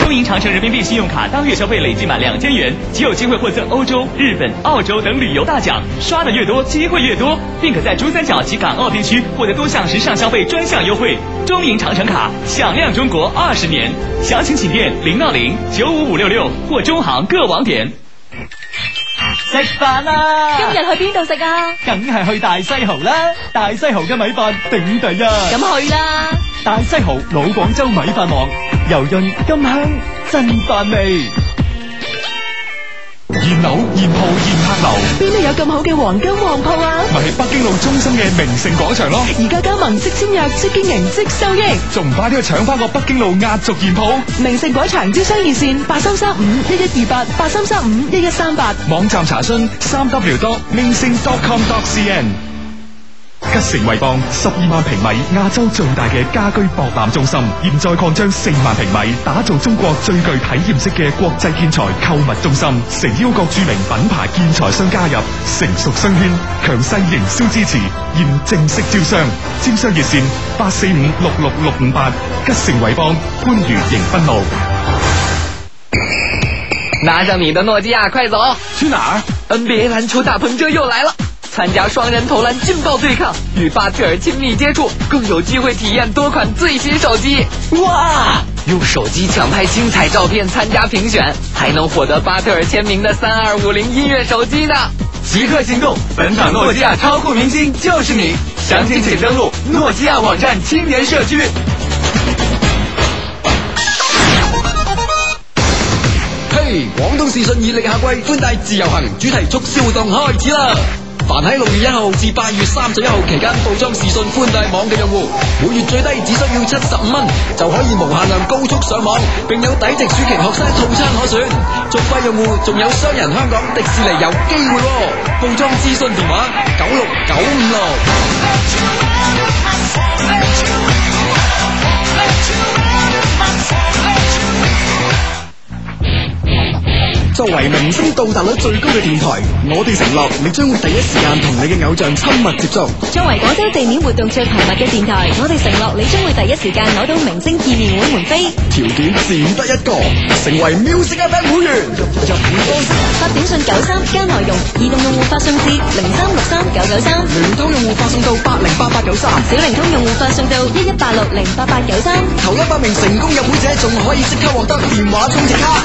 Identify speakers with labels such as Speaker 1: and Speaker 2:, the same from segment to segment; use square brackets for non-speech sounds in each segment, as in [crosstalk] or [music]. Speaker 1: 中银长城人民币信用卡当月消费累计满两千元，即有机会获赠欧洲、日本、澳洲等旅游大奖，刷的越多，机会越多，并可在珠三角及港澳地区获得多项时尚消费专项优惠。中银长城卡，响亮中国二十年。详情请电零二零九五五六六或中行各网点。食饭啦！
Speaker 2: 今日去邊度食啊？
Speaker 1: 梗係去大西豪啦，大西豪嘅米飯頂第一。
Speaker 2: 咁去
Speaker 3: 啊
Speaker 2: 啦！
Speaker 1: 大西豪老廣州米飯王，油潤甘香，真飯味。
Speaker 4: 現樓現鋪現客流，
Speaker 5: 邊度有咁好嘅黃金旺鋪啊？
Speaker 4: 咪喺北京路中心嘅名盛廣場咯，
Speaker 5: 而家加盟即簽約即經營即收益，
Speaker 4: 仲唔快啲去搶翻個北京路壓軸現鋪？
Speaker 5: 名盛廣場招商熱線八三三五一一二八八三三五一一三八。
Speaker 4: 網站查詢三 W 多明星 .com .cn。吉盛惠邦十二萬平米亞洲最大嘅家居博覽中心，現在擴張四萬平米，打造中國最具體驗式嘅國際建材購物中心。誠邀各著名品牌建材商加入，成熟商圈強勢營銷支持，現正式招商。招商熱線八四五六六六五八，吉盛惠邦番禺迎賓路。
Speaker 6: 拿上你的诺基亚，快走！
Speaker 4: 去哪兒？
Speaker 6: NBA 篮球大鹏哥又来了，参加双人投篮劲爆对抗，与巴特尔亲密接触，更有机会体验多款最新手机。哇！用手机抢拍精彩照片参加评选，还能获得巴特尔签名的三二五零音乐手机呢！即刻行动，本场诺基亚超酷明星就是你！详情请登录诺基亚网站青年社区。
Speaker 7: 嘿，廣東視訊熱力夏季寬帶自由行主題促銷活動開始啦！凡喺六月一號至八月三十一號期間報裝視訊寬帶網嘅用戶，每月最低只需要七十五蚊就可以無限量高速上網，並有抵值暑期學生套餐可選。續費用戶仲有雙人香港迪士尼遊機會喎、報裝諮詢電話九六九五六。
Speaker 8: 作為明星到達率最高嘅電台，我哋承諾你將會第一時間同你嘅偶像親密接觸。
Speaker 2: 作為廣州地面活動最頻密嘅電台，我哋承諾你將會第一時間攞到明星見面會門飛。
Speaker 8: 條件只得一個，成為 Music FM 會員。入會方式：
Speaker 2: 發短信九三加內容，移動用戶發送至零三六三九九三，
Speaker 8: 聯通用戶發送到八零八八九三，
Speaker 2: 小靈通用戶發送到一一八六零八八九三。
Speaker 8: 頭一百名成功入會者仲可以即刻獲得電話充值卡。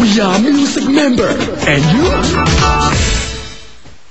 Speaker 8: We are music member and you。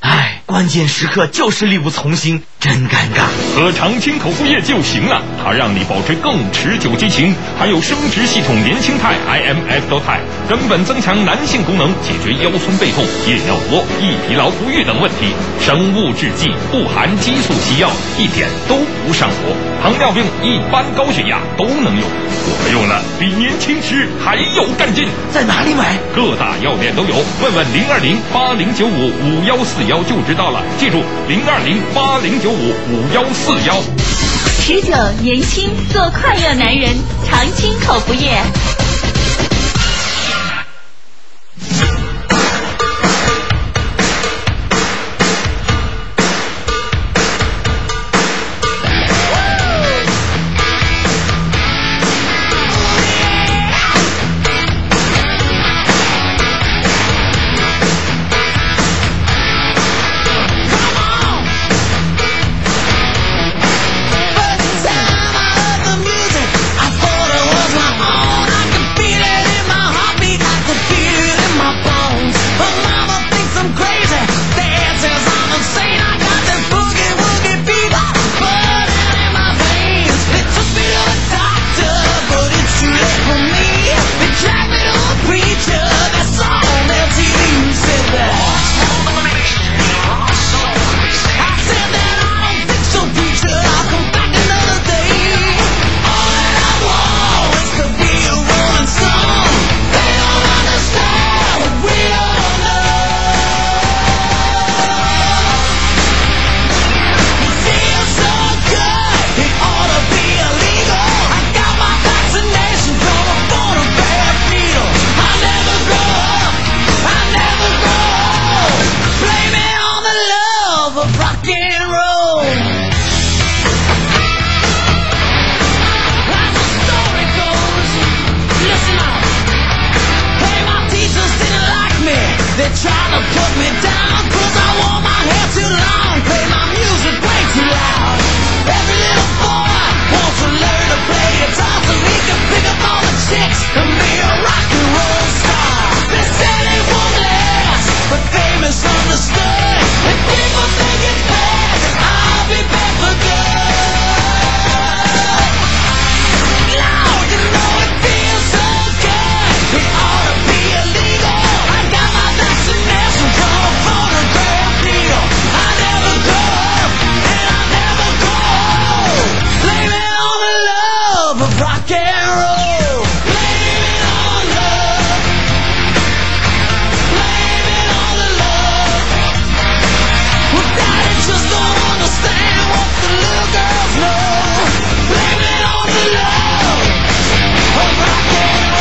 Speaker 9: 唉，关键时刻就是力不从心，真尴尬。
Speaker 10: 喝常青口服液就行了，它让你保持更持久激情，还有生殖系统年轻态 IMF 多肽，根本增强男性功能，解决腰酸背痛、夜尿多、易疲劳不育等问题。生物制剂，不含激素西药，一点都不上火。糖尿病、一般高血压都能用，我用了比年轻时还有干劲。
Speaker 9: 在哪里买？
Speaker 10: 各大药店都有，问问零二零八零九五五幺四幺就知道了。记住零二零八零九五五幺四幺。
Speaker 11: 持久年轻，做快乐男人，常青口服液。
Speaker 12: First time I heard the music, I thought it was my own. I
Speaker 8: They try to put me down Cause I wore my hair too long Play my music way too loud Every little boy wants to learn to play guitar So he can pick up all the chicks And be a rock and roll star They say they won't last But they misunderstood And people think it's past I'll be back for good Now you know it feels so good It ought to be illegal I got my vaccination From a photograph deal I never go Blame it on the love of rock and roll. Blame it on love. Blame it on the love. Well, daddy just don't understand what the little girls know. Blame it on the love of rock and roll.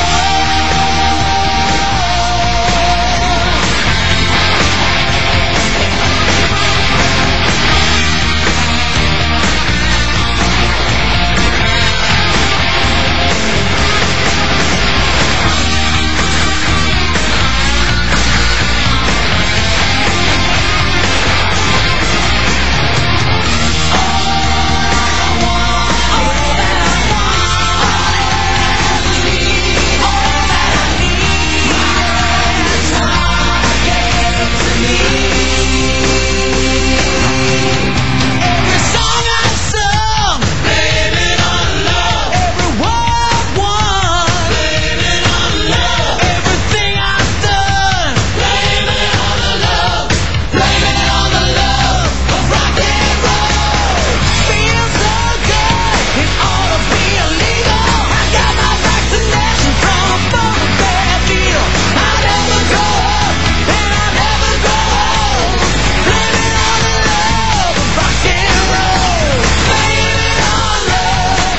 Speaker 8: Every song I've sung, blame it on love. Every war I've won, blame it on love. Everything I've done, blame it on the love. Blame it on the love of rock and roll. Feels so good, it ought to be illegal. I got my vaccination from a photograph deal. I never go up, and I never go home. Blame it on the love of rock and roll. Blame it on love.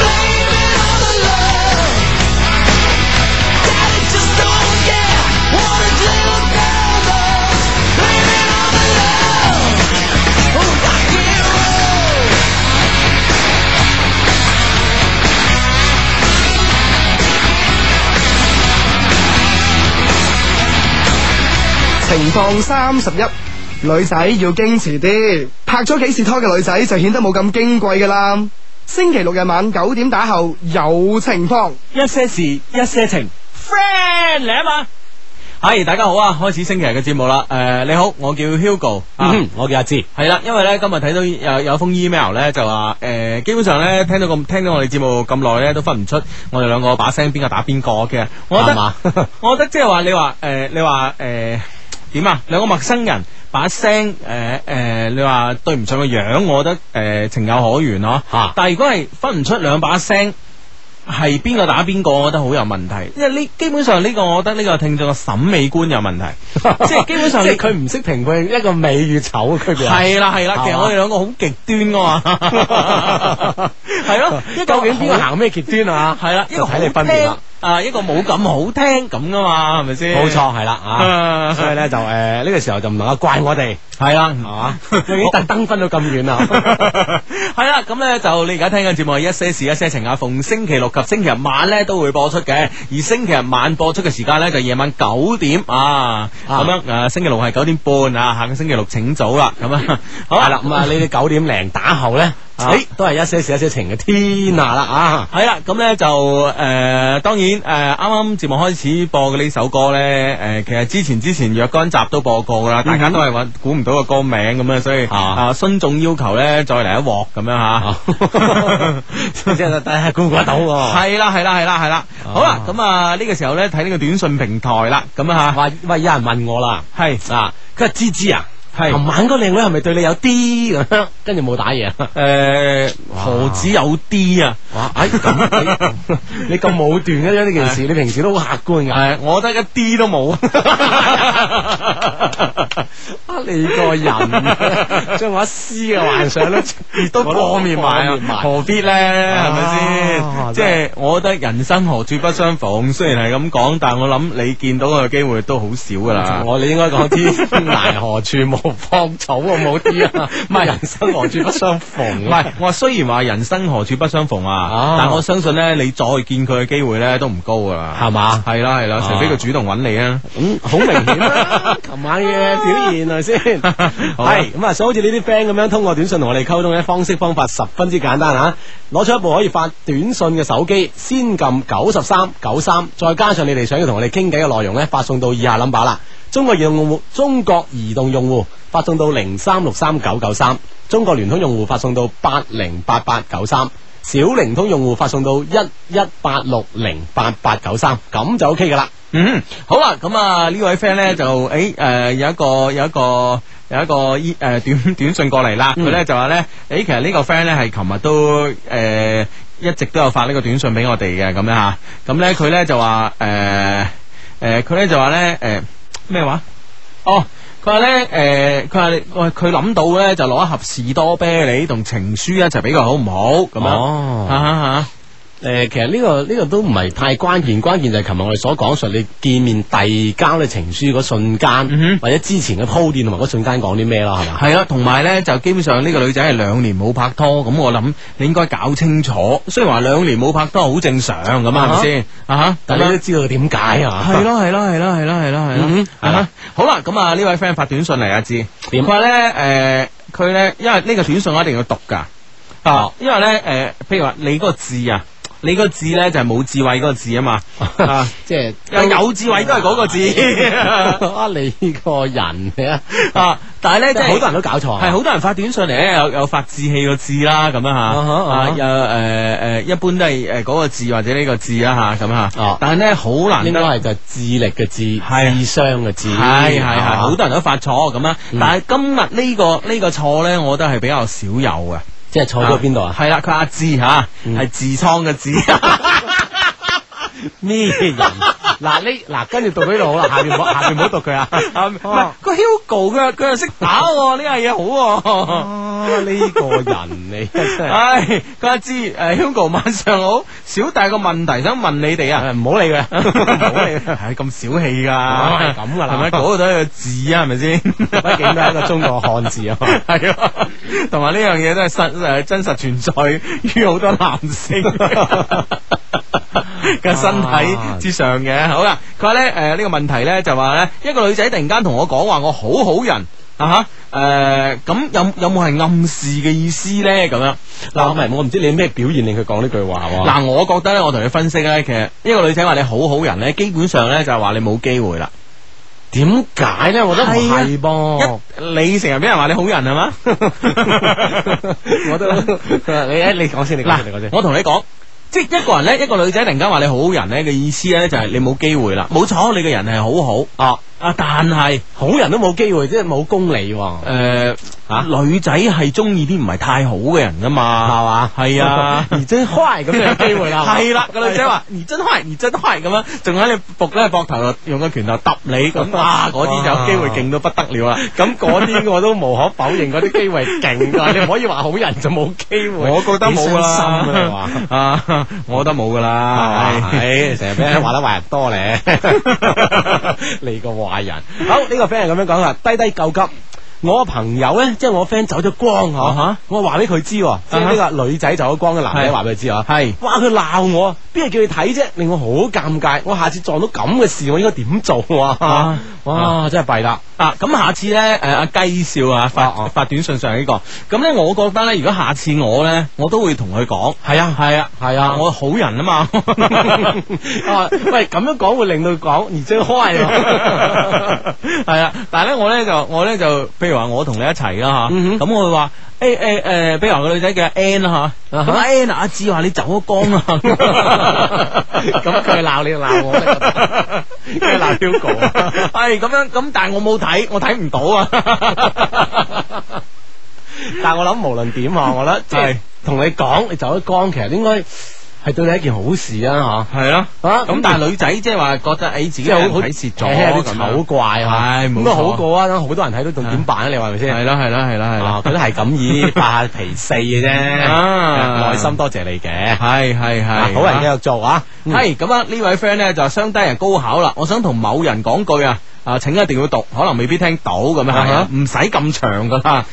Speaker 8: Blame it on the love. Daddy just don't care what his little girl does. Blame it on the love of rock and roll.
Speaker 13: 情況三十一，女仔要矜持啲，拍咗幾次拖嘅女仔就顯得冇咁矜貴噶啦。星期六日晚九點打後有情況，
Speaker 14: 一些事，一些情，friend 嚟啊嘛。系大家好啊！開始星期日嘅節目啦。诶、你好，我叫 Hugo，啊、我叫阿志。係啦，因為咧今日睇到有有封 email 咧，就話诶、誒基本上咧聽到咁聽到我哋節目咁耐咧，都分唔出我哋兩個把聲邊個打邊個嘅。我覺
Speaker 9: 啊
Speaker 7: 係嘛
Speaker 14: 得，我覺得即係話你話诶、誒你話诶点啊？兩個陌生人。把聲诶诶，誒你話對唔上個樣，我覺得诶、誒情有可原咯。但係如果係分唔出兩把聲。系边个打边个，我觉得好有问题，因为呢基本上呢个，我觉得呢个听众嘅审美观有问题，
Speaker 7: [laughs]
Speaker 14: 即系基本上
Speaker 7: 即
Speaker 14: 你
Speaker 7: 係佢唔識評判一個美與醜嘅區別。
Speaker 14: 系啦系啦，其实我
Speaker 7: 係嘛
Speaker 14: 哋两个好极端
Speaker 7: [laughs]
Speaker 14: 噶嘛，系咯，
Speaker 7: 究竟邊個行
Speaker 14: 咩极端啊？系啦，一
Speaker 7: 就
Speaker 14: 个
Speaker 7: 睇你分別
Speaker 14: 别
Speaker 7: 啦。
Speaker 14: 啊，一个冇咁好聽咁噶嘛，係咪先？
Speaker 7: 冇錯係啦
Speaker 14: [laughs]
Speaker 7: 啊所以呢
Speaker 14: 就呃诶呢個時候就唔能夠怪我哋，啊係啦，係嘛，
Speaker 7: 佢已經特
Speaker 14: 登分到咁遠啦。
Speaker 7: 啊
Speaker 14: [laughs] 係啦，咁咧就你而家聽嘅節目係一些事一些情啊，逢星期六及星期日晚咧都會播出嘅，而星期日晚播出嘅時間咧就夜晚九點啊，咁樣誒星期六係九點半啊，下個星期六請早啦，咁啊好啦，咁啊你哋九點零打後啊咧。
Speaker 7: 誒
Speaker 14: 哎都系一些事一些情嘅天啊啦啊！系啦，咁咧就誒、呃，當然誒，呃啱、啱節目開始播嘅呢首歌咧，誒、其實之前之前若干集都播過噶啦，大家都係揾估唔到個歌名咁樣，所以嗯啊，徇、眾要求咧再嚟一鑊咁樣啊 [laughs] 嚇，即係大家估唔
Speaker 7: 估得到喎
Speaker 14: 係啦係啦係啦係啦，好啦，咁啊呢個時候咧睇呢個短信平台啦，咁啊嚇，喂喂，有人問我啦，係啊，佢話芝芝啊。系琴晚嗰靚女係咪對你有啲咁樣？跟住冇打嘢。诶、何止有啲啊？哇！哎咁你你咁武斷嘅啫呢件事，你平時都好客觀㗎。係，我覺得一啲都冇。 [laughs] 啊！你個人 [laughs] 將我一絲嘅幻想都都
Speaker 7: 我都
Speaker 14: 破滅埋啊
Speaker 7: 破滅埋
Speaker 14: 啊，何必咧？係咪先？即係我覺得人生何處不相逢，雖然係咁講，但我諗你見到佢嘅機會都好少噶啦。
Speaker 7: 我哋應該講
Speaker 14: [laughs]
Speaker 7: 天涯
Speaker 14: 何處無芳草好冇啲 [laughs] 啊？唔係人生何處不相逢。唔啊係，我話雖然話人生何處不相逢啊，但我相信咧，你再見佢嘅機會咧都唔高噶啦，係嘛？係啦係啦，除非佢主動揾你啊。咁好明顯
Speaker 7: 琴晚嘅表現係咪先？
Speaker 14: [laughs]
Speaker 7: 係咁啊，所以好似呢啲 friend 咁樣，通過短信同我哋溝通嘅方式方法十分之簡單啊！攞出一部可以發短信嘅手機，先撳九十三九三，再加上你哋想要同我哋傾偈嘅內容咧，發送到以下 number 啦。中國移動用戶，中國移動用戶發送到零三六三九九三；中國聯通用戶發送到八零八八九三；小靈通用戶發送到一一八六零八八九三，咁就 OK 噶啦。
Speaker 14: 嗯，好啦，咁啊呢位 friend 咧就誒誒、呃有一個有一個有一個依誒、呃短 [laughs] 短信過嚟啦，佢咧、就話咧誒其實呢個 friend 咧係琴日都誒。呃一直都有發呢個短信俾我哋嘅咁樣吓，咁咧佢咧就話誒誒，呃佢、咧就話咧誒咩話？哦，佢話咧，誒，佢話你喂，佢諗到咧就攞一盒士多啤梨同情書一齊俾佢好唔好？咁啊樣，
Speaker 7: 哦
Speaker 14: 吓吓吓。
Speaker 7: 誒，呃其實呢、個呢、個都唔係太關鍵，關鍵就係琴日我哋所講述你見面遞交你情書嗰瞬間，或者之前嘅鋪墊同埋嗰瞬間講啲咩啦，係嘛？
Speaker 14: 係嗯啦，同埋咧就基本上呢個女仔係兩年冇拍拖，咁我諗你應該搞清楚。雖然話兩年冇拍拖好正常咁啊，係咪先？啊哈
Speaker 7: 但你都知道佢點解啊？
Speaker 14: 係咯係咯係咯係咯係咯係咯
Speaker 7: 嗯，
Speaker 14: 啊哈好啦，咁啊呢位 friend 發短信嚟啊知，佢話咧誒佢咧，因為呢個短信我一定要讀噶，啊，因為咧誒，譬如話你嗰個字啊。你個字咧就係冇智慧嗰個字啊 [laughs] 嘛，啊，
Speaker 7: 即係
Speaker 14: 有智慧都係嗰個字
Speaker 7: [laughs] 啊！你個人嘅
Speaker 14: [laughs] 啊，但係咧即係
Speaker 7: 好多人都搞錯啊
Speaker 14: 係好多人發短信嚟咧，有有發志氣個字啦，咁樣吓，
Speaker 7: 哈啊
Speaker 14: 啊
Speaker 7: 哈
Speaker 14: 有誒誒，一般都係誒嗰個字或者呢個字啦吓，咁吓
Speaker 7: 哦，
Speaker 14: 但係咧好難得
Speaker 7: 應該係就係智力嘅智，智商嘅智，
Speaker 14: 係係係，好
Speaker 7: 啊嗯
Speaker 14: 多人都發錯咁啊！但係今日呢個呢個錯咧，我覺得係比較少有嘅。
Speaker 7: 即係錯咗邊度啊？嗯
Speaker 14: 係啦，佢阿志吓，係痔瘡嘅痔。
Speaker 7: [laughs] 咩人？嗱呢嗱，跟住讀呢 [laughs] 度好啦，下邊唔好下邊唔好讀
Speaker 14: [laughs]
Speaker 7: 佢啊。
Speaker 14: 唔係個 Hugo 佢佢又識打喎，呢樣嘢好
Speaker 7: 喎。啊呢個人你真係
Speaker 14: 唉，佢阿志誒 Hugo 晚上好，小弟個問題想問你哋啊，
Speaker 7: [laughs] 唔好理佢，
Speaker 14: 唔好理佢，係咁小氣㗎，
Speaker 7: 係咁㗎啦
Speaker 14: 係咪嗰個都係個字啊？係咪先？畢
Speaker 7: 畢竟都係一個中國漢字啊嘛，
Speaker 14: [laughs] 係啊，同埋呢樣嘢都係實誒真實存在於好多男性。 [laughs] 嘅身體
Speaker 7: 啊
Speaker 14: 之上嘅。好啦，佢話咧，誒、呢、個問題咧就話咧，一個女仔突然間同我講話，我好好人。啊哈！誒、咁有有冇係暗示嘅意思咧？咁樣嗱，唔係
Speaker 7: 我唔知你咩表現令佢講呢句話喎
Speaker 14: 嗱，我覺得咧，我同你分析咧，其實一個女仔話你好好人咧，基本上咧就係話你冇機會啦。啊
Speaker 7: 點解咧？ [laughs] 我覺得唔係啊
Speaker 14: 哦
Speaker 7: 噃。
Speaker 14: 你成日俾人話你好人係 [laughs] 嘛？
Speaker 7: 我
Speaker 14: [laughs]
Speaker 7: 都你誒，你講先，你講先，你講先。
Speaker 14: 我同你講，即係一個人咧，一個女仔突然間話你好好人咧嘅意思咧，就係你冇機會啦。冇錯，你個人係好好啊啊，但係
Speaker 7: 好人都冇機會，即係冇公理喎。，
Speaker 14: 誒啊，女仔係中意啲唔係太好嘅人噶嘛，係嘛？係啊 [laughs]
Speaker 7: 而真開咁就有機會 [laughs] 啦。
Speaker 14: 係啦，個女仔話你真壞，你真壞咁樣，仲喺你仆咧膊頭度用個拳頭揼你
Speaker 7: [laughs]
Speaker 14: 咁啊！嗰啲就有機會勁到不得了啦。
Speaker 7: 咁嗰啲我都無可否認，嗰啲機會勁㗎，你唔可以話好人就冇機會。
Speaker 14: 我覺得冇
Speaker 7: 幾傷心啊
Speaker 14: 啦
Speaker 7: 你話，
Speaker 14: 啊，我覺得冇噶啦，
Speaker 7: 係成日俾人話得壞人多
Speaker 14: [laughs]
Speaker 7: 咧，你個壞人。好，呢、個 friend 係咁樣講啦，低低救急。我朋友咧，即係我 friend 走咗光
Speaker 14: 啊
Speaker 7: 嗬
Speaker 14: 哈，啊
Speaker 7: 我話俾佢知喎，即係呢個女仔走咗光嘅男仔
Speaker 14: 係
Speaker 7: 話俾佢知啊，
Speaker 14: 係
Speaker 7: 哇佢鬧我，邊係叫你睇啫，令我好尷尬，我下次撞到咁嘅事，我應該點做啊
Speaker 14: 啊？
Speaker 7: 哇，真係弊 [laughs] 啦！
Speaker 14: 啊，咁下次咧，誒、阿雞少啊，發、
Speaker 7: 哦
Speaker 14: 發短信上呢、個，咁咧，我覺得咧，如果下次我咧，我都會同佢講，
Speaker 7: 係啊，
Speaker 14: 係啊，
Speaker 7: 係啊
Speaker 14: 我好人啊嘛，
Speaker 7: 啊，喂，咁樣講會令到講而最開啊 [laughs] 喎。
Speaker 14: [laughs] 係啊，但係咧，我咧就我咧就，譬如話我同你一齊啦吓，咁、我會話。誒誒誒，譬如話個女仔叫 N 啦吓，咁 N 阿志話你走咗光啦， [laughs] 咁
Speaker 7: 佢鬧你 [laughs] 鬧我，
Speaker 14: 佢鬧 Hugo，係
Speaker 7: [laughs]
Speaker 14: 咁樣咁，但係我冇睇，我睇唔到啊。
Speaker 7: 但系我諗無論點啊，我覺得即係同你講，你走咗光，其實應該係對你一件好事啊
Speaker 14: 吓，系咯，
Speaker 7: 啊
Speaker 14: 咁但係女仔即係話覺得诶自己
Speaker 7: 即係好
Speaker 14: 俾人睇蝕
Speaker 7: 輕輕有
Speaker 14: 咗，
Speaker 7: 啲醜怪啊
Speaker 14: 系
Speaker 7: 咁
Speaker 14: 冇
Speaker 7: 都好
Speaker 14: 錯
Speaker 7: 過啊，好多人睇到仲點辦啊？你話係咪先？
Speaker 14: 係啦係啦係啦係啦
Speaker 7: 啊，佢都係咁意發下脾四
Speaker 14: [laughs]
Speaker 7: 嘅啫，
Speaker 14: 啊
Speaker 7: 內心多謝你嘅，
Speaker 14: 係係係，
Speaker 7: 好人繼續做啊，嗯
Speaker 14: 系咁啊！呢位 friend 咧就相低人高考啦，我想同某人講句啊，啊，请一定要讀，可能未必聽到咁樣，係啊唔使咁長噶
Speaker 7: [laughs]
Speaker 14: 啦，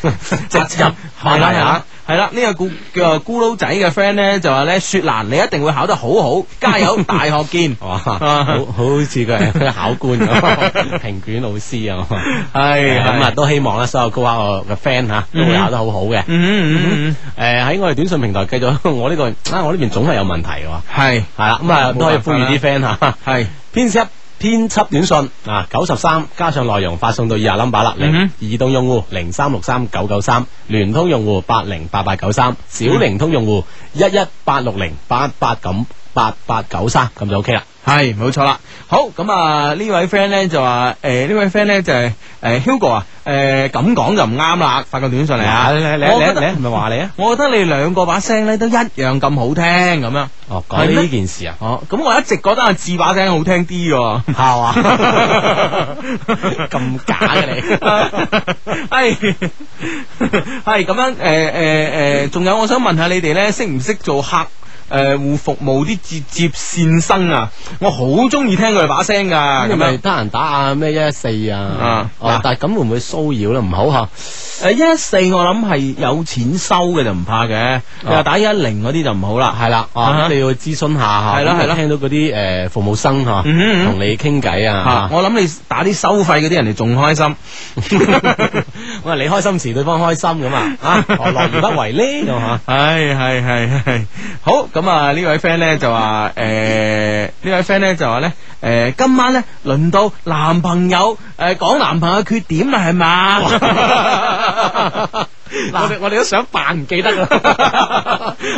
Speaker 14: 直入系
Speaker 7: 係啦係
Speaker 14: 啦系
Speaker 7: 啦
Speaker 14: 啦。系啦，呢、個咕叫做咕嚕仔嘅 friend 咧就話咧，雪蘭你一定會考得好好，加油，大學
Speaker 7: [laughs]
Speaker 14: 見。啊
Speaker 7: 哇，好好似佢係考官
Speaker 14: [laughs]
Speaker 7: 咁，評卷老師啊，
Speaker 14: 係
Speaker 7: 咁啊，
Speaker 14: 係
Speaker 7: 都希望咧所有高考嘅 friend 吓都會考得好好嘅。
Speaker 14: 嗯嗯
Speaker 7: 诶，喺我哋短信平台繼續， [laughs] 我呢個啊，我呢邊總係有問題喎。
Speaker 14: 系
Speaker 7: 系啦，咁啊
Speaker 14: 冇
Speaker 7: 都可以
Speaker 14: 辦
Speaker 7: 呼
Speaker 14: 法
Speaker 7: 籲
Speaker 14: 啦
Speaker 7: 啲 friend 吓，
Speaker 14: 系
Speaker 7: 編輯編輯短信啊，九十三加上內容發送到以下 number 啦，
Speaker 14: 嗯
Speaker 7: 零
Speaker 14: 哼
Speaker 7: 移動用戶零三六三九九三，聯通用戶八零八八九三，小靈通用戶一一八六零八八咁八八九三，咁就 OK 啦。
Speaker 14: 系冇错啦，好咁啊呢位 friend 咧就话诶呢位 friend 咧就系诶 Hugo 啊诶咁讲就唔啱啦，發個短信嚟啊，
Speaker 7: 嚟嚟嚟
Speaker 14: 我覺得
Speaker 7: 嚟唔係話你啊？
Speaker 14: 我覺得你兩個把聲咧都一樣咁好聽咁樣。
Speaker 7: 哦，
Speaker 14: 係
Speaker 7: 講
Speaker 14: 咩
Speaker 7: 呢件事啊，
Speaker 14: 哦，咁我一直覺得阿志把聲好聽啲喎，
Speaker 7: 係
Speaker 14: [laughs]
Speaker 7: 嘛？
Speaker 14: 咁
Speaker 7: 假嘅你
Speaker 14: 係哎係咁樣誒誒誒，仲、有我想問下你哋咧，識唔識做客？誒戶服務啲接接線生啊，我好中意聽佢哋把聲噶，
Speaker 7: 咁
Speaker 14: 咁
Speaker 7: 咪
Speaker 14: 樣
Speaker 7: 得閒打啊咩一一四啊
Speaker 14: 啊，
Speaker 7: 哦
Speaker 14: 嗱，
Speaker 7: 但係咁會唔會騷擾咧？唔好吓，
Speaker 14: 誒一四我諗係有錢收嘅就唔怕嘅，你話打一零嗰啲就唔好啦，
Speaker 7: 係啦，
Speaker 14: 啊
Speaker 7: 啊，咁你要諮詢下吓，
Speaker 14: 係啦
Speaker 7: 咁
Speaker 14: 係啦
Speaker 7: 聽到嗰啲诶服務生吓，
Speaker 14: 嗯哼嗯
Speaker 7: 同你傾偈
Speaker 14: 嚇、
Speaker 7: 啊，
Speaker 14: 我諗你打啲收費嗰啲人哋仲開心。
Speaker 7: 我話你開心時對方開心咁啊，啊，何樂而不為呢？
Speaker 14: [laughs]
Speaker 7: 咁啊，
Speaker 14: 系系系系，好咁啊！呢位 friend 咧就话，诶、呢位 friend 咧就话咧，诶、今晚咧轮到男朋友诶讲、男朋友缺點啦，係嘛？ [laughs] 我哋我哋都想扮唔記得啦。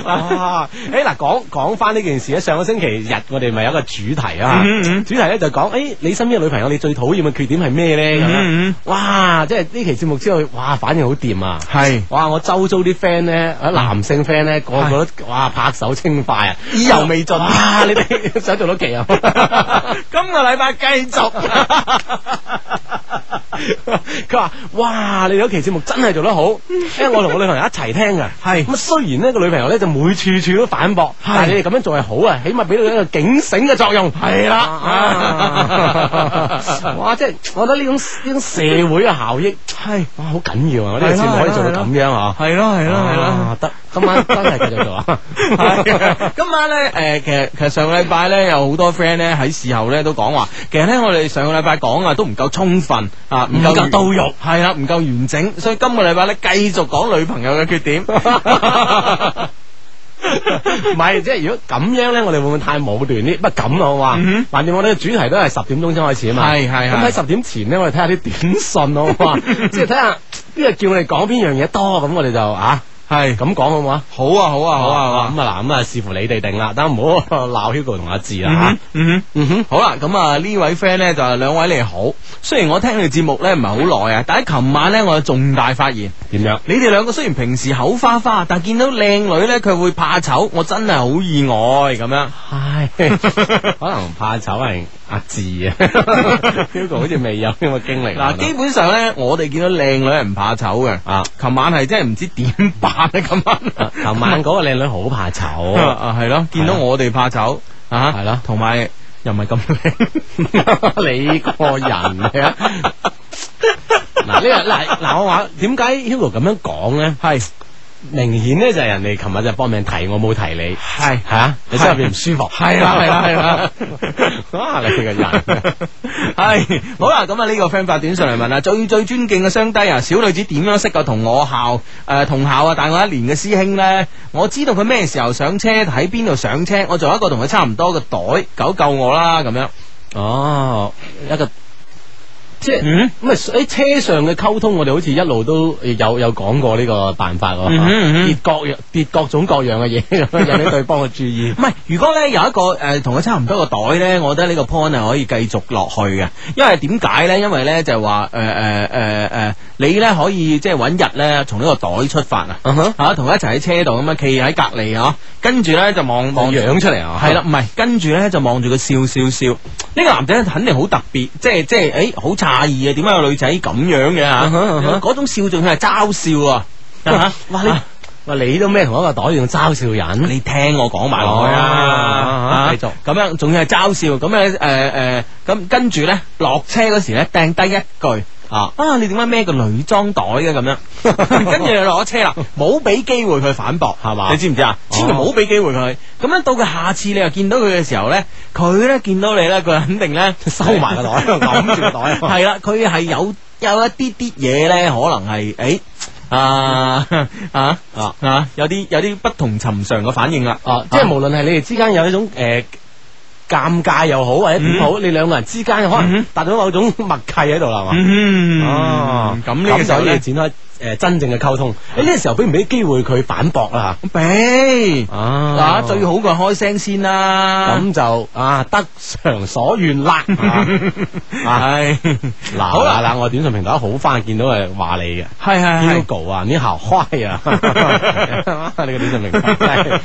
Speaker 7: 哇！诶啊嗱，講講翻呢件事咧，啊上個星期日我哋咪有一個主題啊，
Speaker 14: 嗯嗯
Speaker 7: 主題咧就講诶、你身邊嘅女朋友你最討厭嘅缺點係咩咧？咁樣
Speaker 14: 嗯嗯
Speaker 7: 哇！即係呢期節目之後，哇，反應好掂啊！
Speaker 14: 係嗯
Speaker 7: 哇！我周遭啲 friend 咧，啊男性 friend 咧，個個都哇拍手稱快啊，
Speaker 14: 意猶未盡
Speaker 7: 哇！你哋 [laughs] 想做到期啊？
Speaker 14: [laughs] 今個禮拜繼續，
Speaker 7: 佢話：哇！你哋嗰期節目真係做得好，因為我同我女朋友一齊聽㗎。
Speaker 14: 係
Speaker 7: 咁啊雖然呢個女朋友咧就每處處都反駁，但係你哋咁樣做係好啊，起碼俾到一個警醒嘅作用。
Speaker 14: 係啦
Speaker 7: 啊哇！即係我覺得呢種呢種社會嘅效益係哇好緊要啊！我呢個節目可以做到咁樣啊！
Speaker 14: 係咯係咯係咯
Speaker 7: 啊。得今
Speaker 14: [laughs]
Speaker 7: 晚真係繼續做啊！ [laughs]
Speaker 14: 係今晚咧，诶、其實其實上個禮拜咧，有好多 friend 咧喺事後咧都講話，其實咧我哋上個禮拜講啊都唔夠充分啊，唔
Speaker 7: 唔夠到
Speaker 14: 肉，系啦，唔夠完整，所以今個禮拜咧繼續講女朋友嘅缺 [laughs] 點。
Speaker 7: 唔係，即係如果咁樣咧，我哋會唔會太武斷啲？不過咁啦，啊好嘛
Speaker 14: 嗯？
Speaker 7: 橫掂我哋嘅主題都係十點鐘先開始啊嘛。
Speaker 14: 係係
Speaker 7: 咁喺
Speaker 14: 係
Speaker 7: 十點前咧，我哋睇下啲短信好嘛？
Speaker 14: [laughs]
Speaker 7: 即係睇下邊個叫我哋講邊樣嘢多，咁我哋就啊
Speaker 14: 係
Speaker 7: 咁講好唔好啊？
Speaker 14: 好啊，好啊，好啊，好啊。
Speaker 7: 咁啊嗱，咁啊視乎你哋定啦，但唔好鬧 Hugo 同阿志啦嚇
Speaker 14: 嗯哼。嗯哼，
Speaker 7: 嗯哼。
Speaker 14: 好啦，咁啊呢位 friend 咧就係兩位你好，雖然我聽你節目咧唔係好耐啊，但係琴晚咧我有重大發現，
Speaker 7: 點樣？
Speaker 14: 你哋兩個雖然平時口花花，但見到靚女咧佢會怕醜，我真係好意外咁樣。
Speaker 7: 唉，
Speaker 14: [laughs]
Speaker 7: 可能怕醜係阿志啊，Hugo 好似未有咁嘅經歷。
Speaker 14: 嗱，基本上咧，我哋見到靚女係唔怕醜嘅。
Speaker 7: 啊，
Speaker 14: 琴晚係真係唔知點辦咧，琴晚。
Speaker 7: 琴晚嗰個靚女好怕醜。
Speaker 14: 啊，係咯，見到
Speaker 7: 係咯
Speaker 14: 我哋怕醜啊，
Speaker 7: 係咯
Speaker 14: 同埋又唔係咁靚。
Speaker 7: 啊你個人啊！ [laughs] 嗱呢個嗱嗱我話點解 Hugo 咁樣講咧？
Speaker 14: 係
Speaker 7: 明顯咧就係人哋琴日就搏命提我冇提你，
Speaker 14: 係
Speaker 7: 係啊，你心入邊唔舒服。
Speaker 14: 係啦係啦係啦，
Speaker 7: [laughs] 啊你個人
Speaker 14: [laughs] 系好啦，咁啊呢個 friend 發短信嚟問啦，最最尊敬嘅雙低啊，小女子點樣識個同我校诶、呃同校啊大我一年嘅師兄呢？我知道佢咩時候上車，喺邊度上車，我仲有一個同佢差唔多嘅袋，狗救我啦咁樣。
Speaker 7: 哦一個即係
Speaker 14: 嗯
Speaker 7: 咁啊喺車上嘅溝通，我哋好似一路都有有講過呢個辦法喎，
Speaker 14: 嗯哼嗯哼
Speaker 7: 跌各樣跌各種各樣嘅
Speaker 14: [laughs]
Speaker 7: 嘢咁樣引起對方嘅注意。
Speaker 14: 唔係，如果咧有一個誒同佢差唔多個袋咧，我覺得呢個 point 係可以繼續落去嘅，因為點解咧？因為咧就係話誒誒誒誒，你咧可以即係揾日咧從呢個袋出發啊，嚇同佢一齊喺車度咁樣企喺隔離啊，跟住咧就望望
Speaker 7: 樣出嚟啊
Speaker 14: 係啦，唔係跟住咧就望住佢笑笑笑。呢個男仔肯定好特別，即係即係誒好詫異啊！點解個女仔咁樣嘅嚇？嗰種笑仲要係嘲笑啊！啊
Speaker 7: 哇！你哇你都咩同一個袋用嘲笑人？
Speaker 14: 你聽我講埋落去啊！
Speaker 7: 繼續
Speaker 14: 咁樣，仲要係嘲笑，咁樣誒誒，呃咁跟住咧落車嗰時咧掟低一句。啊！啊！你點解孭個女裝袋嘅咁樣？ [laughs] 跟住就落咗車啦，冇俾機會佢反駁，係嘛？你知唔知啊？千祈唔好俾機會佢。咁樣到佢下次你又見到佢嘅時候咧，佢咧見到你咧，佢肯定咧收
Speaker 7: 埋
Speaker 14: [laughs]
Speaker 7: 個袋
Speaker 14: 揞
Speaker 7: 揞住個袋
Speaker 14: 係啦，佢係有有一啲啲嘢咧，可能係誒。啊 [laughs] 啊啊啊！有啲有啲不同尋常嘅反應啦，啊
Speaker 7: 哦，即係無論係你哋之間有一種誒尷尬又好，或者
Speaker 14: 嗯
Speaker 7: 點好，你兩個人之間可能達到某種默契喺度啦，係嘛？
Speaker 14: 嗯
Speaker 7: 哦，
Speaker 14: 咁呢個時候
Speaker 7: 就可
Speaker 14: 咧
Speaker 7: 以展開誒真正嘅溝通。誒呢個時候俾唔俾機會佢反駁啦？
Speaker 14: 俾
Speaker 7: 啊
Speaker 14: 啊最好佢開聲先啦，
Speaker 7: 咁就啊得償所願
Speaker 14: [laughs]
Speaker 7: 啦。啊
Speaker 14: 係
Speaker 7: 嗱嗱嗱，我短信平台一好翻，見到係話你嘅。
Speaker 14: 係係
Speaker 7: Hugo 啊，你好壞
Speaker 14: [laughs]
Speaker 7: 啊！你個短信平台真係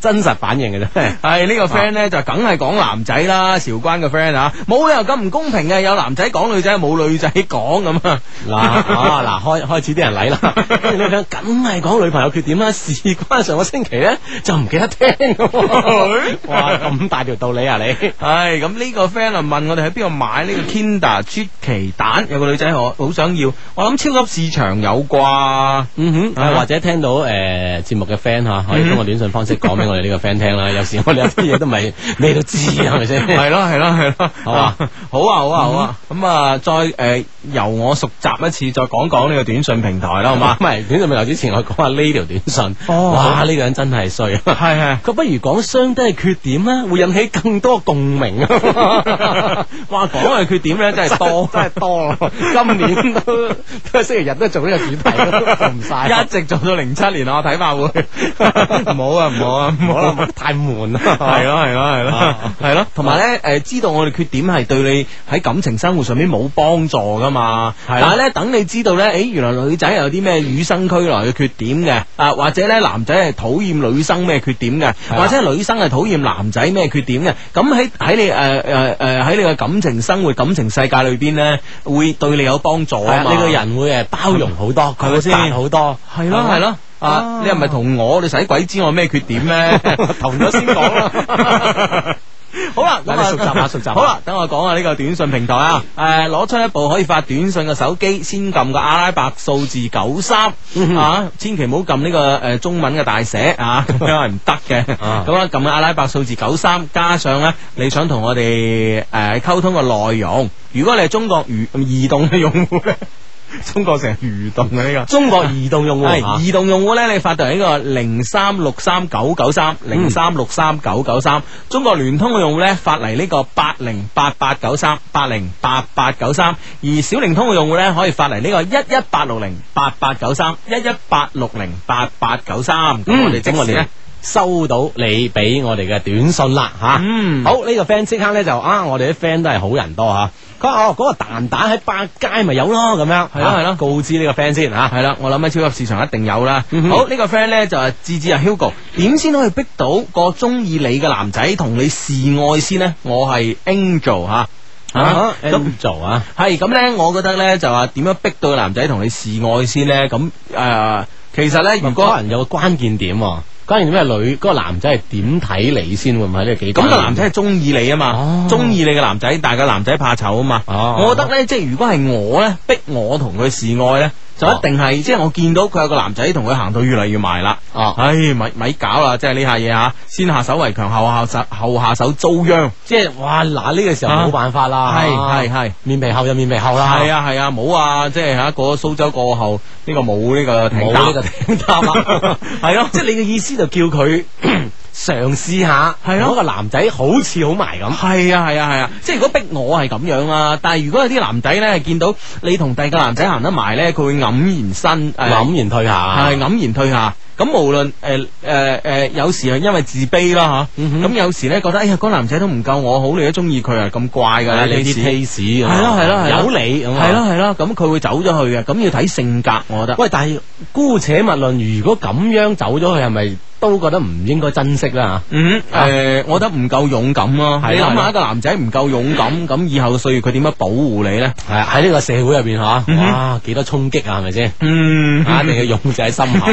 Speaker 7: 真實反應嘅啫。
Speaker 14: 係呢個 friend 咧就梗係講男仔啦，韶關嘅 friend 啊，冇理由咁唔公平嘅，有男仔講女仔，冇女仔講咁啊！
Speaker 7: 嗱啊嗱，開開始啲人
Speaker 14: [laughs]
Speaker 7: 嚟啦，跟住你講，梗係講女朋友缺點啦，事關上個星期咧就唔記得聽啊㗎喎，
Speaker 14: [laughs]
Speaker 7: 哇咁大條道理啊你，
Speaker 14: 唉，咁呢個 friend 啊問我哋喺邊度買呢個 Kinder 朱奇蛋，有個女仔我好想要，我諗超級市場有啩。
Speaker 7: 嗯
Speaker 14: 啊嗯
Speaker 7: 哼，或者聽到誒節目嘅 friend 嚇，可以通過短信方式講俾我哋呢個 friend
Speaker 14: [laughs]
Speaker 7: 聽啦，有時我哋有啲嘢都唔係 [laughs] 咩都知啊係咪先？
Speaker 14: 係咯係咯係咯，
Speaker 7: [laughs] 好啊
Speaker 14: 好啊好啊好啊，咁啊再誒由我熟習一次，再講講呢個短信平台啦，好嘛
Speaker 7: 唔？係短信未來之前，我講下呢條短信。
Speaker 14: 哦
Speaker 7: 哇！呢個人真係衰啊。
Speaker 14: 係係
Speaker 7: 佢不如講相低嘅缺點啦，會引起更多共鳴 [laughs] 啊！
Speaker 14: 哇，講嘅缺點咧真係多，
Speaker 7: 真係多 [laughs] 啊。今年 [laughs] 都都係星期日都做呢個主題， [laughs] 都做唔晒。
Speaker 14: 一直做到零七年啊，我睇法會。 [laughs] 唔好啊唔好啊唔
Speaker 7: 可
Speaker 14: 好啦。
Speaker 7: 能太悶啦。
Speaker 14: 係咯係咯係咯
Speaker 7: 啊
Speaker 14: 係咯，同埋咧誒，知道我哋缺點係對你喺感情生活上面冇幫助噶嘛。
Speaker 7: 係
Speaker 14: 但
Speaker 7: 啊
Speaker 14: 係咧，等你知道咧，誒原來女仔有啲咩與生俱來嘅缺點嘅，啊或者咧男仔係討厭女生咩缺點嘅，
Speaker 7: 啊
Speaker 14: 或者係女生係討厭男仔咩缺點嘅。咁喺喺你誒誒誒喺你嘅感情生活、感情世界裏邊咧，會對你有幫助
Speaker 7: 係
Speaker 14: 啊
Speaker 7: 啊
Speaker 14: 嘛。
Speaker 7: 你個人會誒包容好多，
Speaker 14: 係咪先
Speaker 7: 擴大好多，
Speaker 14: 係咯係咯。啊！你係咪同我？你使鬼知我咩缺點
Speaker 7: [laughs]
Speaker 14: 咩？
Speaker 7: 同咗先講啦。
Speaker 14: 好啦，咁啊
Speaker 7: 嗱你熟習
Speaker 14: [laughs]
Speaker 7: 下熟習下
Speaker 14: 好啦，等我講下呢個短信平台啊。誒、攞出一部可以發短信嘅手機，先撳個阿拉伯數字九三、
Speaker 7: 嗯
Speaker 14: 啊，千祈唔好撳呢個誒、呃中文嘅大寫
Speaker 7: [laughs]
Speaker 14: 啊，因為唔得嘅。咁
Speaker 7: 啊
Speaker 14: 啊，撳阿拉伯數字九三，加上咧你想同我哋誒溝通嘅內容。如果你係中國移移動嘅用戶咧， [laughs] 中國成日移動嘅呢、個。
Speaker 7: 中國移動用戶啊
Speaker 14: 系移動用戶咧，你發到嚟呢個零三六三九九三
Speaker 7: 嗯
Speaker 14: 零三六三九九三，中國聯通嘅用戶咧發嚟呢個八零八八九三八零八八九三，而小靈通嘅用戶咧可以發嚟呢個一一八六零八八九三一一八六零八八九三，咁我哋即
Speaker 7: 咁我
Speaker 14: 時
Speaker 7: 哋
Speaker 14: 咧。
Speaker 7: 收到你俾我哋嘅短信啦吓。
Speaker 14: 嗯
Speaker 7: 好呢、個 friend 即刻咧就啊，我哋啲 friend 都係好人多吓。佢話哦，嗰、個蛋蛋喺百佳咪有咯，咁樣係咯
Speaker 14: 係咯係咯
Speaker 7: 告知呢個 friend 先吓。
Speaker 14: 系啦，我諗喺超級市場一定有啦。
Speaker 7: 嗯哼
Speaker 14: 好呢、個 friend 呢，就係志志啊 Hugo，點先可以逼到個中意你嘅男仔同你示愛先呢？我係 Angel 吓、
Speaker 7: 啊
Speaker 14: 咁
Speaker 7: 咁做啊，
Speaker 14: 系咁咧，我覺得咧就話點樣逼到個男仔同你示愛先咧？咁诶、呃其實咧，如
Speaker 7: 如果可
Speaker 14: 果
Speaker 7: 能有個關鍵點、喎，關鍵點係女嗰、個男仔係點睇你先，會唔會喺呢個幾
Speaker 14: 咁
Speaker 7: 關
Speaker 14: 個
Speaker 7: 鍵
Speaker 14: 男仔係中意你啊嘛
Speaker 7: 哦，
Speaker 14: 中意、你嘅男仔，但係個男仔怕醜啊嘛。
Speaker 7: 哦
Speaker 14: 我覺得咧，即係如果係我咧，逼我同佢示愛
Speaker 7: 哦
Speaker 14: 咧，就一定係、即係我見到佢有個男仔同佢行到越嚟越埋啦。
Speaker 7: 哦
Speaker 14: 唉，咪咪搞啦，即係呢下嘢吓，先下手為強，後下手後下手遭殃。
Speaker 7: 即係哇嗱呢、個時候
Speaker 14: 啊
Speaker 7: 冇辦法啦，
Speaker 14: 係
Speaker 7: 啊
Speaker 14: 係係
Speaker 7: 面皮厚就面皮厚啦，
Speaker 14: 係啊係啊，冇啊，即係吓過咗蘇州過後，呢、個冇呢
Speaker 7: 冇
Speaker 14: 個停
Speaker 7: 呢
Speaker 14: 搭
Speaker 7: 個。頂搭啊，
Speaker 14: 係咯
Speaker 7: 即係你嘅意思就叫佢 [clears throat] 嘗試下，
Speaker 14: 係咯
Speaker 7: 嗰個男仔好似好埋咁。
Speaker 14: 係啊係啊係啊，即係如果逼我係咁樣啦，但係如果有啲男仔咧見到你同第二個男仔行得埋咧，佢會黯然身，誒
Speaker 7: 黯然退下
Speaker 14: 係黯然退下。咁無論誒誒誒，有時係因為自卑啦嚇，咁、有時咧覺得哎呀，嗰個男仔都唔夠我好，你都中意佢啊，咁怪㗎啦，
Speaker 7: 係你啲 taste 咁啊
Speaker 14: 係咯係咯係咯，
Speaker 7: 有你咁啊
Speaker 14: 係咯係咯，咁佢會走咗去嘅，咁要睇性格，我覺得。
Speaker 7: 喂，但係姑且勿論，如果咁樣走咗去，係咪都覺得唔應該珍惜啦？
Speaker 14: 嗯，誒、我覺得唔夠勇敢咯、
Speaker 7: 係
Speaker 14: 你
Speaker 7: 啊啦
Speaker 14: 諗
Speaker 7: 係
Speaker 14: 下
Speaker 7: 啦
Speaker 14: 一個男仔唔夠勇敢，咁以後嘅歲月佢點樣保護你咧？
Speaker 7: 係啊喺呢個社會入邊嚇，
Speaker 14: 嗯哼
Speaker 7: 哇，幾多衝擊啊，係咪先？
Speaker 14: 嗯
Speaker 7: 啊一定要勇字喺心
Speaker 14: [laughs]
Speaker 7: 口。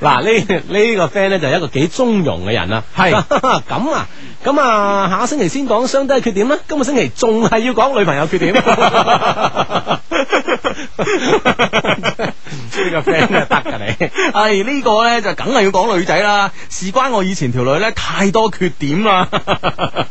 Speaker 7: 嗱，呢呢個 friend 咧就係一個幾中庸嘅人啦。啊係咁啊，咁啊，下星期先講相低缺點啦。今個星期仲係要講女朋友缺
Speaker 14: [laughs]
Speaker 7: 點。
Speaker 14: 呢個 friend 得噶你，係呢個咧就梗係要講女仔啦，事關我以前條女咧太多缺點 [laughs] 啦。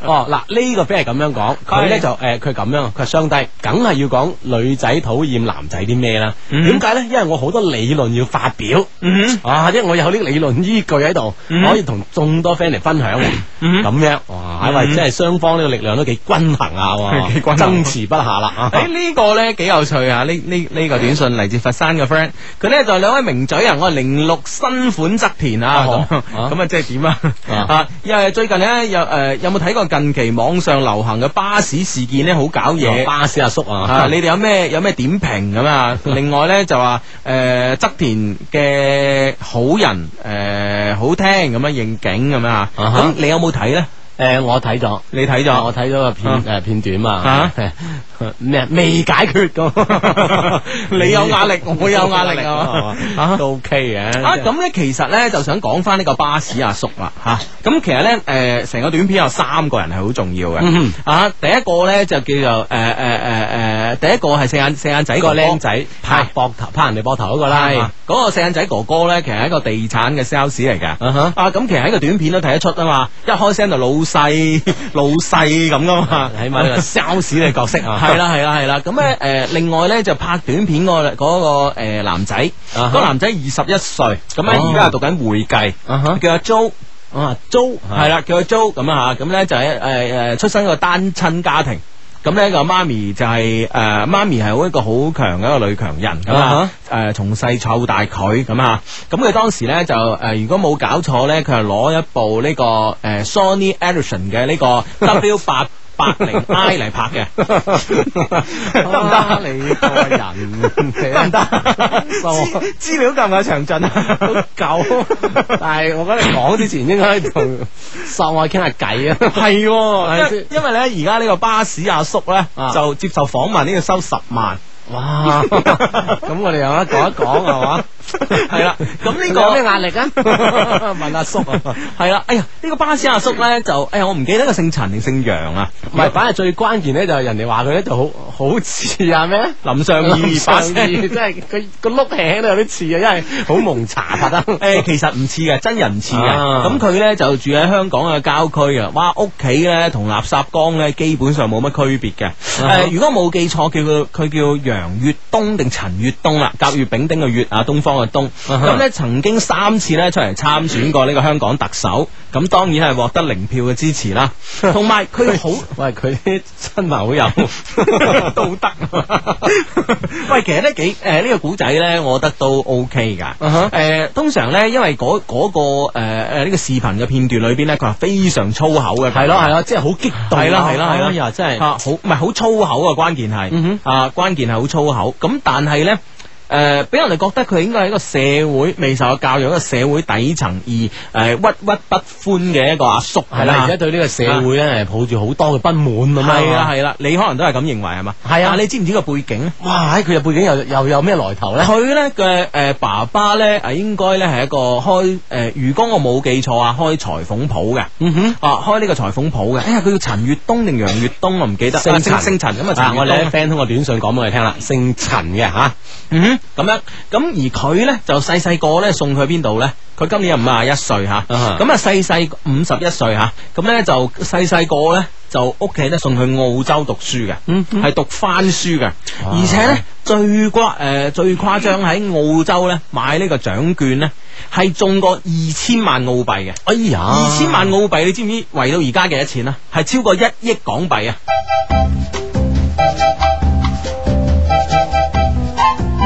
Speaker 7: 哦，嗱，呢個 friend 係咁樣講，佢咧
Speaker 14: 係
Speaker 7: 就誒，佢係咁樣，佢係相低，梗係要講女仔討厭男仔啲咩啦。
Speaker 14: 嗯
Speaker 7: 點解咧？因為我好多理論要發表，
Speaker 14: 嗯
Speaker 7: 啊，因為我有呢個理論依據喺度，
Speaker 14: 嗯
Speaker 7: 可以同眾多 friend 嚟分享嘅。
Speaker 14: 嗯
Speaker 7: 咁樣，哇，喂，
Speaker 14: 嗯
Speaker 7: 即係雙方呢個力量都幾均衡啊，哇 [laughs]
Speaker 14: [laughs] 係幾均衡
Speaker 7: 爭持不下啦。啊
Speaker 14: 誒呢個咧幾有趣啊！呢呢呢個短信嚟自佛山嘅 friend，佢咧就兩位名嘴啊，我係零六新款側田啊，咁
Speaker 7: 哦
Speaker 14: 咁啊即係點啊？
Speaker 7: 啊
Speaker 14: 啊，因為最近咧有誒有冇睇過近期網上流行嘅巴士事件咧？好搞嘢，
Speaker 7: 巴士阿叔
Speaker 14: 啊
Speaker 7: 啊，，
Speaker 14: 你哋有咩有咩點評咁啊？另外咧就話誒側田嘅好人誒、呃好聽咁樣應景咁樣啊。咁、
Speaker 7: 啊哈
Speaker 14: 你有冇睇咧？
Speaker 7: 誒，我睇咗，啊
Speaker 14: 你睇咗
Speaker 7: 我睇咗個片誒片段嘛
Speaker 14: 啊，
Speaker 7: [laughs] 咩未解決
Speaker 14: [laughs]
Speaker 7: 咁，
Speaker 14: 你有壓力我有壓力啊
Speaker 7: 啊，都 OK 嘅。
Speaker 14: 啊，咁咧其實咧就想講翻呢個巴士阿叔啦嚇。咁、其實咧誒成個短片有三個人係好重要嘅。
Speaker 7: 嗯
Speaker 14: 啊，第一個咧就叫做誒誒誒誒，第一個係四眼四眼仔
Speaker 7: 呢個
Speaker 14: 哥哥
Speaker 7: 僆仔拍
Speaker 14: 係
Speaker 7: 膊頭拍人哋膊頭嗰個
Speaker 14: 係
Speaker 7: 啦，
Speaker 14: 嗰個四眼仔哥哥咧，其實係一個地產嘅 sales 嚟嘅。啊，咁其實喺個短片都睇得出啊嘛，一開聲就老細 [laughs] 老細咁噶嘛，
Speaker 7: 起
Speaker 14: [laughs]
Speaker 7: 碼呢個 sales 嘅角色啊嗯
Speaker 14: 係啦係啦係啦，咁咧誒，另外咧就拍短片嗰個嗰個誒男仔，
Speaker 7: 啊哈
Speaker 14: 嗰個男仔二十一歲，咁咧
Speaker 7: 哦
Speaker 14: 而家係讀緊會計
Speaker 7: 啊哈，
Speaker 14: 叫阿 Jo。
Speaker 7: 啊租
Speaker 14: 系啦，叫佢租咁啊吓，咁咧就係诶诶出生一個單親家庭。咁呢個媽咪就係誒媽咪係好一個好強嘅一個女強人咁啊誒從細湊大佢咁啊，咁佢當時咧就誒、如果冇搞錯咧，佢係攞一部呢、個誒、Sony Ericsson 嘅呢個 W 八八零 I 嚟拍嘅，得唔
Speaker 7: 啊
Speaker 14: 得？
Speaker 7: 你個人
Speaker 14: 得唔得？
Speaker 7: 傻
Speaker 14: 資資料夠唔夠詳盡啊？
Speaker 7: 都夠，但 [laughs] 係我覺得你講之前應該 [laughs] 同秀愛傾下偈啊。
Speaker 14: 系，
Speaker 7: 咪
Speaker 14: 因
Speaker 7: 先
Speaker 14: 因为咧而家呢个巴士阿叔咧
Speaker 7: 啊
Speaker 14: 就接受访问呢要收十万，
Speaker 7: 哇！咁我哋又一講一講係嘛？
Speaker 14: 系啦，咁呢
Speaker 7: 你
Speaker 14: 个
Speaker 7: 有咩壓力啊？ [laughs] 問阿叔啊，
Speaker 14: 系啦，哎呀，呢个巴士阿叔咧就，哎呀，我唔记得佢姓陈定姓杨啊，
Speaker 7: 唔係，反而最關鍵咧就係人哋話佢咧就好好似啊咩？
Speaker 14: 林尚
Speaker 7: 林 [laughs]
Speaker 14: 義把
Speaker 7: 尚
Speaker 14: 聲
Speaker 7: 義真係佢個碌輕都有啲似啊，因為好蒙查拍得。
Speaker 14: [laughs] 誒，其實唔似
Speaker 7: [laughs]
Speaker 14: 嘅，真人唔似嘅。
Speaker 7: 啊
Speaker 14: 咁佢咧就住喺香港嘅郊區啊，哇，屋企咧同垃圾缸咧基本上冇乜區別
Speaker 7: 啊
Speaker 14: 嘅。誒、如果冇記錯，叫佢佢叫楊月東定陳月東啦，甲乙丙丁嘅月啊，東方嘅東。咁咧、曾經三次咧出嚟參選過呢個香港特首，咁當然係獲得零票嘅支
Speaker 7: [laughs]
Speaker 14: 持啦。同埋佢好。
Speaker 7: 喂，佢啲真係好 [laughs]
Speaker 14: [laughs]
Speaker 7: 有
Speaker 14: 都得。喂，其實咧幾誒呢個古仔咧，我覺得都 OK 㗎。誒、
Speaker 7: Uh-huh。
Speaker 14: 通常咧，因為嗰、嗰個誒誒呢個視頻嘅片段裏邊咧，佢係非常粗口嘅。
Speaker 7: 係咯係咯，即係好激動啊。
Speaker 14: 係啦係啦係啦
Speaker 7: 哎呀，真係
Speaker 14: 啊，好唔係好粗口啊，關鍵係、
Speaker 7: 嗯
Speaker 14: 啊，關鍵係好粗口。咁但係咧。誒、俾人哋覺得佢應該係一個社會未受過教育、一個社會底層而誒、鬱鬱不歡嘅一個阿叔，
Speaker 7: 係啦，而家對呢個社會咧係抱住好多嘅不滿咁
Speaker 14: 係
Speaker 7: 樣
Speaker 14: 啦
Speaker 7: 啊。
Speaker 14: 係啦，你可能都係咁認為係嘛？
Speaker 7: 係啊
Speaker 14: 但你知唔知個背景咧？
Speaker 7: 哇！喺佢嘅背景又又有咩來頭咧？
Speaker 14: [laughs] 佢咧嘅誒爸爸咧，誒應該咧係一個開誒、呃如果我冇記錯啊，開裁縫鋪嘅，
Speaker 7: 嗯哼。
Speaker 14: 啊開呢個裁縫鋪嘅。哎呀，佢叫陳月東定楊月東，我唔記得。
Speaker 7: 姓
Speaker 14: 啊
Speaker 7: 陳
Speaker 14: 姓陳咁啊，
Speaker 7: 啊！
Speaker 14: 陳
Speaker 7: 我
Speaker 14: 月
Speaker 7: 哋
Speaker 14: 東
Speaker 7: 啲 friend 通過短信講俾我哋聽啦，姓陳嘅吓，
Speaker 14: 嗯哼，咁樣咁而佢咧就細細個咧送佢去邊度咧？佢今年係五十一歲吓，咁
Speaker 7: 哈
Speaker 14: 啊細細五十一歲吓，咁咧就細細個咧就屋企咧送去澳洲讀書嘅，係、
Speaker 7: 嗯
Speaker 14: 讀翻書嘅，而且咧最誇誒、呃最誇張喺澳洲咧買呢個獎券咧係中過二千萬澳幣嘅。哎呀，二千萬澳幣你知唔知圍到而家幾多錢啊？係超過一億港幣啊！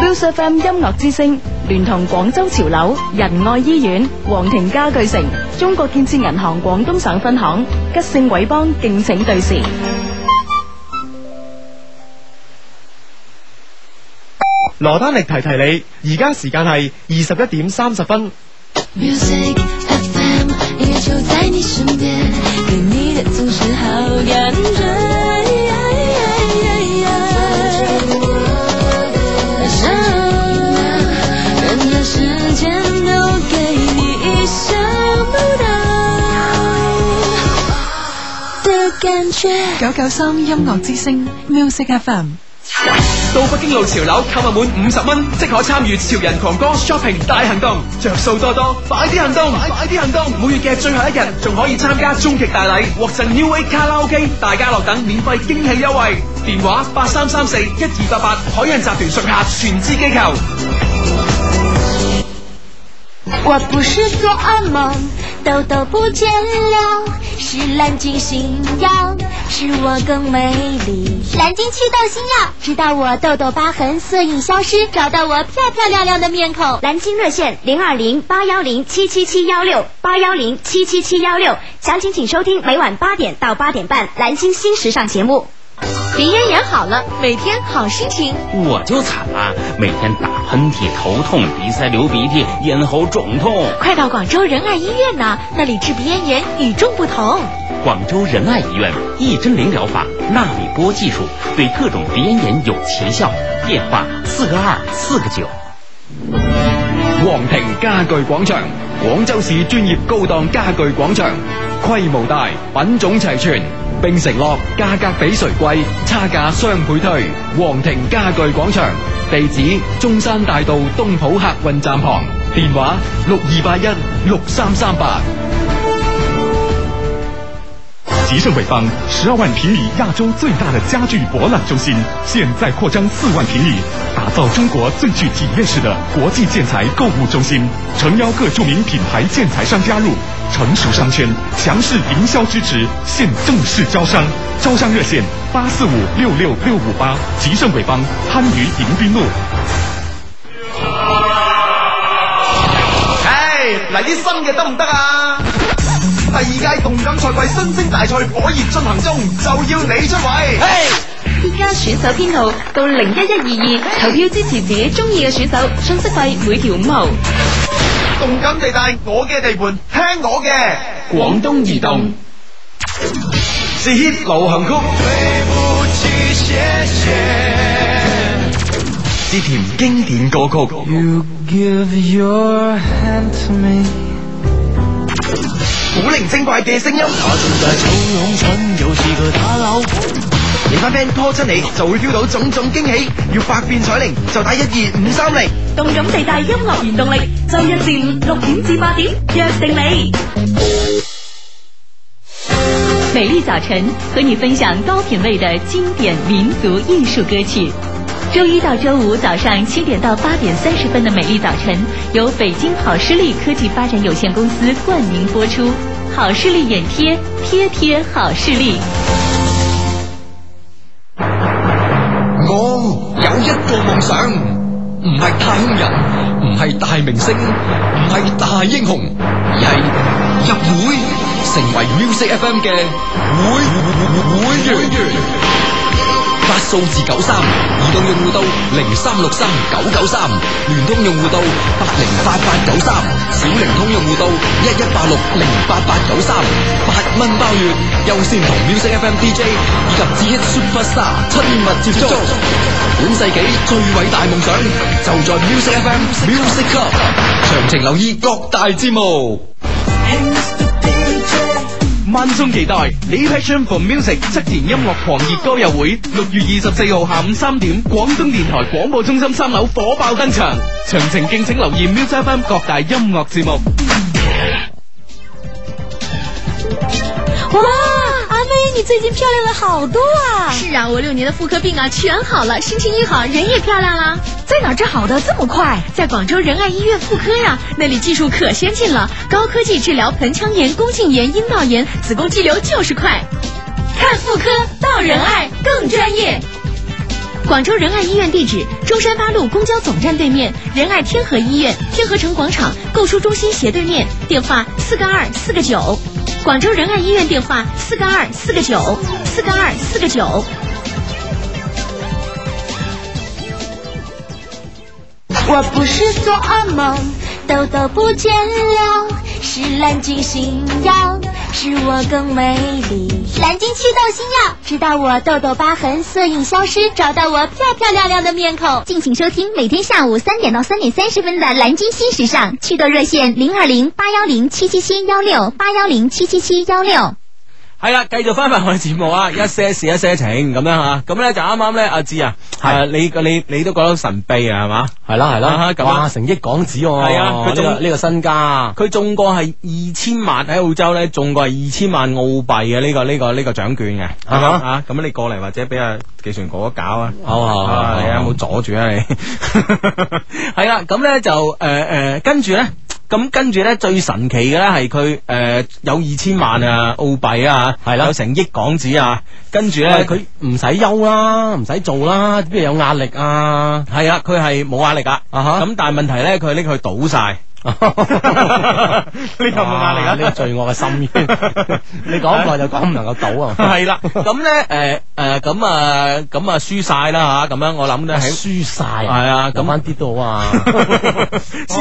Speaker 11: Music FM 音樂之聲聯同廣州潮流、仁愛醫院、皇庭家具城、中國建設銀行廣東省分行、吉盛偉邦敬請對視。
Speaker 5: 羅丹力提提你，而家時間係二十一點三十分。
Speaker 8: Music FM 也就在你身边，给你的总是好感觉。人的时间都给你意想不到的感觉。
Speaker 15: 九九三音樂之聲 Music FM。
Speaker 16: 到北京路潮樓購物滿五十蚊，即可參與潮人狂歌 shopping 大行動，着數多多，快啲行動，快啲行動！每月嘅最後一日，仲可以參加終極大禮，獲贈 New A 卡拉 OK 大家樂等免費驚喜優惠。電話八三三四一二八八，海印集團屬下全資機構。
Speaker 17: 我不是做噩梦，痘痘不见了，是蓝鲸新药，使我更美丽。
Speaker 3: 蓝鲸祛痘新药，直到我痘痘疤痕色印消失，找到我漂漂亮亮的面孔。蓝鲸热线零二零八幺零七七七幺六八幺零七七七幺六，详情请收听每晚八点到八点半蓝鲸新时尚节目。鼻炎也好了，每天好心情。
Speaker 10: 我就惨了，每天打喷嚏、头痛、鼻塞、流鼻涕、咽喉肿痛。
Speaker 3: 快到广州仁爱医院呐，那里治鼻咽炎与众不同。
Speaker 10: 广州仁爱医院一针灵疗法纳米波技术对各种鼻咽炎有奇效。电话四个二四个九。
Speaker 4: 皇庭家具广场，广州市专业高档家具广场，规模大，品种齐全，并承诺价格比谁贵，差价双倍退。皇庭家具广场地址：中山大道东圃客运站旁，电话六二八一六三三八。吉盛伟邦十二万平米亚洲最大的家具博览中心，现在扩张四万平米，打造中国最具体验式的国际建材购物中心，诚邀各著名品牌建材商加入，成熟商圈强势营销支持，现正式招商，招商热线八四五六六六五八，吉盛伟邦番禺迎宾路。
Speaker 18: 唉，嚟啲新嘅得唔得
Speaker 7: à.
Speaker 18: 啊？第二屆動感賽季新星大賽火熱進行中，就要你出位。
Speaker 11: 依家選手編號到零一一二二，投票支持自己中意嘅選手，信息費每條五毫。
Speaker 18: 動感地帶，我嘅地盤，聽我嘅。
Speaker 19: 广东移动
Speaker 18: 是 hit 流行曲，
Speaker 19: 之甜經典歌曲。You give your hand to me。
Speaker 18: 古靈精怪嘅聲音。你班 friend 拖親你，就會 feel 到種種驚喜。要百變彩鈴，就打一二五三零。
Speaker 11: 動感地帶音樂原動力，周一至五六點至八點，約定你。美丽早晨和你分享高品位的经典民族艺术歌曲。周一到周五早上七点到八点三十分的《美丽早晨》，由北京好视力科技发展有限公司冠名播出。好视力眼贴，贴贴好视力。
Speaker 7: 我有一個夢想，唔係太空人，唔係大明星，唔係大英雄，而係入會成為 Music FM 嘅會會會員。發數字九三，移動用戶到零三六三九九三，聯通用戶到八零八八九三，小靈通用戶到一一八六零八八九三，八蚊包月，優先同 Music FM DJ 以及至一 Superstar 親密接觸。本世紀最偉大夢想就在 Music FM Music Club，詳情留意各大節目。
Speaker 16: 萬眾期待李 Passion for Music 側田音樂狂熱歌友會，六月二十四號下午三點，廣東電台廣播中心三樓火爆登場。詳情敬請留意 Music FM 各大音樂
Speaker 14: [laughs]
Speaker 16: 節目。
Speaker 3: 哇，阿 May 你
Speaker 11: 你最近漂亮了好多啊！是啊，我六年的妇科病啊全好了，心情一好，人也漂亮啦。在哪儿治好的这么快？在广州仁爱医院妇科呀、那里技术可先进了，高科技治疗盆腔炎、宫颈炎、阴道炎、子宫肌瘤就是快。看妇科到仁爱更专业。广州仁爱医院地址：中山八路公交总站对面，仁爱天河医院天河城广场购书中心斜对面，电话四个二四个九。广州仁爱医院电话四个二四个九四个二四个九。
Speaker 3: 我不是做噩梦，痘痘不见了，是蓝鲸新药，使我更美丽。蓝鲸祛痘新药，直到我痘痘疤痕色印消失，找到我漂漂亮亮的面孔。敬请收听每天下午三点到三点三十分的《蓝鲸新时尚》，祛痘热线零二零八幺零七七七幺六八幺零七七七幺六。
Speaker 14: 系啦，继续翻翻我哋节
Speaker 7: [laughs]
Speaker 14: 目啊，一些事一些情咁样吓，咁咧就啱啱咧阿志啊，系你你你都觉得神秘啊，系嘛？
Speaker 7: 系啦系啦，
Speaker 14: 咁
Speaker 7: 哇
Speaker 14: 啊，
Speaker 7: 成億港紙喎，
Speaker 14: 係啊佢
Speaker 7: 呢
Speaker 14: 仲
Speaker 7: 個呢個身家，
Speaker 14: 佢中過係二千萬喺澳洲咧，中過係二千萬澳幣嘅呢個呢個呢個獎券嘅，
Speaker 7: 啊哈
Speaker 14: 啊咁你過嚟或者俾阿技術員哥搞啊，
Speaker 7: 好好好
Speaker 14: 啊
Speaker 7: 好
Speaker 14: 你啊冇阻住啊你， [laughs] 係啦，咁咧就诶诶跟住咧。咁跟住咧，最神奇嘅咧係佢誒有二千萬啊澳幣啊，係啦，有成億港紙啊，跟住咧
Speaker 7: 喂佢唔使休啦，唔使做啦，邊有壓力啊？
Speaker 14: 系啊，佢係冇壓力噶，咁但係問題咧，佢拎佢賭 [laughs] 晒。你有冇壓力啊？
Speaker 7: 呢個罪惡嘅
Speaker 14: [laughs]
Speaker 7: 深淵， [laughs] 你講耐就講唔能夠賭啊！
Speaker 14: 系啦，咁咧诶诶，咁啊咁啊輸晒啦吓，咁樣我諗咧喺
Speaker 7: 輸晒
Speaker 14: 係啊，
Speaker 7: 咁
Speaker 14: 咁
Speaker 7: 翻啲都好啊！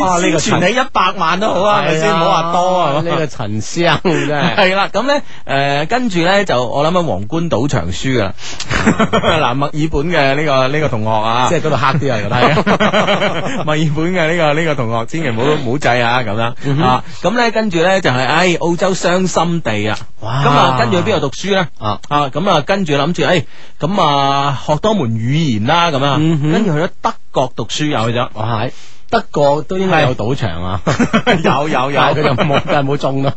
Speaker 7: 哇呢
Speaker 14: 先
Speaker 7: 個
Speaker 14: 存
Speaker 7: 陳
Speaker 14: 起一百萬都好
Speaker 7: [laughs]
Speaker 14: 啊，係咪先？唔好話多啊，
Speaker 7: 哎呢個陳師兄真
Speaker 14: [laughs]
Speaker 7: 係
Speaker 14: 系啦，咁咧诶，跟住咧就我諗喺皇冠賭場輸
Speaker 7: [laughs]
Speaker 14: 噶啦，嗱墨爾本嘅呢個呢個同學啊，
Speaker 7: 即係嗰度黑啲啊，
Speaker 14: 係啊， [laughs] 墨爾本嘅呢個呢個同學，千祈唔好
Speaker 7: 嗯
Speaker 14: 唔好制啊咁樣啊，咁咧跟住咧就係唉澳洲傷心地啊，咁啊跟住去邊度讀書咧？
Speaker 7: 啊
Speaker 14: 啊咁啊跟住諗住唉咁啊學多門語言啦咁啊，跟住去咗德國讀書又去咗，
Speaker 7: 嗯哇係德國都應該有賭場啊，
Speaker 14: [laughs] 有有有
Speaker 7: [laughs] 但係佢就冇，但係冇中
Speaker 14: [laughs]
Speaker 7: 咯。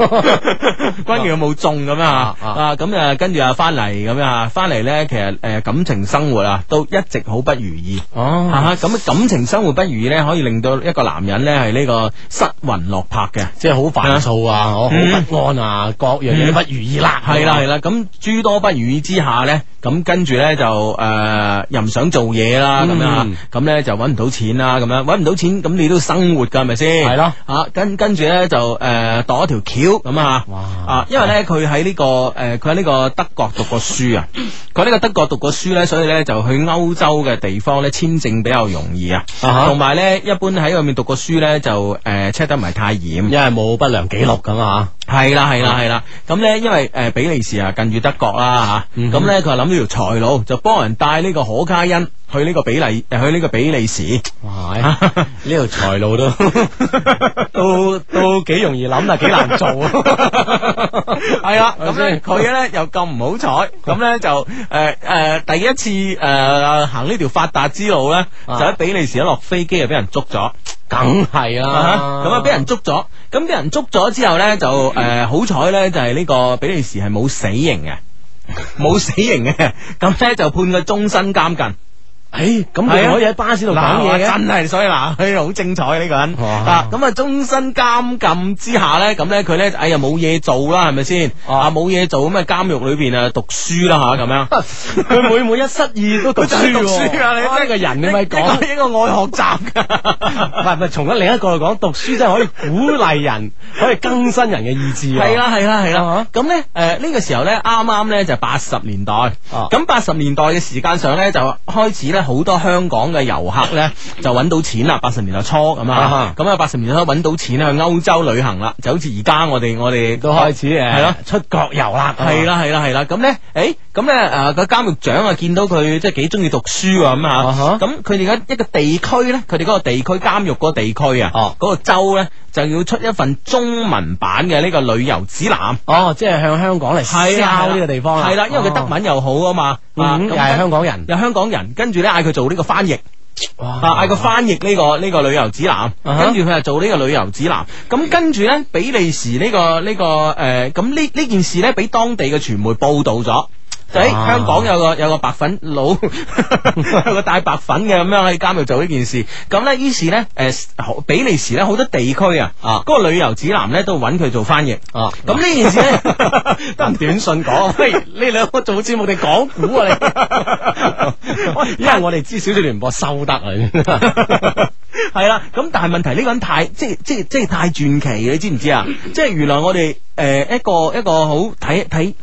Speaker 14: 關鍵佢冇中咁樣啊，
Speaker 7: 啊
Speaker 14: 啊咁啊跟住啊翻嚟咁樣啊，翻嚟咧其實誒感情生活啊都一直好不如意。
Speaker 7: 哦
Speaker 14: 啊咁感情生活不如意咧，可以令到一個男人咧係呢個失魂落魄嘅，嗯
Speaker 7: 即係好煩躁啊，我好不安啊，各樣嘢都不如意啦。哦
Speaker 14: 係啦係啦，咁諸多不如意之下咧，咁跟住咧就誒、呃又唔想做嘢啦，咁樣啊
Speaker 7: 嗯，
Speaker 14: 咁咧就揾唔到錢啦，咁樣揾唔到錢，咁你都生活㗎係咪先？
Speaker 7: 係咯，
Speaker 14: 啊跟跟住咧就誒、呃、度一條橋咁啊，啊因為咧佢喺呢個誒佢喺呢個德國讀過書
Speaker 7: [coughs]
Speaker 14: 啊，佢喺呢個德國讀過書咧，所以咧就去歐洲嘅地方咧簽證比較容易啊，
Speaker 7: 啊哈
Speaker 14: 同埋咧一般喺外面讀過書咧就誒 check 得唔係太嚴，
Speaker 7: 因為冇不良記錄咁啊。
Speaker 14: 系啦系啦系啦，咁咧因為诶比利時啊近住德國啦
Speaker 7: 嗯
Speaker 14: 吓，咁咧佢係諗咗條財路，就幫人帶呢個可卡因去呢個比利去呢個比利時， [laughs]
Speaker 7: 哇！哎呢條財路都都都幾容易諗，但係幾難做 [laughs] 啊！
Speaker 14: 係啦，咁咧佢咧又咁唔好彩，咁咧就诶诶第一次诶行呢條發達之路咧，就喺比利時一落飛機就俾人捉咗。
Speaker 7: 啊梗係啦，
Speaker 14: 咁啊俾人捉咗，咁俾人捉咗之後咧就诶好彩咧就係呢個比利時係冇死刑嘅，冇死刑
Speaker 7: [laughs]
Speaker 14: 嘅，咁咧就判佢終身監禁。
Speaker 7: 诶，咁佢可以喺巴士度講嘢嘅，
Speaker 14: 真係，所以
Speaker 7: [laughs]
Speaker 14: 嗱，佢好精彩呢個人啊！咁啊，終身監禁之下咧，咁咧佢咧，哎呀冇嘢做啦，係咪先？
Speaker 7: 哦
Speaker 14: 啊冇嘢做咁啊，監獄裏邊啊讀書啦吓，咁樣。
Speaker 7: [laughs] 佢每每一失意都讀
Speaker 14: 佢就係
Speaker 7: 書
Speaker 14: 讀
Speaker 7: 喎
Speaker 14: 書啊！你
Speaker 7: 哇呢個人你咪講，
Speaker 14: 呢個愛學習㗎。
Speaker 7: 唔係唔係，從咗另一個嚟講，讀書真係可以鼓勵
Speaker 14: [laughs]
Speaker 7: 人，可以更新人嘅意志啊！
Speaker 14: 系啦系啦系啦，咁咧诶呢個時候咧啱啱咧就八十年代，
Speaker 7: 哦
Speaker 14: 咁八十年代嘅時間上咧就開始咧好多香港嘅遊
Speaker 7: [laughs]
Speaker 14: 客咧就揾到錢啦，八十年代初咁
Speaker 7: 啊
Speaker 14: 啊
Speaker 7: 哈，
Speaker 14: 咁啊八十年代初揾到錢啊呢去歐洲旅行啦，就好似而家我哋我哋
Speaker 7: 都開始誒
Speaker 14: 係咯
Speaker 7: 出國遊啦，咁啊
Speaker 14: 係啦係啦係啦，咁咧，誒咁咧誒個監獄長啊，見到佢即係幾中意讀書啊咁啊，咁佢哋而家一個地區咧，佢哋嗰個地區監獄嗰個地區啊，嗰、個州咧就要出一份中文版嘅呢個旅遊指南。
Speaker 7: [laughs] 哦，即係向香港嚟
Speaker 14: 哎
Speaker 7: 抄呢個地方啦，
Speaker 14: 哦係啦，因為佢德文又好啊嘛，
Speaker 7: 嗯
Speaker 14: 啊咁
Speaker 7: 又係香港人
Speaker 14: 有香港人，跟住咧嗌佢做呢個翻譯。啊，嗌個翻譯呢、個呢、個旅遊指南，跟住佢就做呢個旅遊指南。咁跟住呢，比利時呢、個呢、個誒，咁呢呢件事呢，俾當地嘅傳媒報導咗。就喺
Speaker 7: 啊
Speaker 14: 香港有個有個白粉佬， [laughs] 有個大白粉嘅咁樣喺監獄做呢件事，咁呢，於是呢，誒、好比利時呢好多地區啊，嗰、個旅遊指南呢都揾佢做翻譯。啊，咁呢件事呢， [laughs] 得人短信 [laughs] 講，喂，你兩個做節目定講古啊 [laughs] 你？因為我哋知小小聯播收 [laughs] 得啊。 [laughs] 系啦，咁但系問題呢個人太即係即係即係太傳奇嘅，你知唔知啊？即係原來我哋诶、呃一個一個好睇睇，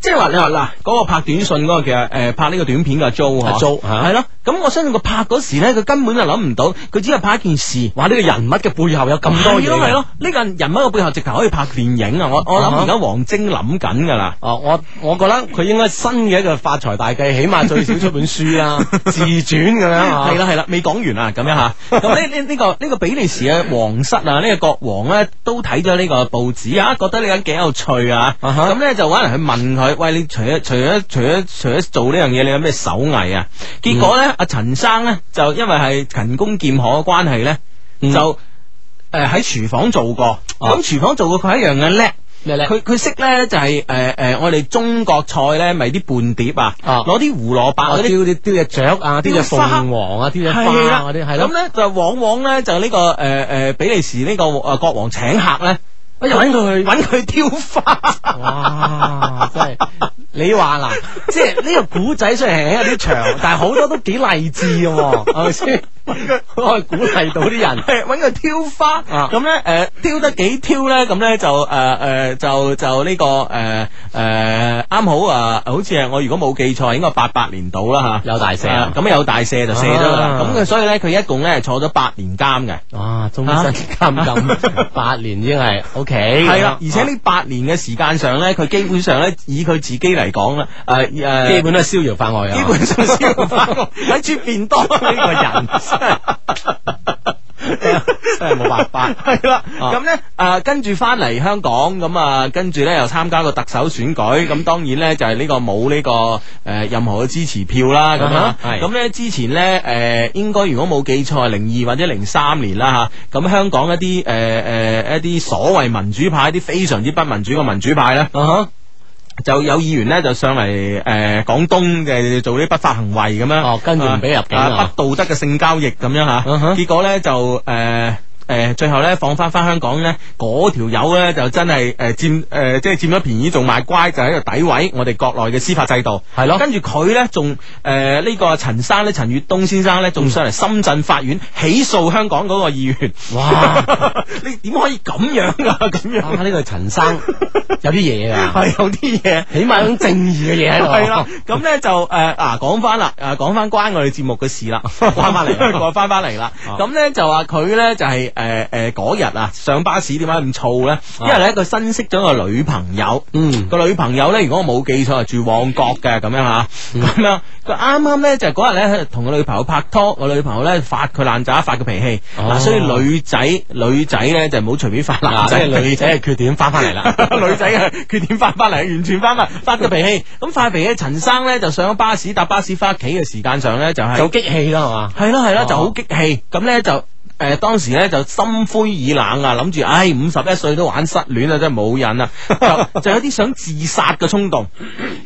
Speaker 14: 即係話你話嗱嗰個拍短信嗰個叫诶、呃拍呢個短片嘅 Jo
Speaker 7: 阿 Jo，嚇
Speaker 14: 係咯，咁我相信佢拍嗰時咧，佢根本就諗唔到，佢只係拍一件事，哇！呢、個人物嘅背後有
Speaker 7: 咁多嘢
Speaker 14: 咯，係咯，呢、個人物嘅背後直頭可以拍電啊影啊！我我諗而家王晶諗緊㗎啦，
Speaker 7: 哦，我我覺得佢應該新嘅一個發財大計，起碼最少出本書
Speaker 14: [laughs]
Speaker 7: 啦，自傳咁樣啊
Speaker 14: 係啦係啦，未講完啊，咁樣
Speaker 7: [laughs]
Speaker 14: 吓。咁呢呢呢個呢個比利時嘅皇室啊，呢、個國王咧都睇咗呢個報紙啊，覺得呢個人幾有趣啊。咁咧、就揾人去問佢，喂，你除咗除咗除咗除咗做呢樣嘢，你有咩手藝啊？結果
Speaker 7: 嗯
Speaker 14: 咧，阿陳、生咧就因為係勤工儉學嘅關係咧，
Speaker 7: 嗯
Speaker 14: 就誒喺廚房做過。
Speaker 7: 哦
Speaker 14: 咁、廚房做過佢一樣嘅叻。佢佢識咧就係誒誒，我哋中國菜咧咪啲拌碟啊，攞啲胡蘿蔔嗰啲
Speaker 7: 啊雕啲雕只雀啊，雕隻鳳凰啊，雕隻花
Speaker 14: 係啦
Speaker 7: 啊嗰啲係咯
Speaker 14: 咁。咧就往往咧就呢、個誒誒、呃呃比利時呢、個誒、呃、國王請客咧。
Speaker 7: 揾哎佢
Speaker 14: 揾佢雕花，
Speaker 7: 哇！真係你話嗱，
Speaker 14: [laughs]
Speaker 7: 即係呢個古仔雖然係有啲長，但係好多都幾勵志嘅喎，係咪先？可以鼓勵到啲 [laughs] 人。
Speaker 14: 係揾佢挑花，
Speaker 7: 啊
Speaker 14: 咁咧誒挑得幾挑咧，咁咧就誒誒、呃就就呢、個誒誒啱好啊，好似係我如果冇記錯，應該八八年到啦嚇，有大
Speaker 7: 赦
Speaker 14: 咁、有大赦就赦咗㗎啦，
Speaker 7: 啊
Speaker 14: 咁佢、所以咧佢一共咧坐咗八年監嘅。啊
Speaker 7: 哇！終身監
Speaker 14: [laughs]
Speaker 7: 禁八年已經係啊 O K，
Speaker 14: 系啦，而且呢八年嘅時間上咧，佢基本上咧以佢自己嚟講咧，诶、呃、
Speaker 7: 基本都係逍遙法外啊。
Speaker 14: 基本上逍遙法外，喺出便當呢個
Speaker 7: [laughs]
Speaker 14: 人
Speaker 7: 真係冇辦法。
Speaker 14: 係啦，
Speaker 7: 啊
Speaker 14: 咁咧诶跟住翻嚟香港，咁啊跟住咧又參加個特首選舉，咁當然咧就係呢個冇呢個诶任何嘅支持票啦，咁啊
Speaker 7: 啊，哈係
Speaker 14: 咁咧之前咧诶應該如果冇記錯，零二或者零三年啦吓，咁香港一啲诶诶一啲所謂民主派，一啲非常之不民主嘅民主派咧。
Speaker 7: 啊
Speaker 14: 就有議員咧就上嚟誒、呃、廣東嘅做啲不法行為咁樣，哦，
Speaker 7: 跟住唔俾入境啊啊
Speaker 14: 不道德嘅性交易咁樣嚇，結果咧就誒。呃誒最後咧放翻翻香港咧，嗰條友咧就真係誒佔呃誒即係佔咗便宜，仲賣乖，就喺度詆毀我哋國內嘅司法制度。係咯，跟住佢咧仲誒呢個陳生咧，陳月東先生咧，仲
Speaker 7: 嗯
Speaker 14: 上嚟深圳法院 [laughs] 起訴香港嗰個議員。哇！ [laughs] 你點可以咁樣噶？咁樣
Speaker 7: 啊！呢個陳
Speaker 14: [laughs]
Speaker 7: 生有啲嘢啊，
Speaker 14: 係有啲嘢，
Speaker 7: 起碼有種正義嘅嘢喺度。
Speaker 14: 系啦，咁咧就诶啊，讲翻啦，诶讲翻關我哋節目嘅事
Speaker 7: [laughs]
Speaker 14: 啦，翻翻 [laughs] 嚟，我翻翻嚟啦。
Speaker 7: 啊
Speaker 14: 咁咧就話佢咧就係诶诶嗰日啊，上巴士點解咁燥咧？
Speaker 7: 啊
Speaker 14: 因為咧佢新識咗個女朋友，嗯，個女朋友咧如果我冇記錯係住旺角嘅咁樣吓，
Speaker 7: 嗯
Speaker 14: 咁樣佢啱啱咧就嗰日咧同個女朋友拍拖，個女朋友咧發佢爛渣，發佢脾氣。
Speaker 7: 哦
Speaker 14: 嗱，所以女仔女仔咧就唔好隨便發
Speaker 7: 嗱，
Speaker 14: 爛
Speaker 7: 即
Speaker 14: 渣，
Speaker 7: 係女仔嘅缺點翻翻嚟
Speaker 14: [laughs]
Speaker 7: 啦。
Speaker 14: 女仔嘅缺點翻翻嚟，完全翻翻發個脾氣。咁發脾氣，陳生咧就上咗巴士搭巴士翻屋企嘅時間上咧就係、
Speaker 7: 就激氣啦，係嘛？
Speaker 14: 係啦係啦，
Speaker 7: 哦
Speaker 14: 就好激氣。咁咧就。誒、當時咧就心灰意冷啊，諗住唉五十一歲都玩失戀啊，真係冇癮啊，就就有啲想自殺嘅衝動。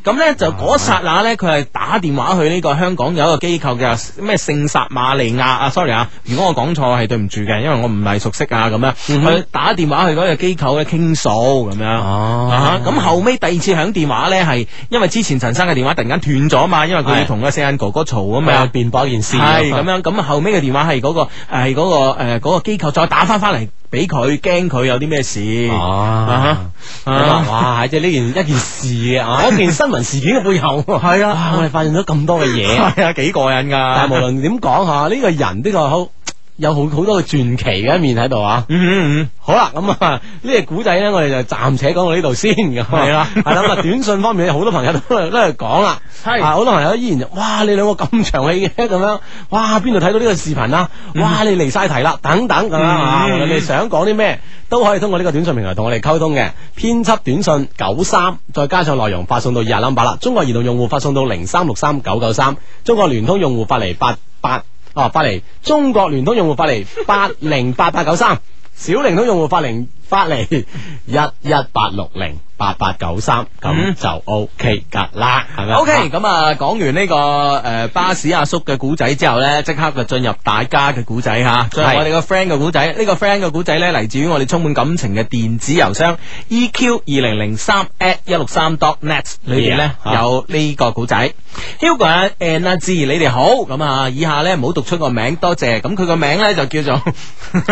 Speaker 14: 咁咧
Speaker 7: 啊
Speaker 14: 就嗰剎那咧，佢係打電話去呢個香港有一個機構嘅咩聖撒瑪利亞啊，sorry 啊，如果我講錯係對唔住嘅，因為我唔係熟悉啊咁樣。
Speaker 7: 嗯
Speaker 14: 佢、打電話去嗰個機構咧傾訴咁樣。哦，咁、後尾第二次響電話咧係因為之前陳生嘅電話突然間斷咗嘛，因為佢要同個四眼哥哥嘈啊嘛
Speaker 7: 係，辯駁件事
Speaker 14: 係咁樣。咁後尾嘅電話係嗰、個係嗰、個誒嗰、個機構再打翻翻嚟俾佢，驚佢有啲咩事。
Speaker 7: 啊
Speaker 14: 啊
Speaker 7: 咁啊，哇！即係呢件一件事啊，一件新聞事件嘅背後，係啊，我哋發現咗咁多嘅 [laughs] 嘢，
Speaker 14: 係啊，幾過癮噶。
Speaker 7: 但係無論點講嚇，呢個人呢個好有好好多嘅傳奇嘅一面喺度啊。
Speaker 14: 嗯嗯，
Speaker 7: 好啦，咁啊呢個古仔咧，我哋就暫且講到呢度先咁。
Speaker 14: 係啦
Speaker 7: [laughs] 係啦，咁啊短信方面，好多朋友都都係講啦，係啊好多朋友依然就哇你兩個咁長氣嘅咁樣，哇邊度睇到呢個視頻啊？哇你離晒題啦，等等咁樣啊！
Speaker 14: 嗯
Speaker 7: 無論你想講啲咩，都可以通過呢個短信平台同我哋溝通嘅。編輯短信九三，再加上內容發送到以下 number 啦。中國移動用戶發送到零三六三九九三，中國聯通用戶發嚟八八。哦，發嚟中國聯通用戶發嚟八零八八九三，小靈通用戶發嚟發嚟一一八六零八八九三，
Speaker 14: 嗯
Speaker 7: 咁就 O K 噶啦，係咪
Speaker 14: O K，咁啊，講完呢、個诶、呃巴士阿叔嘅古仔之後呢，即刻就進入大家嘅古仔吓。進入
Speaker 7: 係
Speaker 14: 我哋個 friend 嘅古仔，呢、個 friend 嘅古仔呢，嚟自於我哋充滿感情嘅電子郵箱 E Q 二零零三 at 一六三 dot net 裏邊呢，
Speaker 7: Yeah，
Speaker 14: 有呢個古仔。Hugo 啊 and 阿志，你哋好，咁啊，以下呢，唔好讀出個名，多謝。咁佢個名呢，就叫做。 [laughs]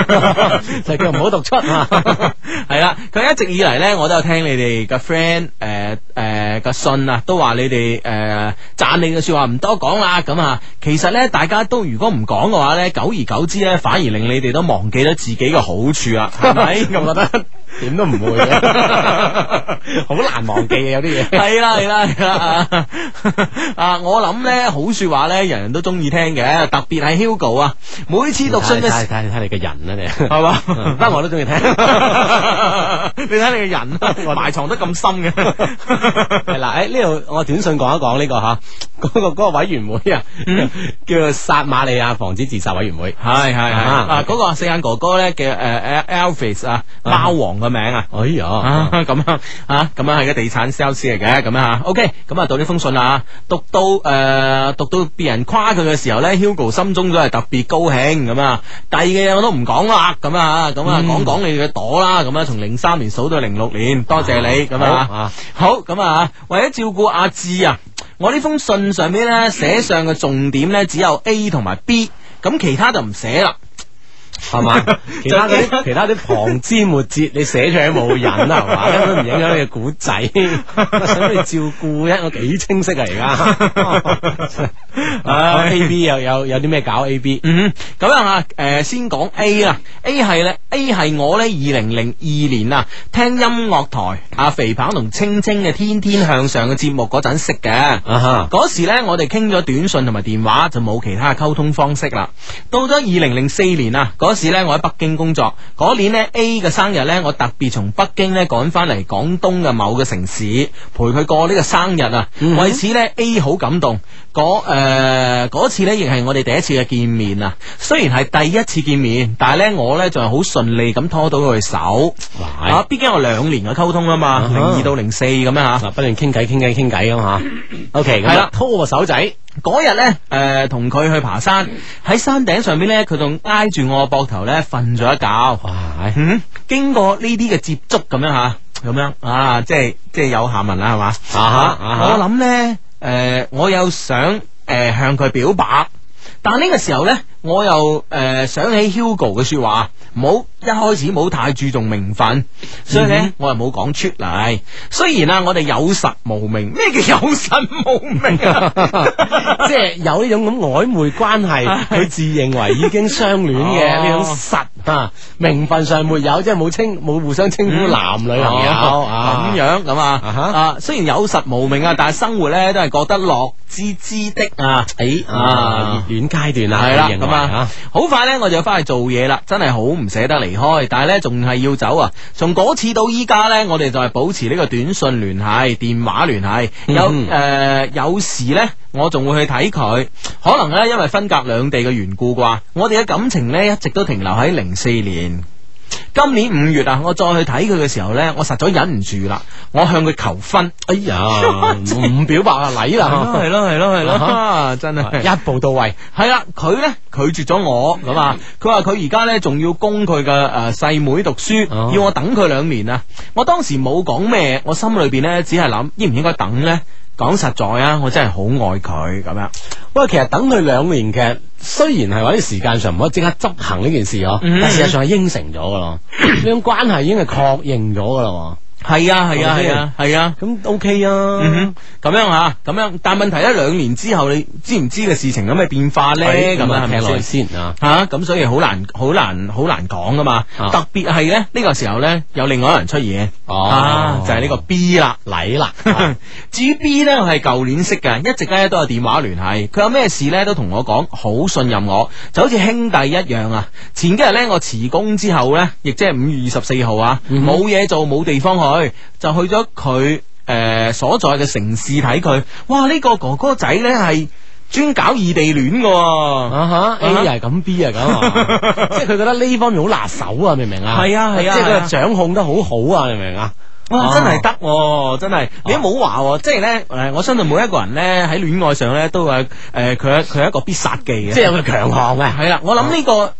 Speaker 14: 就叫唔好讀出啊。 [laughs] 係啦，佢一直以嚟咧，我都有聽你哋嘅 friend 誒誒嘅信啊，都話你哋誒讚你嘅説話唔多講啦。咁啊，其實咧，大家都如果唔講嘅話咧，久而久之咧，反而令你哋都忘記咗自己嘅好處啊，係咪？ [laughs] 我覺得點都唔會 [laughs] 好難忘記嘅有啲嘢。係啦係啦係啦啊啊！我諗咧好說話咧，人人都中意聽嘅，特別係 Hugo 啊，每次讀信嘅
Speaker 7: 睇睇睇你嘅人啦，你
Speaker 14: 係嘛？ [laughs]
Speaker 7: 不過我都中意聽。 [laughs]
Speaker 14: 你睇你嘅人啊埋藏得咁深嘅，
Speaker 7: 係啦，诶哎呢度我短信講一講呢個吓， [laughs] 嗰個嗰個委員會啊， [laughs] 叫做撒瑪利亞防止自殺委員會，
Speaker 14: 嗯係係係啊！嗰個四眼哥哥咧嘅诶 Alvis 啊，貓王嘅名啊，
Speaker 7: 哎呀
Speaker 14: 啊咁樣啊，咁樣係個地產 sales 嚟嘅，咁樣啊，OK，咁啊到呢封信啦，讀到诶讀到別人誇佢嘅時候咧，Hugo 心中都係特別高興咁啊，第二嘅嘢我都唔講啦，咁啊咁啊
Speaker 7: 嗯
Speaker 14: 講講你嘅朵啦，咁啊從零三年數到零六年，多謝你咁啊。
Speaker 7: 好啊
Speaker 14: 好咁啊，为咗照顧阿志啊，我呢封信上面咧寫上嘅重點咧只有 A 同埋 B，咁其他就唔寫啦。
Speaker 7: 係
Speaker 14: [laughs]
Speaker 7: 嘛？其他嗰啲其他啲旁枝末節，你寫出嚟冇癮啦，係嘛？根本唔影響你嘅古
Speaker 14: [laughs]
Speaker 7: 仔，使唔使照顧一我幾清晰啊？
Speaker 14: [laughs]
Speaker 7: [laughs] 而 [laughs]
Speaker 14: 哦
Speaker 7: 家啊 A B 又有有啲咩搞 A B？
Speaker 14: 嗯，咁樣啊，诶、先講 A 啦，A 係咧，A 係我咧，二零零二年啊，聽音樂台阿肥棒同青青嘅《天天向上》嘅節目嗰陣識嘅，
Speaker 7: 啊哈
Speaker 14: 嗰、時咧我哋傾咗短信同埋電話，就冇其他嘅溝通方式啦。到咗二零零四年啊，嗰時咧我喺北京工作，嗰年咧 A 嘅生日咧，我特別從北京咧趕翻嚟廣東嘅某個城市陪佢過呢個生日啊，
Speaker 7: 嗯哼
Speaker 14: 為此咧 A 好感動。嗰誒嗰次咧，亦係我哋第一次嘅見面啊。雖然係第一次見面，但係咧我咧就係好順利咁拖到佢手。啊，畢竟有兩年嘅溝通啊嘛，零二到零四咁樣嚇。
Speaker 7: 嗱，不斷傾偈傾偈傾偈咁
Speaker 14: 啊 [laughs]
Speaker 7: 嚇。OK，咁
Speaker 14: 係啦
Speaker 7: 拖個手仔。
Speaker 14: 嗰日咧，誒同佢去爬山，喺山頂上邊咧，佢仲挨住我個膊頭咧瞓咗一覺。嗯，經過呢啲嘅接觸咁樣嚇，咁樣啊，即係即係有下文啦，係嘛？
Speaker 7: 啊哈啊哈
Speaker 14: 我諗咧，誒、呃我又想誒、呃向佢表白，但呢個時候咧，我又誒、想起 Hugo 嘅説話，唔好一開始唔好太注重名分，所以咧、
Speaker 7: 嗯哼
Speaker 14: 我又冇講出嚟。雖然啊，我哋有實無名，咩叫有實無名啊？
Speaker 7: [laughs] 即係有呢種咁曖昧
Speaker 14: [laughs]
Speaker 7: 關係，佢自認為已經相戀嘅
Speaker 14: 哦
Speaker 7: 呢種實啊，名分上沒有，即係冇稱冇互相稱呼男女朋友
Speaker 14: 嗯哦
Speaker 7: 嗯啊
Speaker 14: 咁樣咁啊啊，雖然有實無名啊，但係生活咧都係覺得樂滋滋的啊，誒
Speaker 7: 哎啊，熱戀階段啦，
Speaker 14: 系啦，
Speaker 7: 佢認為
Speaker 14: 咁啊
Speaker 7: 啊，，
Speaker 14: 好快呢，我就要翻去做嘢啦，真係好唔捨得離開，但係呢，仲係要走啊。從嗰次到依家呢，我哋就係保持呢個短信聯繫、電話聯繫，有誒、
Speaker 7: 嗯
Speaker 14: 呃有時呢，我仲會去睇佢。可能呢，因為分隔兩地嘅緣故啩，我哋嘅感情呢，一直都停留喺零四年。今年五月啊，我再去睇佢嘅時候呢，我實在忍唔住啦，我向佢求婚。
Speaker 7: 哎
Speaker 14: [laughs]
Speaker 7: 呀，唔表白啊，禮啦，
Speaker 14: 係咯係咯係咯
Speaker 7: 啊
Speaker 14: 真係
Speaker 7: 一步到位，
Speaker 14: 系啦，佢咧拒絕咗我咁
Speaker 7: 嗯
Speaker 14: 啊，佢話佢而家咧仲要供佢嘅诶細妹讀書，
Speaker 7: 哦
Speaker 14: 要我等佢兩年啊。我當時冇講咩，我心裏边咧只係諗應唔應該等咧。講實在啊，我真係好愛佢咁樣。
Speaker 7: 喂，其實等佢兩年嘅，雖然係話啲時間上唔可以即刻執行呢件事嗬，
Speaker 14: 嗯
Speaker 7: 但事實上係應承咗噶咯，呢種關係已經係確認咗噶
Speaker 14: [laughs]
Speaker 7: 啦。
Speaker 14: 係啊係啊
Speaker 7: 係咪
Speaker 14: 係
Speaker 7: 先
Speaker 14: 啊係啊，
Speaker 7: 咁 OK 啊
Speaker 14: 嗯，哼，咁樣啊，咁樣。但問題咧，兩年之後你知唔知嘅事情有咩變化咧？
Speaker 7: 係
Speaker 14: 咁啊，係咪
Speaker 7: 聽耐
Speaker 14: 先？
Speaker 7: 先啊。
Speaker 14: 吓咁、所以好難好難好難講噶嘛。
Speaker 7: 啊
Speaker 14: 特別係咧呢、呢個時候咧，有另外一個人出現，
Speaker 7: 哦啊
Speaker 14: 啊就係、呢個 B 啦，
Speaker 7: 禮啦。
Speaker 14: [laughs] 至於 B 咧，我係舊年識嘅，一直咧都有電話聯繫。佢有咩事咧都同我講，好信任我，就好似兄弟一樣啊。前幾日咧我辭工之後咧，亦即係五月二十四號啊，
Speaker 7: 嗯哼
Speaker 14: 冇嘢、做，冇地方去，就去呃咗佢誒所在嘅城市睇佢。哇！呢、個哥哥仔咧係。專搞異地戀嘅喎。
Speaker 7: 啊哈，A 又係咁，B 又係咁
Speaker 14: [laughs]
Speaker 7: 啊，即係佢覺得呢方面好拿手啊，明唔明啊？
Speaker 14: 係啊係啊
Speaker 7: 即係
Speaker 14: 係啊
Speaker 7: 佢掌控得好好啊，明唔明啊？
Speaker 14: 哇，真
Speaker 7: 得。
Speaker 14: 係得喎，真係你都冇話喎，即係咧誒，我相信每一個人咧喺戀愛上咧都有誒佢佢有一個必殺技嘅，
Speaker 7: 即係有個強項啊嘅
Speaker 14: 係啦，我諗呢個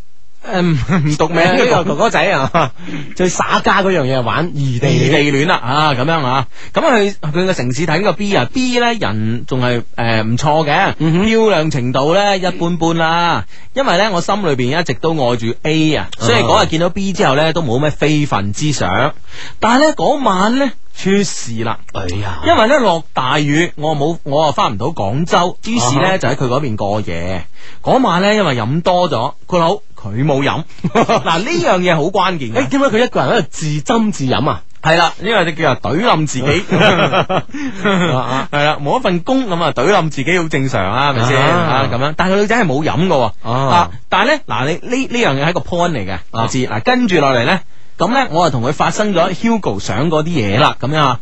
Speaker 14: 誒唔唔讀名
Speaker 7: 呢個
Speaker 14: 呢
Speaker 7: 哥
Speaker 14: 個
Speaker 7: 哥仔
Speaker 14: [laughs]
Speaker 7: 啊，最耍家嗰樣嘢係玩異地
Speaker 14: 異地
Speaker 7: 戀
Speaker 14: 戀啦啊，咁樣啊，咁佢佢個城市睇呢個 B 啊，B 咧人仲係誒唔錯嘅，漂亮程度咧一般般啦。因為咧我心裏邊一直都愛住 A 啊，所以嗰日見到 B 之後咧都冇咩非分之想。但係咧嗰晚咧出事啦，哎
Speaker 7: 啊
Speaker 14: 呀，因為咧落大雨，我冇我啊翻唔到廣州，於是
Speaker 7: 啊哈
Speaker 14: 咧就喺佢嗰邊過夜。嗰晚咧因為飲多咗，佢好佢冇
Speaker 7: [laughs]
Speaker 14: 飲，嗱呢樣嘢好關鍵嘅。
Speaker 7: 誒，點解佢一個人喺度自斟自飲啊？
Speaker 14: 系啦，呢個就叫做懟冧自己，
Speaker 7: [laughs]
Speaker 14: [laughs] 系啦，冇一份工咁啊，懟冧自己好正常啊，係咪先
Speaker 7: 啊
Speaker 14: 啊咁樣？但係個女仔係冇飲嘅喎，
Speaker 7: 啊
Speaker 14: 啊，但係咧嗱，你呢呢樣嘢係一個 point 嚟嘅，
Speaker 7: 哦
Speaker 14: 我知嗱，跟住落嚟咧，咁咧我啊同佢發生咗 Hugo 想嗰啲嘢啦，咁樣啊，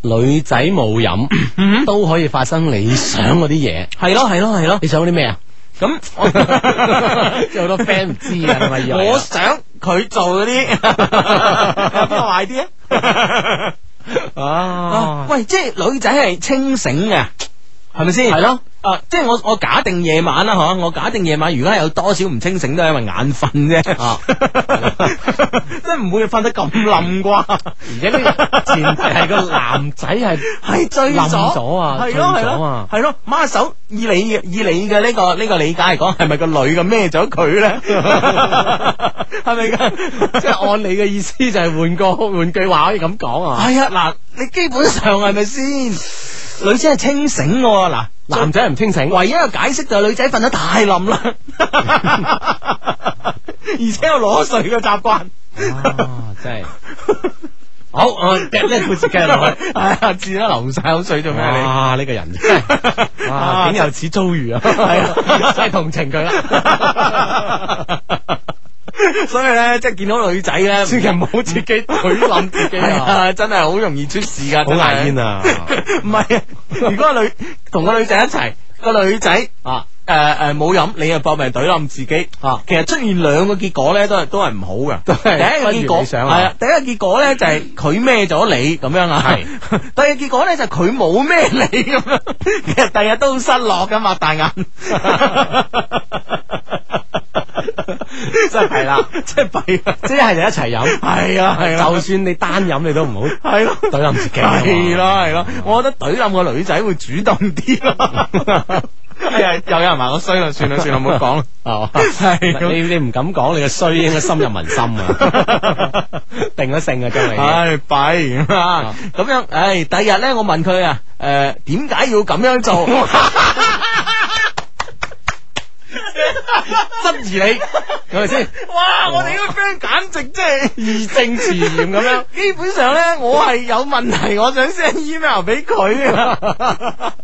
Speaker 14: 嗯
Speaker 7: 女仔冇飲，都可以發生你想嗰啲嘢。
Speaker 14: 係咯係咯係咯，
Speaker 7: 你想嗰啲咩啊？
Speaker 14: 咁
Speaker 7: 我有好多 friend 唔知啊，你咪以為啊
Speaker 14: 我想佢做嗰啲，
Speaker 7: [laughs]
Speaker 14: 邊個壞啲啊？啊！喂，即係女仔係清醒嘅，係咪先？
Speaker 7: 係咯。
Speaker 14: 啊！即係我我假定夜晚啦，吓我假定夜晚，如果有多少唔清醒，都係因為眼瞓啫。啊，即係唔會瞓得咁冧啩。而
Speaker 7: 且前提係個男仔係
Speaker 14: [laughs] 係醉
Speaker 7: 冧咗啊
Speaker 14: 係咯
Speaker 7: 醉
Speaker 14: 係
Speaker 7: 咗啊
Speaker 14: 咯係咯。孖手以你嘅以你嘅呢個呢個理解嚟講，係咪個女嘅孭咗佢咧？
Speaker 7: [laughs]
Speaker 14: 係咪㗎？
Speaker 7: 即係按你嘅意思就係換個換句話可以咁講啊？
Speaker 14: 係啊，嗱，你基本上係咪先？女仔係清醒嘅喎，嗱，
Speaker 7: 男仔唔清醒，
Speaker 14: 唯一嘅解釋就係女仔瞓得太冧啦， [laughs] 而且有裸睡嘅習慣。
Speaker 7: 哦真係。好，我夾呢個故事繼續落去。
Speaker 14: [laughs] 哎呀，自啦流晒口水做咩你？
Speaker 7: 哇！呢個人真
Speaker 14: [laughs]
Speaker 7: 係，哇！
Speaker 14: 啊
Speaker 7: 竟有此遭遇啊，係啊，真係同情佢啦。
Speaker 14: 所以咧，即係見到女仔咧，千祈唔好自己懟冧自己啊！真係好容易出事噶，
Speaker 7: 好牙煙啊！
Speaker 14: [laughs] 唔係啊，如果個女同個女仔一齊，個女仔啊。誒誒冇飲，你又搏命懟冧自己啊！其實出現兩個結果咧，都係都係唔好
Speaker 7: 係
Speaker 14: 嘅。第一個
Speaker 7: 不如
Speaker 14: 結
Speaker 7: 理
Speaker 14: 果
Speaker 7: 想
Speaker 14: 係
Speaker 7: 啊
Speaker 14: 啊，第一個結果咧就係佢孭咗你咁樣啊。係。 [laughs] 第二個結果咧就係佢冇孭 [laughs] 你咁樣，其實第日都好失落噶，擘大眼。
Speaker 7: [laughs] 真係弊啦，
Speaker 14: 真係弊啦，
Speaker 7: 即係就一齊飲，
Speaker 14: 係啊係啊
Speaker 7: 就算你單飲你都唔好，
Speaker 14: 係咯，
Speaker 7: 懟冧自己啊嘛，
Speaker 14: 係咯係咯，我覺得懟冧個女仔會主動
Speaker 7: [laughs]
Speaker 14: 啲咯。哎呀，又有人話我衰啦，算啦算啦，唔好講啦。
Speaker 7: 哦，
Speaker 14: 係啊咁
Speaker 7: 你你唔敢講，你嘅衰應該深入民心啊，定咗性啊，將你。
Speaker 14: [laughs] 唉，弊啊！咁樣，唉，第日咧，我問佢啊，誒，點解要咁樣做？ [laughs] 質疑你，係咪先？哇！我哋呢個 friend 簡直即係
Speaker 7: 義正詞嚴咁樣，
Speaker 14: 基本上咧，我係有問題，我想 send email 俾
Speaker 7: [laughs]
Speaker 14: 佢啊。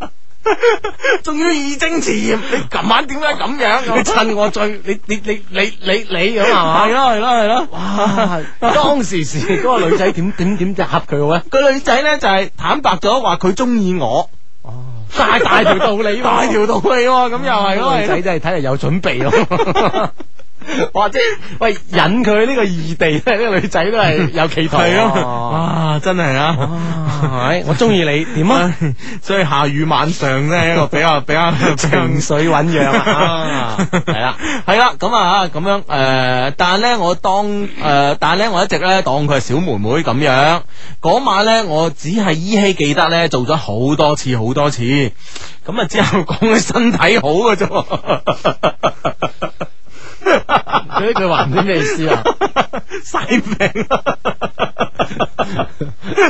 Speaker 14: 仲要義正詞嚴，你琴晚點解咁樣？
Speaker 7: 你趁我最，你你你你你你咁啊係嘛？
Speaker 14: 係咯係咯係咯，
Speaker 7: 哇！
Speaker 14: [laughs]
Speaker 7: 當時時嗰個女仔點點點就恰佢好咧？啊
Speaker 14: 個女仔咧就係坦白咗話佢中意我，
Speaker 7: 大哦大條道理喎
Speaker 14: 大條道理喎，咁又係咯，
Speaker 7: 女仔真係睇嚟有準備咯。 [laughs] 哇！即係喂， [laughs] 引佢呢個異地咧，呢個女仔都
Speaker 14: [laughs]
Speaker 7: 係有企圖。
Speaker 14: 係咯，哇，真係啊，
Speaker 7: 哦係我中意你點啊？
Speaker 14: 所以下雨晚上咧，一個比較
Speaker 7: [laughs]
Speaker 14: 比較
Speaker 7: 情緒醞釀
Speaker 14: [laughs]
Speaker 7: 啊，
Speaker 4: [laughs]
Speaker 7: 係啦，
Speaker 14: 係啦，咁啊，咁樣誒，但係咧，我當誒，但係咧，我一直咧當佢係小妹妹咁樣。嗰晚咧，我只係依稀記得咧，做咗好多次，好多次。咁啊，之後講佢身體好嘅啫喎。
Speaker 7: 佢呢句話唔知咩意思
Speaker 14: [laughs]
Speaker 7: 啊？
Speaker 14: 晒命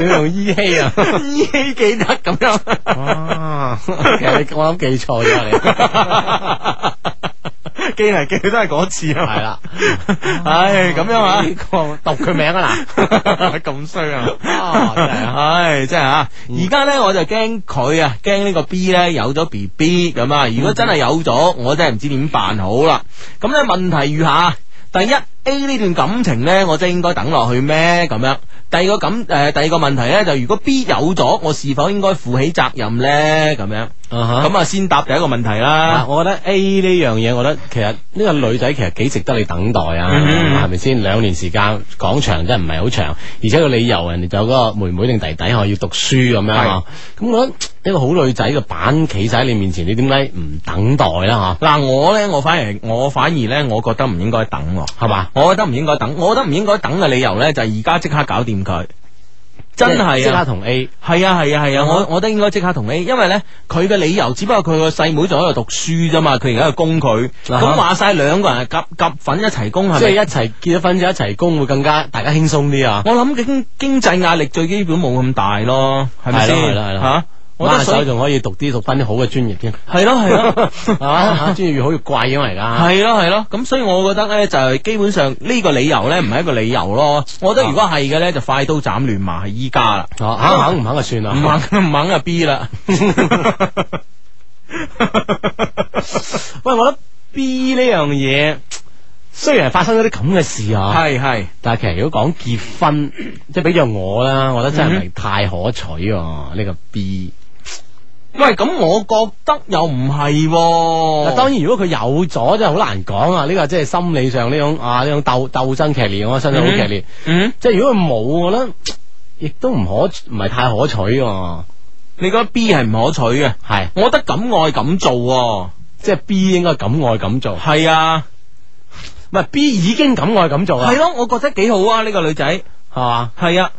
Speaker 7: 你用依稀
Speaker 8: [laughs]
Speaker 7: 啊？
Speaker 14: 依稀記得咁樣。
Speaker 7: 哇！其實你我諗記錯咗你。
Speaker 14: [laughs] 記嚟記去都係嗰次啊，
Speaker 7: 係啦，
Speaker 14: 唉，咁樣啊，
Speaker 7: 呢個讀佢名啊
Speaker 8: [laughs]
Speaker 14: 咁衰啊，
Speaker 8: à.
Speaker 14: 唉，真係啊，而家咧我就驚佢啊，驚呢個 B 咧有咗 B B 咁啊，如果真係有咗，我真係唔知點辦好啦。咁咧問題如下。第一 A 呢段感情呢，我真係應該等落去咩咁樣？第二個感誒、呃第二個問題呢，就如果 B 有咗，我是否應該負起責任呢？咁樣咁啊，先答第一個問題啦。
Speaker 7: 我覺得 A 呢樣嘢，我覺得其實呢個女仔其實幾值得你等待啊，
Speaker 14: 嗯
Speaker 7: 係咪先？兩年時間講長真係唔係好長，而且個理由人哋就有嗰個妹妹定弟弟可要讀書咁樣啊。咁我覺得一個好女仔嘅板企晒喺你面前，你點解唔等待啦？
Speaker 14: 嗱，我咧，我反而我反而咧，我覺得唔應該等喎，係嘛？我覺得唔應該等，我覺得唔應該等嘅理由咧，就係而家即刻搞掂佢。真係啊！
Speaker 7: 即刻同 A
Speaker 14: 係啊係啊係啊！我我覺得應該即刻同 A，因為咧佢嘅理由只不過佢個細妹仲喺度讀書啫嘛，佢而家喺度供佢，咁
Speaker 7: 啊哈
Speaker 14: 話晒兩個人係夾夾份一齊供係咪？
Speaker 7: 即係一齊結咗婚就一齊供，會更加大家輕鬆啲啊！
Speaker 14: 我諗經經濟壓力最基本冇咁大咯，係咪先？
Speaker 7: 係咯係咯係咯
Speaker 14: 吓，我覺
Speaker 7: 我
Speaker 14: 得
Speaker 7: 手
Speaker 14: 所以
Speaker 7: 仲可以讀啲讀翻啲好嘅專業
Speaker 14: [laughs]
Speaker 7: 添，
Speaker 14: 係咯係
Speaker 7: [laughs]
Speaker 14: 咯，
Speaker 7: 係嘛？啊
Speaker 14: 啊
Speaker 7: 專業越好越貴因為而家
Speaker 14: 系咯系咯，咁所以我覺得咧就係基本上呢個理由咧唔係一個理由咯，我覺得如果係嘅咧就快刀斬亂麻係依家啦，啊
Speaker 7: 哦肯肯唔肯就算啦
Speaker 14: 唔肯唔肯就 B 啦，
Speaker 7: [laughs] 喂，我覺得 B 呢樣嘢，雖然係發生咗啲咁嘅事啊，
Speaker 14: 係係，
Speaker 7: 但係其實如果講結婚，即係比著我啦，我覺得
Speaker 14: 嗯
Speaker 7: 真係唔係太可取喎、呢、個 B。
Speaker 14: 喂，咁我覺得又唔係喎，
Speaker 7: 嗱，當然如果佢有咗，真係好難講啊！呢、個即係心理上呢種啊呢種鬥鬥爭劇烈，我覺得真係好劇烈。
Speaker 14: 嗯，
Speaker 7: 即係如果佢冇，我覺得亦都唔可唔係太可取喎。
Speaker 14: 你覺得 B 係唔可取嘅？
Speaker 7: 係，
Speaker 14: 我覺得敢愛敢做喎、
Speaker 7: 即係 B 應該敢愛敢做。
Speaker 14: 係啊，
Speaker 7: 唔係 B 已經敢愛敢做啦。啊
Speaker 14: 係咯，我覺得幾好啊！呢、個女仔係
Speaker 7: 嘛，
Speaker 14: 係啊，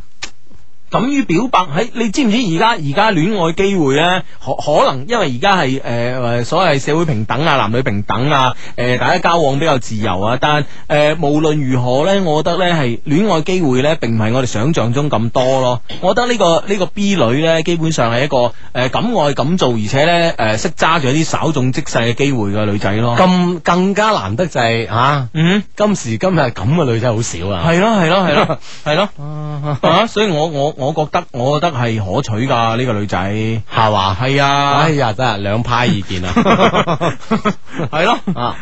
Speaker 14: 敢於表白喺你知唔知而家而家戀愛機會咧，可可能因為而家係誒誒所謂社會平等啊、男女平等啊，誒、大家交往比較自由啊，但誒、呃、無論如何咧，我覺得咧係戀愛機會咧並唔係我哋想象中咁多咯。我覺得呢、個呢、個 B 女咧，基本上係一個誒、呃敢愛敢做，而且咧誒識揸住一啲稍縱即逝嘅機會嘅女仔咯。
Speaker 7: 咁更加難得就係、啊，
Speaker 14: 嗯，
Speaker 7: 今時今日咁嘅女仔好少啊。
Speaker 14: 係咯係咯係咯係咯。 [laughs] 啊，所以我我我觉得我觉得系可取噶呢、個个女仔，系
Speaker 7: 嘛？
Speaker 14: 系啊，
Speaker 7: 哎呀，真係兩派意見啊，
Speaker 14: [laughs] 係咯
Speaker 7: 啊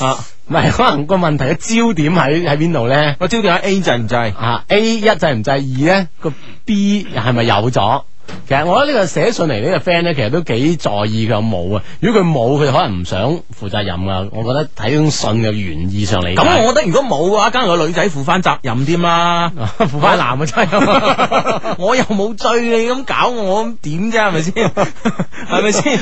Speaker 14: 啊，
Speaker 7: 唔係可能個問題嘅焦點喺喺邊度咧？
Speaker 14: 個焦點喺 A 制唔制
Speaker 7: 啊？A 一制唔制，二咧個 B 係咪有咗？其實我覺得呢個寫信嚟呢個 friend 咧，其實都幾在意佢有冇啊。如果佢冇，佢可能唔想負責任啊。我覺得睇封信嘅原意上嚟，
Speaker 14: 咁我覺得如果冇嘅話，梗係個女仔負翻責任添啦，
Speaker 7: [laughs] 負翻男啊真
Speaker 14: 係， [laughs] 我又冇追你咁搞我，咁點啫？係咪先？係
Speaker 7: [laughs]
Speaker 14: 咪先？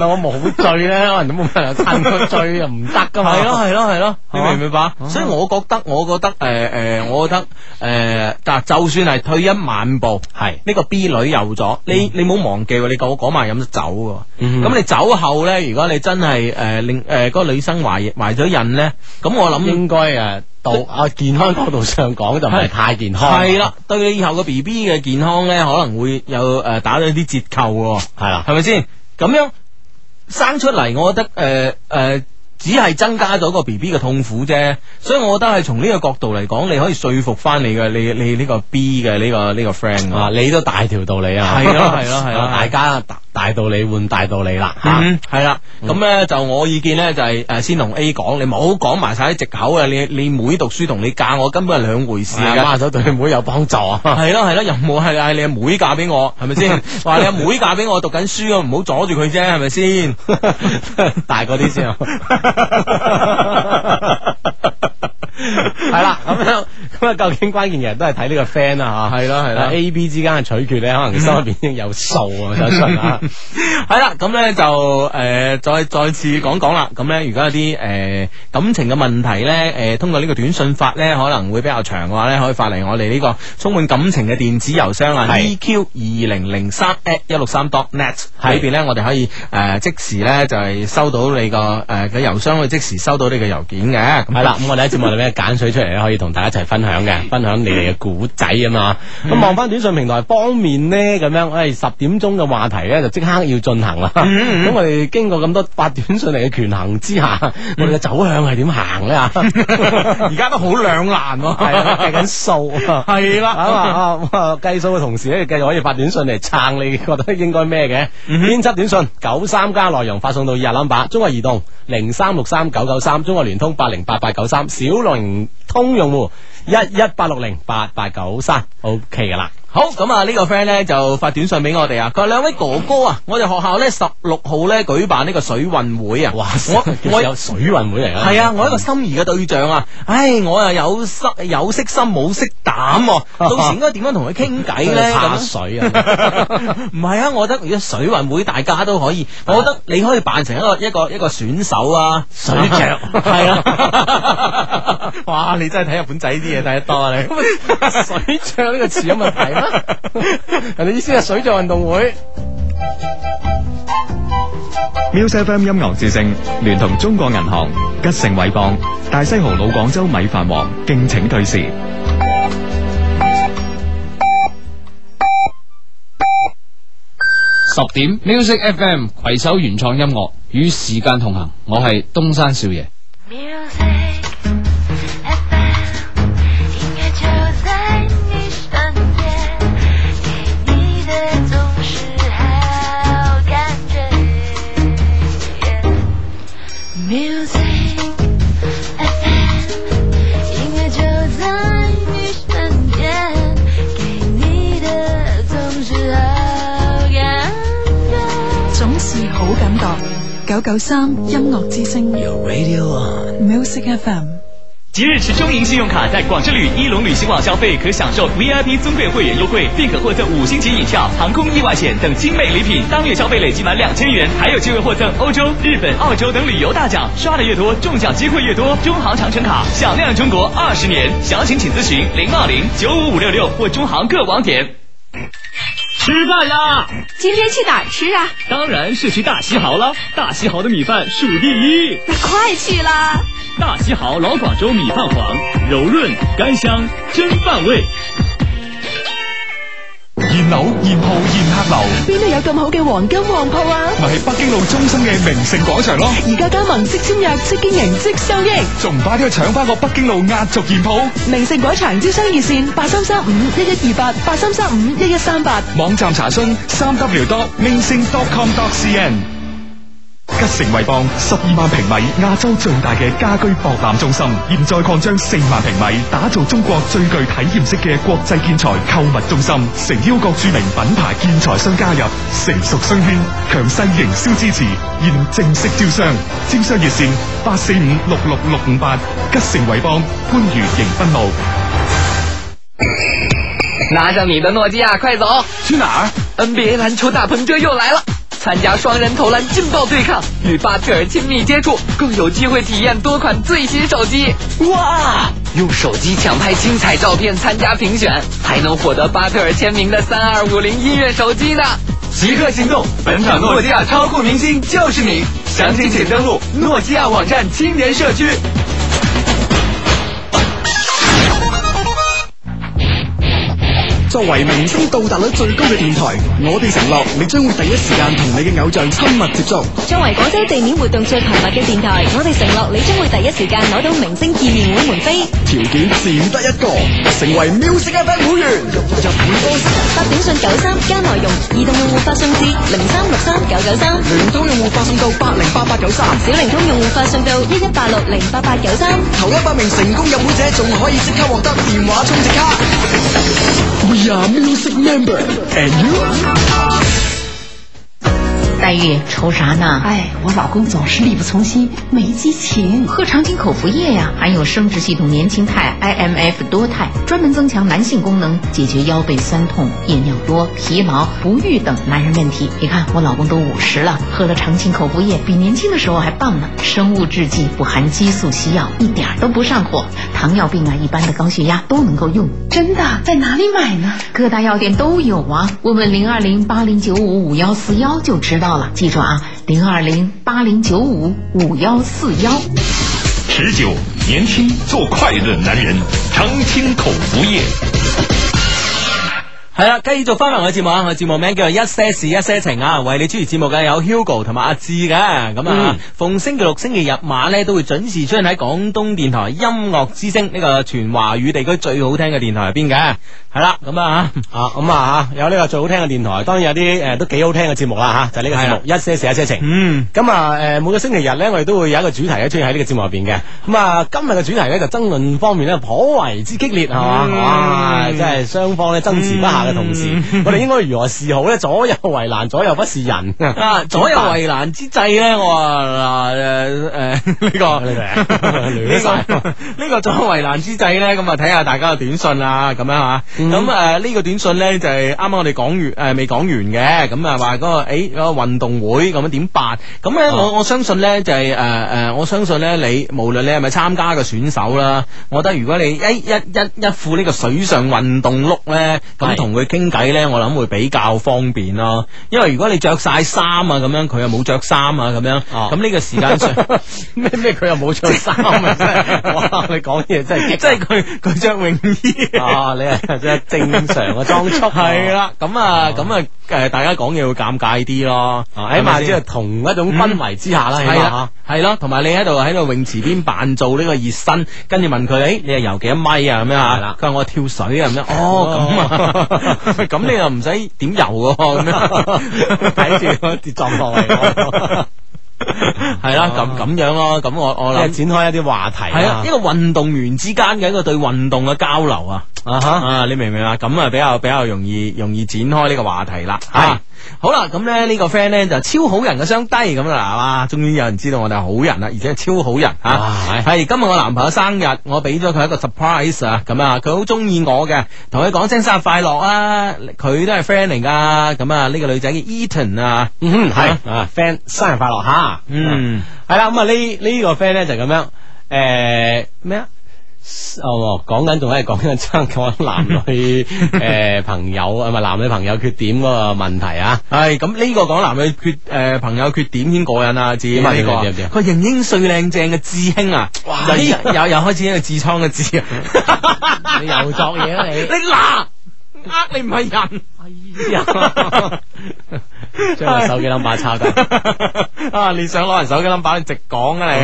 Speaker 7: 嗱我冇罪咧，可能都冇乜人 [laughs] 趁佢罪又唔得噶嘛。
Speaker 14: 係咯係咯係咯，你
Speaker 7: 係嘛哦
Speaker 14: 明唔明白？所以我覺得，我覺得，诶、诶、我覺得，诶、嗱，就算係退一萬步，
Speaker 7: 係
Speaker 14: 呢個 B 女有咗，你你冇忘記喎，你嗰嗰晚飲咗酒喎，咁、
Speaker 7: 嗯
Speaker 14: 你酒後咧，如果你真係诶令诶嗰個女生懷懷咗孕咧，咁我諗
Speaker 7: 應該誒到啊健康角度上講就唔係太健康。
Speaker 14: 系啦，對你以後嘅 B B 嘅健康咧，可能會有诶、呃打咗啲折扣喎，
Speaker 7: 係啦
Speaker 14: 係咪先？咁樣生出嚟，我覺得诶诶、呃只係增加咗個 B B 嘅痛苦啫。所以我覺得係從呢個角度嚟講，你可以說服翻你嘅你你呢個 B 嘅呢、個呢、個 friend
Speaker 7: 啊，你都大條道理啊，
Speaker 14: 係咯係咯係咯
Speaker 7: 啊 [laughs] 大家大大道理換大道理啦吓。
Speaker 8: Ừ.
Speaker 14: 嗯，系啦，咁咧就我意見咧就係诶，先同 A 講，你唔好講埋晒啲藉口啊！你你妹讀書同你嫁我根本係兩回事
Speaker 7: 係
Speaker 14: 嘅
Speaker 7: 啊，。手對妹有幫助啊。
Speaker 14: 系咯系咯，又冇系嗌你阿妹嫁俾我，系
Speaker 7: [laughs]
Speaker 14: 咪先？话你阿妹嫁俾我讀緊書，唔好阻住佢啫，係咪先？
Speaker 7: [laughs] 大嗰啲先
Speaker 14: [laughs]
Speaker 7: 啊。系啦，咁样咁啊，究竟關鍵嘅都係睇呢個 friend 啦吓，
Speaker 14: 係啦係啦
Speaker 7: ，A B 之間嘅取決咧，可能心入邊已經有數啊，我相信啊，
Speaker 14: [laughs] 係啦，咁咧就诶、呃再再次講講啦。咁咧，如果有啲诶、呃感情嘅問題咧，诶、通過呢個短信發咧，可能會比較長嘅話咧，可以發嚟我哋呢個充滿感情嘅電子郵箱啊
Speaker 7: 係
Speaker 14: ，EQ 二零零三 at 一六三 dot net
Speaker 7: 係
Speaker 14: 裏边咧，我哋可以诶、呃即時咧就係收到呃你個诶嘅郵箱，去即時收到你嘅郵件嘅。咁
Speaker 7: 係啦，咁我哋喺節目裏面揀取出嚟咧，可以同大家一齊分分享嘅，分享你哋嘅古仔啊嘛。 [laughs] 咁望翻短信平台方面呢，咁樣，誒十點鐘嘅話題咧就即刻要進行啦。
Speaker 14: 嗯
Speaker 7: [laughs]
Speaker 14: 嗯
Speaker 7: 咁我哋經過咁多發短信嚟嘅權衡之下，
Speaker 14: 嗯
Speaker 7: 我哋嘅走向係點行啊咧？
Speaker 14: [laughs]
Speaker 7: 而
Speaker 14: 家都好兩難喎
Speaker 7: 係啊，計緊
Speaker 14: [laughs]
Speaker 7: 數。
Speaker 14: 係啦
Speaker 7: 啊啊咁啊計數嘅同時咧，繼續可以發短信嚟撐你覺得應該咩嘅？
Speaker 14: 嗯
Speaker 7: 編輯短信九三加內容發送到廿 number，中國移動零三六三九九三，中國聯通八零八八九三，小靈通用戶一一八六零八八九三，OK 噶啦。
Speaker 14: 好咁啊！呢個 friend 咧就發短信俾我哋啊，佢話兩位哥哥啊，我哋學校咧十六號咧舉辦呢個水運會啊，哇！我我
Speaker 7: 有水運會嚟啊
Speaker 14: 係啊，我一個心儀嘅對象啊，唉，我啊有心有色心冇色膽 [laughs] 喎，到時應該點樣同佢傾偈咧？
Speaker 7: 插
Speaker 14: 咁
Speaker 7: 水啊！
Speaker 14: 唔係啊， [laughs] 我覺得如果水運會大家都可以，我覺得你可以扮成一個一個一個選手啊，水
Speaker 7: 雀
Speaker 14: [laughs] 係啊！ [laughs] 哇，你真係睇日本仔啲嘢睇得多 [laughs] 啊你！
Speaker 7: 水象呢個詞有問題咩？
Speaker 14: [laughs]
Speaker 7: 人哋意思係水象運動會。
Speaker 4: Music FM 音樂之聲聯同中國銀行、吉盛偉邦、大西豪老廣州米飯王敬請對視。
Speaker 20: 十點 Music FM 携手原創音樂，與時間同行。我係東山少爺。
Speaker 8: 音乐就在你身边，给你的总是好感觉。Music FM，音乐就在你身边，给你的总是好感觉。
Speaker 15: 总是好感觉。九九三音乐之声，Radio On Music FM。
Speaker 1: 即日持中银信用卡在广智旅、一龙旅行网消费，可享受 VIP 尊贵会员优惠，并可获赠五星级影票、航空意外险等精美礼品。当月消费累计满两千元，还有机会获赠欧洲、日本、澳洲等旅游大奖。刷的越多，中奖机会越多。中航长城卡响亮中国二十年，详情请咨询零二零九五五六六或中航各网点。吃饭啦！
Speaker 21: 今天去哪儿吃啊？
Speaker 1: 当然是去大西豪啦！大西豪的米饭数第一，
Speaker 21: 那快去啦！
Speaker 1: 大西豪老广州米饭皇，柔润干香，真饭味。
Speaker 4: 現樓現鋪現客流，
Speaker 5: 邊度有咁好嘅黃金旺鋪啊？
Speaker 4: 咪係北京路中心嘅名盛廣場咯。
Speaker 5: 而家加盟即簽約、即經營、即收益。
Speaker 4: 仲唔快啲去搶翻個北京路壓軸現鋪？
Speaker 5: 名盛廣場招商熱線八三三五一一二八八三三五一一三八。
Speaker 4: 網站查詢三 W 多 m i n s i n g com dot cn。吉盛惠邦十二萬平米亞洲最大嘅家居博覽中心，現在擴張四萬平米，打造中國最具體驗式嘅國際建材購物中心。誠邀各著名品牌建材商加入，成熟商圈，強勢營銷支持，現正式招商。招商熱線八四五六六六五八，吉盛惠邦番禺迎賓路。
Speaker 6: [laughs] 拿上你的诺基亚，快走！去哪儿？NBA 篮球大鹏折又来了。参加双人投篮劲爆对抗，与巴特尔亲密接触，更有机会体验多款最新手机。哇！用手机抢拍精彩照片参加评选，还能获得巴特尔签名的三二五零音乐手机呢。
Speaker 1: 即刻行动，
Speaker 6: 本场诺基亚超酷明星就是你。详情请登录诺基亚网站青年社区。
Speaker 2: 作為明星到達率最高嘅電台，我哋承諾你將會第一時間同你嘅偶像親密接觸。
Speaker 22: 作為廣州地面活動最頻密嘅電台，我哋承諾你將會第一時間攞到明星見面會門飛。
Speaker 2: 條件只得一個，成為 Music FM 會員，入入會方式。
Speaker 22: 發短信九三加內容，移動用戶發送至零三六三九九三，
Speaker 2: 聯通用戶發送到八零八八九三，
Speaker 22: 小靈通用戶發送到一一八六零八八九三。
Speaker 2: 頭一百名成功入會者仲可以即刻獲得電話充值卡。We are music member and you。
Speaker 23: 黛玉，愁啥呢？哎，我老公总是力不从心，没激情。喝长青口服液呀、含有生殖系统年轻肽 IMF 多肽，专门增强男性功能，解决腰背酸痛、夜尿多、皮毛、不育等男人问题。你看，我老公都五十了，喝了长青口服液，比年轻的时候还棒呢。生物制剂，不含激素、西药，一点儿都不上火。糖尿病啊，一般的高血压都能够用。真的，在哪里买呢？各大药店都有啊，问问零二零八零九五五幺四幺就知道了。记住啊，零二零八零九五五幺四幺。
Speaker 10: 持久、年轻，做快乐男人。长长青口服液。
Speaker 14: 系啦，继续翻嚟我嘅节目啊！我嘅节目名叫做一些事一些情啊，为你主持节目嘅有 Hugo 同埋阿志嘅咁啊
Speaker 7: 嗯。
Speaker 14: 逢星期六、星期日晚咧都会准时出现喺广东电台音乐之声呢、个全华语地区最好听嘅电台入边嘅。系啦，咁啊
Speaker 7: 啊咁啊有呢个最好听嘅电台，当然有啲诶、呃都几好聽嘅節目啦吓，就係呢、個節目一些事一些情。
Speaker 14: 啊嗯，
Speaker 7: 咁啊诶每個星期日咧，我哋都會有一個主題咧出現喺呢個節目入边嘅。咁啊今日嘅主題咧就爭論方面咧頗為之激烈係嘛，
Speaker 14: 嗯
Speaker 7: 哇真係雙方咧爭持不下嘅同時，我哋應該如何是好咧？左右為難，左右不是人
Speaker 14: [laughs] 啊左右為難之際咧，我話嗱诶诶呢
Speaker 7: [laughs]
Speaker 14: 個呢
Speaker 7: 啊
Speaker 14: 個呢個左右為難之際咧，咁啊睇下大家嘅短信啦，咁樣吓。咁诶呢個短信咧就係啱啱我哋講完诶未講完嘅，咁啊話嗰個诶嗰個運動會咁樣點辦？咁咧我我相信咧就係诶诶，我相信咧你無論你係咪參加嘅選手啦，我覺得如果你一一一一副呢個水上運動碌咧，咁同佢傾偈咧，我諗會比較方便咯。因為如果你着晒衫啊咁樣，佢又冇着衫啊咁樣，咁呢個時間上咩咩佢又冇着衫啊，真係哇！你講嘢真係，即係佢佢着泳衣
Speaker 7: 啊你係真係正常嘅裝束
Speaker 14: 係啦，咁啊咁啊誒，大家講嘢會尷尬啲咯，
Speaker 7: 啊起碼即係同一種氛圍之下啦，起
Speaker 14: 系
Speaker 7: 碼嚇
Speaker 14: 啦，系咯，同埋你喺度喺度泳池邊扮做呢個熱身，跟住問佢，诶，你係游幾多米啊？咁樣啊？佢話我跳水啊，咁樣。哦，咁啊，
Speaker 7: [laughs]
Speaker 14: 咁你又唔使點游喎，咁樣睇住我跌撞落嚟喎。係啦，咁咁樣咯，咁我我諗
Speaker 7: 哦即係展開一啲話題啊
Speaker 14: 係啊，一個運動員之間嘅一個對運動嘅交流啊，
Speaker 7: 啊哈
Speaker 14: 啊，你明唔明啊？咁啊，比較比較容易容易展開呢個話題啦，係。好啦，咁咧呢個 friend 咧就超好人嘅雙低咁啦，哇！終於有人知道我哋係好人啦，而且係超好人吓。係今日我男朋友生日，我俾咗佢一個 surprise 啊，咁啊，佢好中意我嘅，同佢講聲生日快樂啊！佢都係 friend 嚟噶，咁啊呢個女仔叫 Eaton 啊，
Speaker 7: 嗯係啊 friend 生日快樂吓，
Speaker 14: 嗯
Speaker 7: 係啦，咁啊呢呢個 friend 咧就咁樣诶咩啊？哦，講緊仲係講緊爭講男
Speaker 14: [laughs]
Speaker 7: 女诶、朋友啊，咪男女朋友缺點嗰個問題啊，
Speaker 14: 系咁呢個講男女缺诶、朋友缺點先過癮啊，至
Speaker 7: 點啊
Speaker 14: 呢
Speaker 7: 點啊
Speaker 14: 個
Speaker 7: 點啊點啊
Speaker 14: 佢型英帥靚正嘅志兄啊，哇又又又開始喺度痔瘡嘅痔啊，
Speaker 7: 你又作嘢啦你
Speaker 14: 你嗱呃你唔係人。 [laughs]
Speaker 7: 將個手機 number 抄低。
Speaker 14: 啊！你想攞人手機 number，你直講
Speaker 7: [laughs]
Speaker 14: 啊你！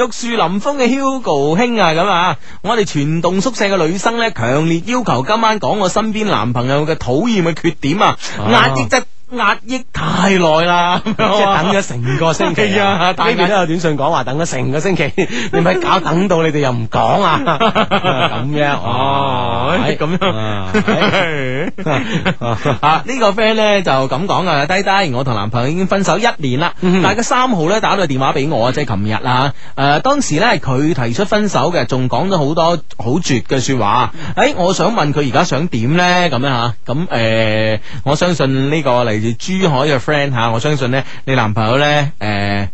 Speaker 14: 玉樹臨風嘅 Hugo 兄啊，咁啊，我哋全棟宿舍嘅女生咧，強烈要求今晚講我身邊男朋友嘅討厭嘅缺點啊，
Speaker 7: 啊
Speaker 14: 壓抑得壓抑太耐啦，即
Speaker 7: [laughs] 即係等咗成個星期
Speaker 14: [laughs] 係啊
Speaker 7: 啊！呢
Speaker 14: 大壓
Speaker 7: 邊都有短信講話等咗成個星期， [laughs] 你咪搞等到你哋又唔講
Speaker 14: [laughs]
Speaker 7: 啊！咁樣 [laughs]
Speaker 2: 啊
Speaker 7: 哦，
Speaker 14: 哎咁 [laughs] 樣
Speaker 7: 啊
Speaker 14: 哎
Speaker 7: [laughs] 哎
Speaker 14: [laughs] 啊！呢個 friend 咧就咁講啊，低低，我同男朋友已經分手一年啦，但係佢三號咧打咗個電話俾我，即係琴日啊，誒當時咧係佢提出分手嘅，仲講咗好多好絕嘅説話。誒，我想問佢而家想點咧？咁樣嚇，咁誒，我相信呢個嚟自珠海嘅 friend 嚇，我相信咧你男朋友咧誒。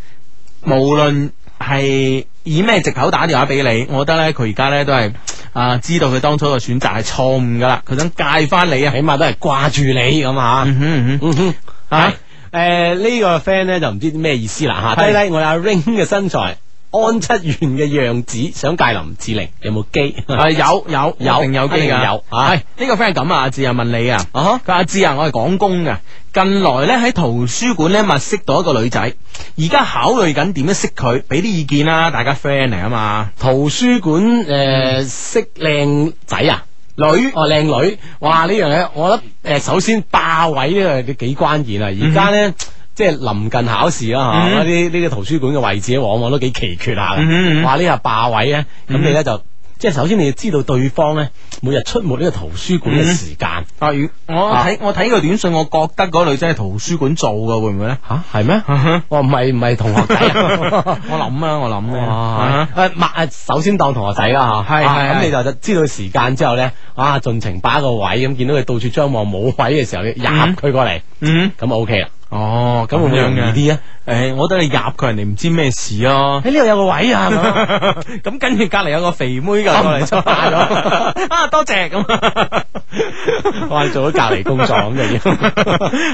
Speaker 14: 无论系以咩藉口打電話俾你，我覺得咧佢而家咧都係啊知道佢當初嘅選擇係錯誤噶啦，佢想戒翻你啊，
Speaker 7: 起碼都係掛住你咁啊。
Speaker 14: 嗯哼
Speaker 7: 嗯哼，啊誒呢個 friend 咧就唔知咩意思啦嚇，低
Speaker 14: 係
Speaker 7: 低我有阿 Ring 嘅身材。安七元嘅樣子，想戒林志玲，有冇機？ [laughs]
Speaker 14: 啊有有
Speaker 7: 有
Speaker 14: 一定有機
Speaker 7: 一定
Speaker 14: 㗎
Speaker 7: 有啊
Speaker 14: 係呢個 friend 係咁啊，阿志啊問你啊，佢話阿志啊，我係廣工嘅，近來咧喺圖書館咧物識到一個女仔，而家考慮緊點樣識佢，俾啲意見啦，大家 friend 嚟啊嘛。
Speaker 7: 圖書館诶識靚仔啊，女哦靚女，哇呢樣嘢我覺得诶、呃首先霸位呢個幾關鍵啊，而家咧。即係臨近考試啦
Speaker 14: 嗯
Speaker 7: 嚇，嗰啲呢個圖書館嘅位置往
Speaker 14: 啊
Speaker 7: 往都幾奇缺下嘅。
Speaker 14: 嗯嗯嗯
Speaker 7: 哇！呢下霸位咧，咁
Speaker 14: 嗯
Speaker 7: 你
Speaker 14: [laughs]
Speaker 7: 咧就即係首先你要知道對方咧每日出沒呢個圖書館嘅時間。
Speaker 14: 啊，如我睇我睇個短信，我覺得嗰個女仔係圖書館做嘅，會唔會咧？
Speaker 7: 吓係咩？我唔係唔係同學仔啊！
Speaker 14: [laughs] 我諗啊，我諗咧。
Speaker 7: 哇！誒默首先當同學仔啦嚇，
Speaker 14: 係
Speaker 7: 啊
Speaker 14: 係
Speaker 7: 咁
Speaker 14: 係
Speaker 7: 你就知道時間之後咧，啊盡情把個位咁，見到佢到處張望冇位嘅時候，你入佢過嚟，
Speaker 14: 嗯，
Speaker 7: 咁啊 OK 啦。
Speaker 14: 哦，咁
Speaker 7: 會唔會
Speaker 14: 樣
Speaker 7: 容易
Speaker 14: 嘅
Speaker 7: 啲啊？
Speaker 14: 诶、我覺得你入佢，人哋唔知咩事咯、
Speaker 7: 喺呢度有個位啊，咁
Speaker 14: 咁跟住隔離有個肥妹噶過嚟出馬咗， [laughs] 啊多謝咁。
Speaker 7: [laughs] 我係做咗隔離工作咁 [laughs] 就要。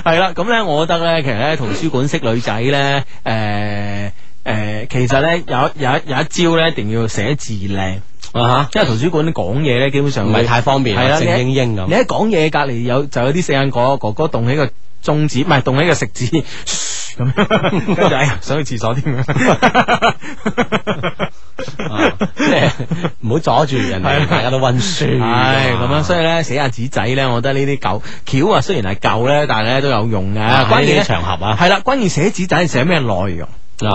Speaker 14: 係啦，咁咧，我覺得咧，其實咧，圖書館識女仔咧，诶、誒，其實咧有有一有一招咧，一定要寫字靚。啊吓，因為圖書館講嘢咧，基本上
Speaker 7: 唔係太方便
Speaker 14: 係啦，
Speaker 7: 靜
Speaker 14: 你
Speaker 7: 英
Speaker 14: 一
Speaker 7: 英咁
Speaker 14: 你一講嘢，隔離有就有啲四眼哥哥哥動起個中指，唔係動起個食
Speaker 7: [laughs]
Speaker 14: 指，噓咁樣跟住哎呀想去廁所添，即係唔好阻住人
Speaker 7: 哋大家
Speaker 14: 都温書係咁樣，所以咧寫下紙仔咧，我覺得呢啲舊橋啊，雖然係舊咧，但係咧都有用嘅。
Speaker 7: 啊
Speaker 14: 關鍵
Speaker 7: 呢
Speaker 14: 呢
Speaker 7: 啲場合啊
Speaker 14: 係啦，關鍵寫紙仔寫咩內容？
Speaker 7: 啊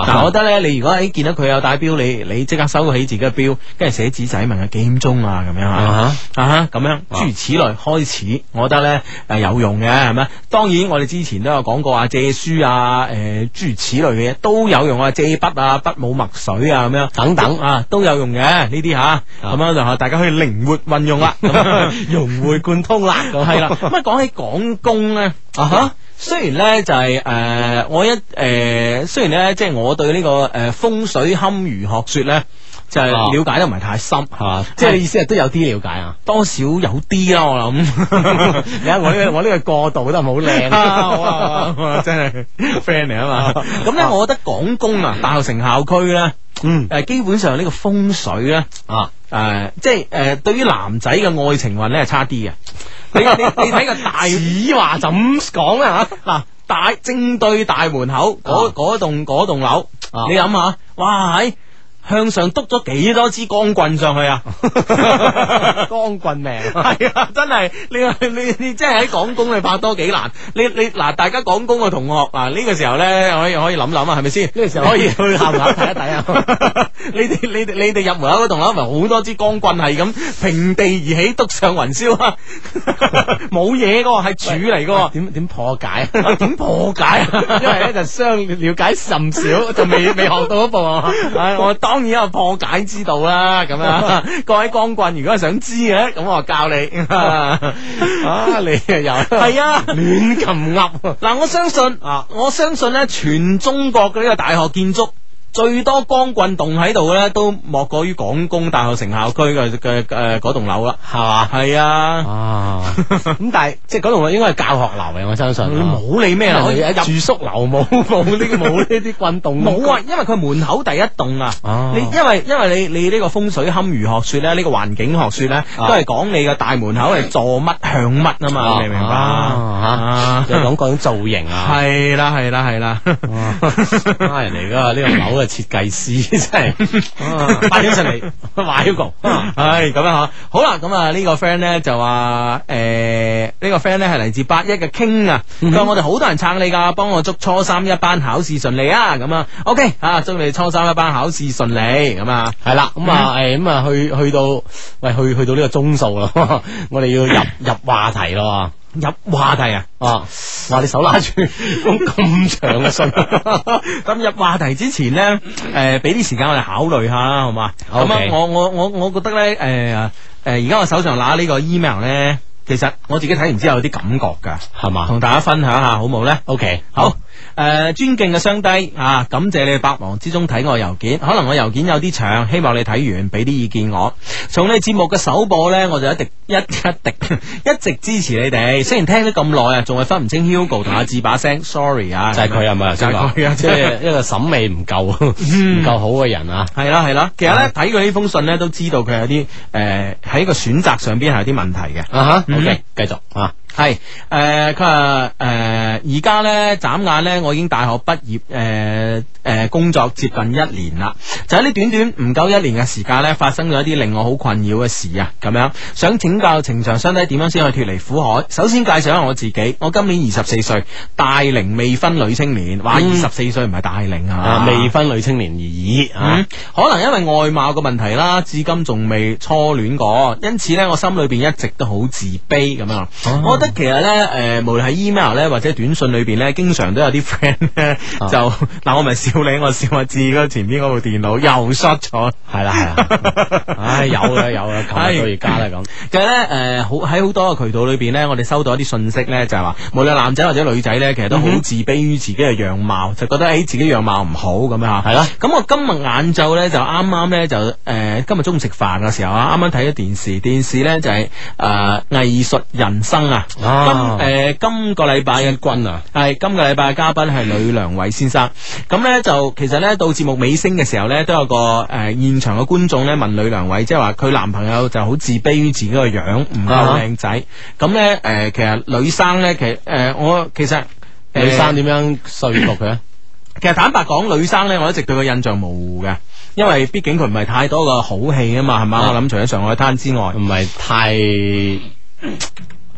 Speaker 14: 嗱，我覺得咧，你如果喺見到佢有戴表，你你即刻收起自己嘅表，跟住寫紙仔問佢幾點鐘啊，咁樣啊，啊咁樣諸如此類開始，我覺得咧誒有用嘅，係咪？當然我哋之前都有講過啊，借書啊，誒諸如此類嘅嘢都有用啊，借筆啊，筆冇墨水啊，咁樣等等啊都有用嘅呢啲吓，咁樣就大家可以靈活運用 [laughs] 啦，咁啊樣 [laughs] 融會貫通啦，咁係啦。咁啊講起廣工咧啊哈。雖然咧就係、誒、呃我一誒、雖然咧即係我對呢、個誒、風水堪輿學說咧就係、
Speaker 7: 哦
Speaker 14: 了解得唔係太深，係嘛？
Speaker 7: 即係你意
Speaker 14: 思係都有啲了解 [laughs] 啊？多少有啲啦，我 [laughs] 諗。你睇我呢、個我呢個過渡得唔好靚 [laughs] 啊！我我真係 [laughs] friend 嚟啊嘛。咁咧，我覺得廣工啊，大學城校區咧。嗯，誒，基本上呢個風水咧，啊，誒，即係誒，對於男仔嘅愛情運咧係差啲嘅。你你 [laughs] 你睇個大，此話怎講啊？嗱，大正對大門口嗰嗰棟嗰棟樓，你諗下，哇，喺向上督咗幾多支光棍上去啊？光棍命係啊，真係你你你真係喺廣工你拍多幾難。你你嗱，大家廣工嘅同學嗱，呢個時候咧可以可以諗諗啊，係咪先？呢個時
Speaker 7: 候
Speaker 14: 可以
Speaker 7: 去校
Speaker 14: 下睇一睇啊。你哋你哋你哋入門口嗰棟樓咪好多支光棍係咁平地而起督上雲霄 [laughs] 啊！冇嘢噶，係柱嚟噶。點點破 [laughs] 解？點破解啊？因為咧就相了解甚少，就未未學到一步啊。唉，我當然有破解之道啦。咁 [laughs] 啊，各位光棍，如果想知嘅，咁我教你。 [laughs] 啊，你又係啊，亂咁噏。嗱，我相信啊，我相信咧，全中國嘅呢個大學建築。最多光棍洞喺度咧，都莫過於廣工大學城校區嘅嘅誒嗰棟樓啦，係嘛？係啊， [laughs] 啊，咁但係即係嗰棟樓應該係教學樓嚟，我相信。嗯冇理咩 [laughs]
Speaker 7: 因為
Speaker 14: 啊，
Speaker 7: 你住
Speaker 14: 宿樓冇冇呢冇呢啲棍洞冇啊，因為佢門口第一棟啊，你因為因為你你呢個風水堪輿學說咧，呢個環境學說咧，都係講你嘅大門口係坐乜向乜啊嘛，你明唔明白？啊，
Speaker 7: 又講
Speaker 14: 各種造型啊，係啦係啦係啦， [laughs] 啊人哋噶呢個樓嘅設計師真係發展上嚟， [laughs] 話 Hugo，唉
Speaker 7: 啊
Speaker 14: 咁樣吓，好啦，咁啊呢個 friend 咧就話誒呢個 friend 咧係嚟自八一嘅 King 啊，
Speaker 7: 嗯
Speaker 14: 佢話我哋好多人撐你噶，幫我祝初三一班考試順利啊，咁啊 OK 啊，祝你初三一班考試順利咁啊，係啦，
Speaker 7: 咁啊，誒，咁啊，去去到，喂，去去到呢個鐘數啦， [laughs] 我哋要
Speaker 14: [laughs]
Speaker 7: 入入話題咯，
Speaker 14: 入話題啊，
Speaker 7: 哦，哇，你手拉住封咁長嘅信，
Speaker 14: [laughs] 咁入話題之前呢，誒、俾啲時間我哋考慮下啦，好嘛？咁啊
Speaker 7: OK
Speaker 14: 我我我我覺得呢，誒、誒，而家我手上拿呢個 email 呢，其實我自己睇完之後有啲感覺㗎，係嘛？同大家分享下好冇呢 o k 好。誒、尊敬嘅雙低啊，感謝你哋百忙之中睇我郵件，可能我郵件有啲長，希望你睇完俾啲意見我。從你節目嘅首播呢，我就一直一一滴 [laughs] 一直支持你哋。雖然聽咗咁耐啊，仲係分唔清 Hugo 同阿志把聲，sorry 啊，
Speaker 7: 就係佢係咪啊
Speaker 14: 就係佢啊，
Speaker 7: 即係一個審美唔夠，唔夠好嘅人啊，
Speaker 14: 嗯係啦係啦，其實咧睇佢呢封信咧，都知道佢有啲誒喺個選擇上邊係有啲問題嘅。
Speaker 7: 啊哈
Speaker 14: 嗯
Speaker 7: ，OK，繼續啊，
Speaker 14: 係誒，佢話誒，而家咧眨眼咧，我已經大學畢業，誒、誒、工作接近一年啦。就喺呢短短唔夠一年嘅時間咧，發生咗一啲令我好困擾嘅事啊，咁樣想請教情場相低點樣先可以脱離苦海。首先介紹下我自己，我今年二十四歲，大齡未婚女青年。哇，二
Speaker 7: 嗯
Speaker 14: 十四歲唔係大齡
Speaker 7: 啊
Speaker 14: 啊，
Speaker 7: 未婚女青年而已啊
Speaker 14: 嗯，，可能因為外貌嘅問題啦，至今仲未初戀過，因此咧，我心裏邊一直都好自卑咁樣。我覺得其實咧，誒、無論喺 email 啊咧或者短信裏邊咧，經常都有啲 friend 咧 [laughs] 就嗱，我咪笑你，我笑阿志嗰前邊嗰部電腦又 short 咗，係啦係啦，唉
Speaker 7: 有啦有啦琴日到而家啦
Speaker 14: 咁。其實咧，誒好喺好多個渠道裏邊咧，我哋收到一啲信息咧，就係話，無論男仔或者女仔咧，其實
Speaker 7: 嗯
Speaker 14: 都好自卑於自己嘅樣貌，就覺得誒自己樣貌唔好咁樣嚇。係啦。咁我今日晏晝咧就啱啱咧就誒、今日呃中午食飯嘅時候啊，啱啱睇咗電視，電視咧就係、誒、藝術人生啊，今诶今个礼拜嘅君啊，系今个礼拜嘅嘉宾系吕良伟先生。咁咧就其实咧到节目尾声嘅时候咧，都有个诶现场嘅观众咧问吕良伟，即系话佢男朋友就好自卑于自己个样唔
Speaker 7: 啊
Speaker 14: 够
Speaker 7: 哈
Speaker 14: 靓仔。咁咧诶其实女生咧其实诶我其实
Speaker 7: 女生點
Speaker 14: 样说服 [coughs] 佢咧？其實坦白講，女生咧，我一直對佢印象模糊嘅，因為畢竟佢唔係太多個好戲啊嘛，係嘛？我諗除咗上海灘之外，唔係太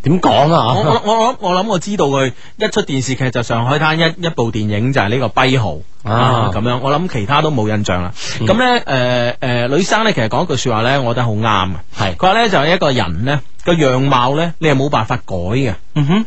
Speaker 14: 點講啊？我我我諗我諗我知道佢一出電視劇就上海灘，一一部電影就係呢個跛豪
Speaker 7: 啊
Speaker 14: 咁樣。我諗其他都冇印象啦。咁咧誒誒，女生咧其實講一句説話咧，我覺得好啱嘅。係佢話咧就係一個人咧個樣貌咧，你係冇辦法改嘅。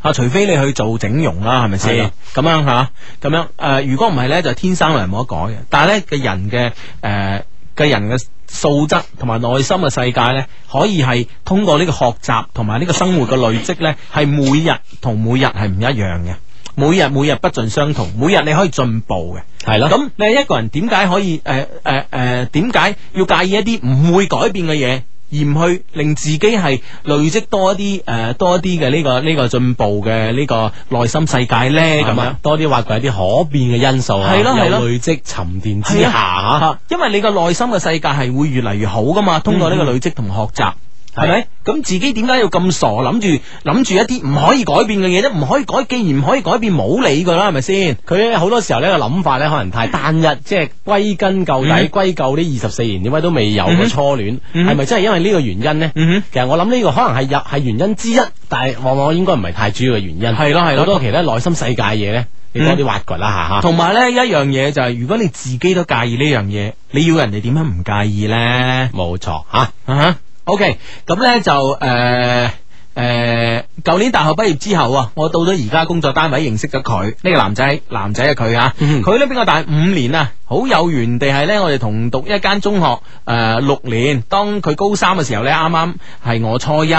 Speaker 14: 啊，除非你去做整容啦，係咪
Speaker 7: 係
Speaker 14: 先
Speaker 7: 啊？
Speaker 14: 咁樣吓，咁樣诶，如果唔係咧，就天生嚟冇得改嘅。但係咧嘅人嘅诶嘅人嘅素質同埋內心嘅世界咧，可以係通過呢個學習同埋呢個生活嘅累積咧，係每日同每日係唔一樣嘅。每日每日不盡相同，每日你可以進步嘅，係咯。咁你一個人點解可以誒誒誒點解要介意一啲唔會改變嘅嘢？而唔去令自己係累積多一啲誒、呃多一啲嘅呢個呢、個進步嘅呢個內心世界咧
Speaker 7: 係
Speaker 14: 咁樣
Speaker 7: 嘛。多啲挖掘一啲可變嘅因素啊，
Speaker 14: 係咯係咯
Speaker 7: 有累積沉澱之
Speaker 14: 係
Speaker 7: 下
Speaker 14: 啊
Speaker 7: 吓，
Speaker 14: 因為你個內心嘅世界係會越嚟越好噶嘛，通過呢個累積同學習。係咪？咁自己點解要咁傻諗住諗住一啲唔可以改變嘅嘢啫？唔可以改，既然唔可以改變，冇理佢啦，係咪先？嗯
Speaker 7: 佢好多時候呢個諗法咧，可能太單一，即係歸根究底，歸究呢二十四年點解都未有個初戀，
Speaker 14: 嗯哼嗯
Speaker 7: 係咪真係因為呢個原因呢？其實我諗呢個可能係入係原因之一，但係往往應該唔係太主要嘅原因。
Speaker 14: 係咯係咯
Speaker 7: 好多其他內心世界嘢呢，你多啲挖掘啦吓
Speaker 14: 同埋咧一樣嘢就係、如果你自己都介意呢樣嘢，你要人哋點樣唔介意咧？
Speaker 7: 冇錯吓。
Speaker 14: 啊，OK，咁咧就誒。呃诶，旧、呃年大學畢業之後啊，我到咗而家工作單位認識咗佢，呢、個男仔，男仔係佢啊，
Speaker 7: 嗯
Speaker 14: 佢咧比我大五年啊，好有緣地係咧，我哋同讀一間中學誒、呃六年，當佢高三嘅時候咧，啱啱係我初一，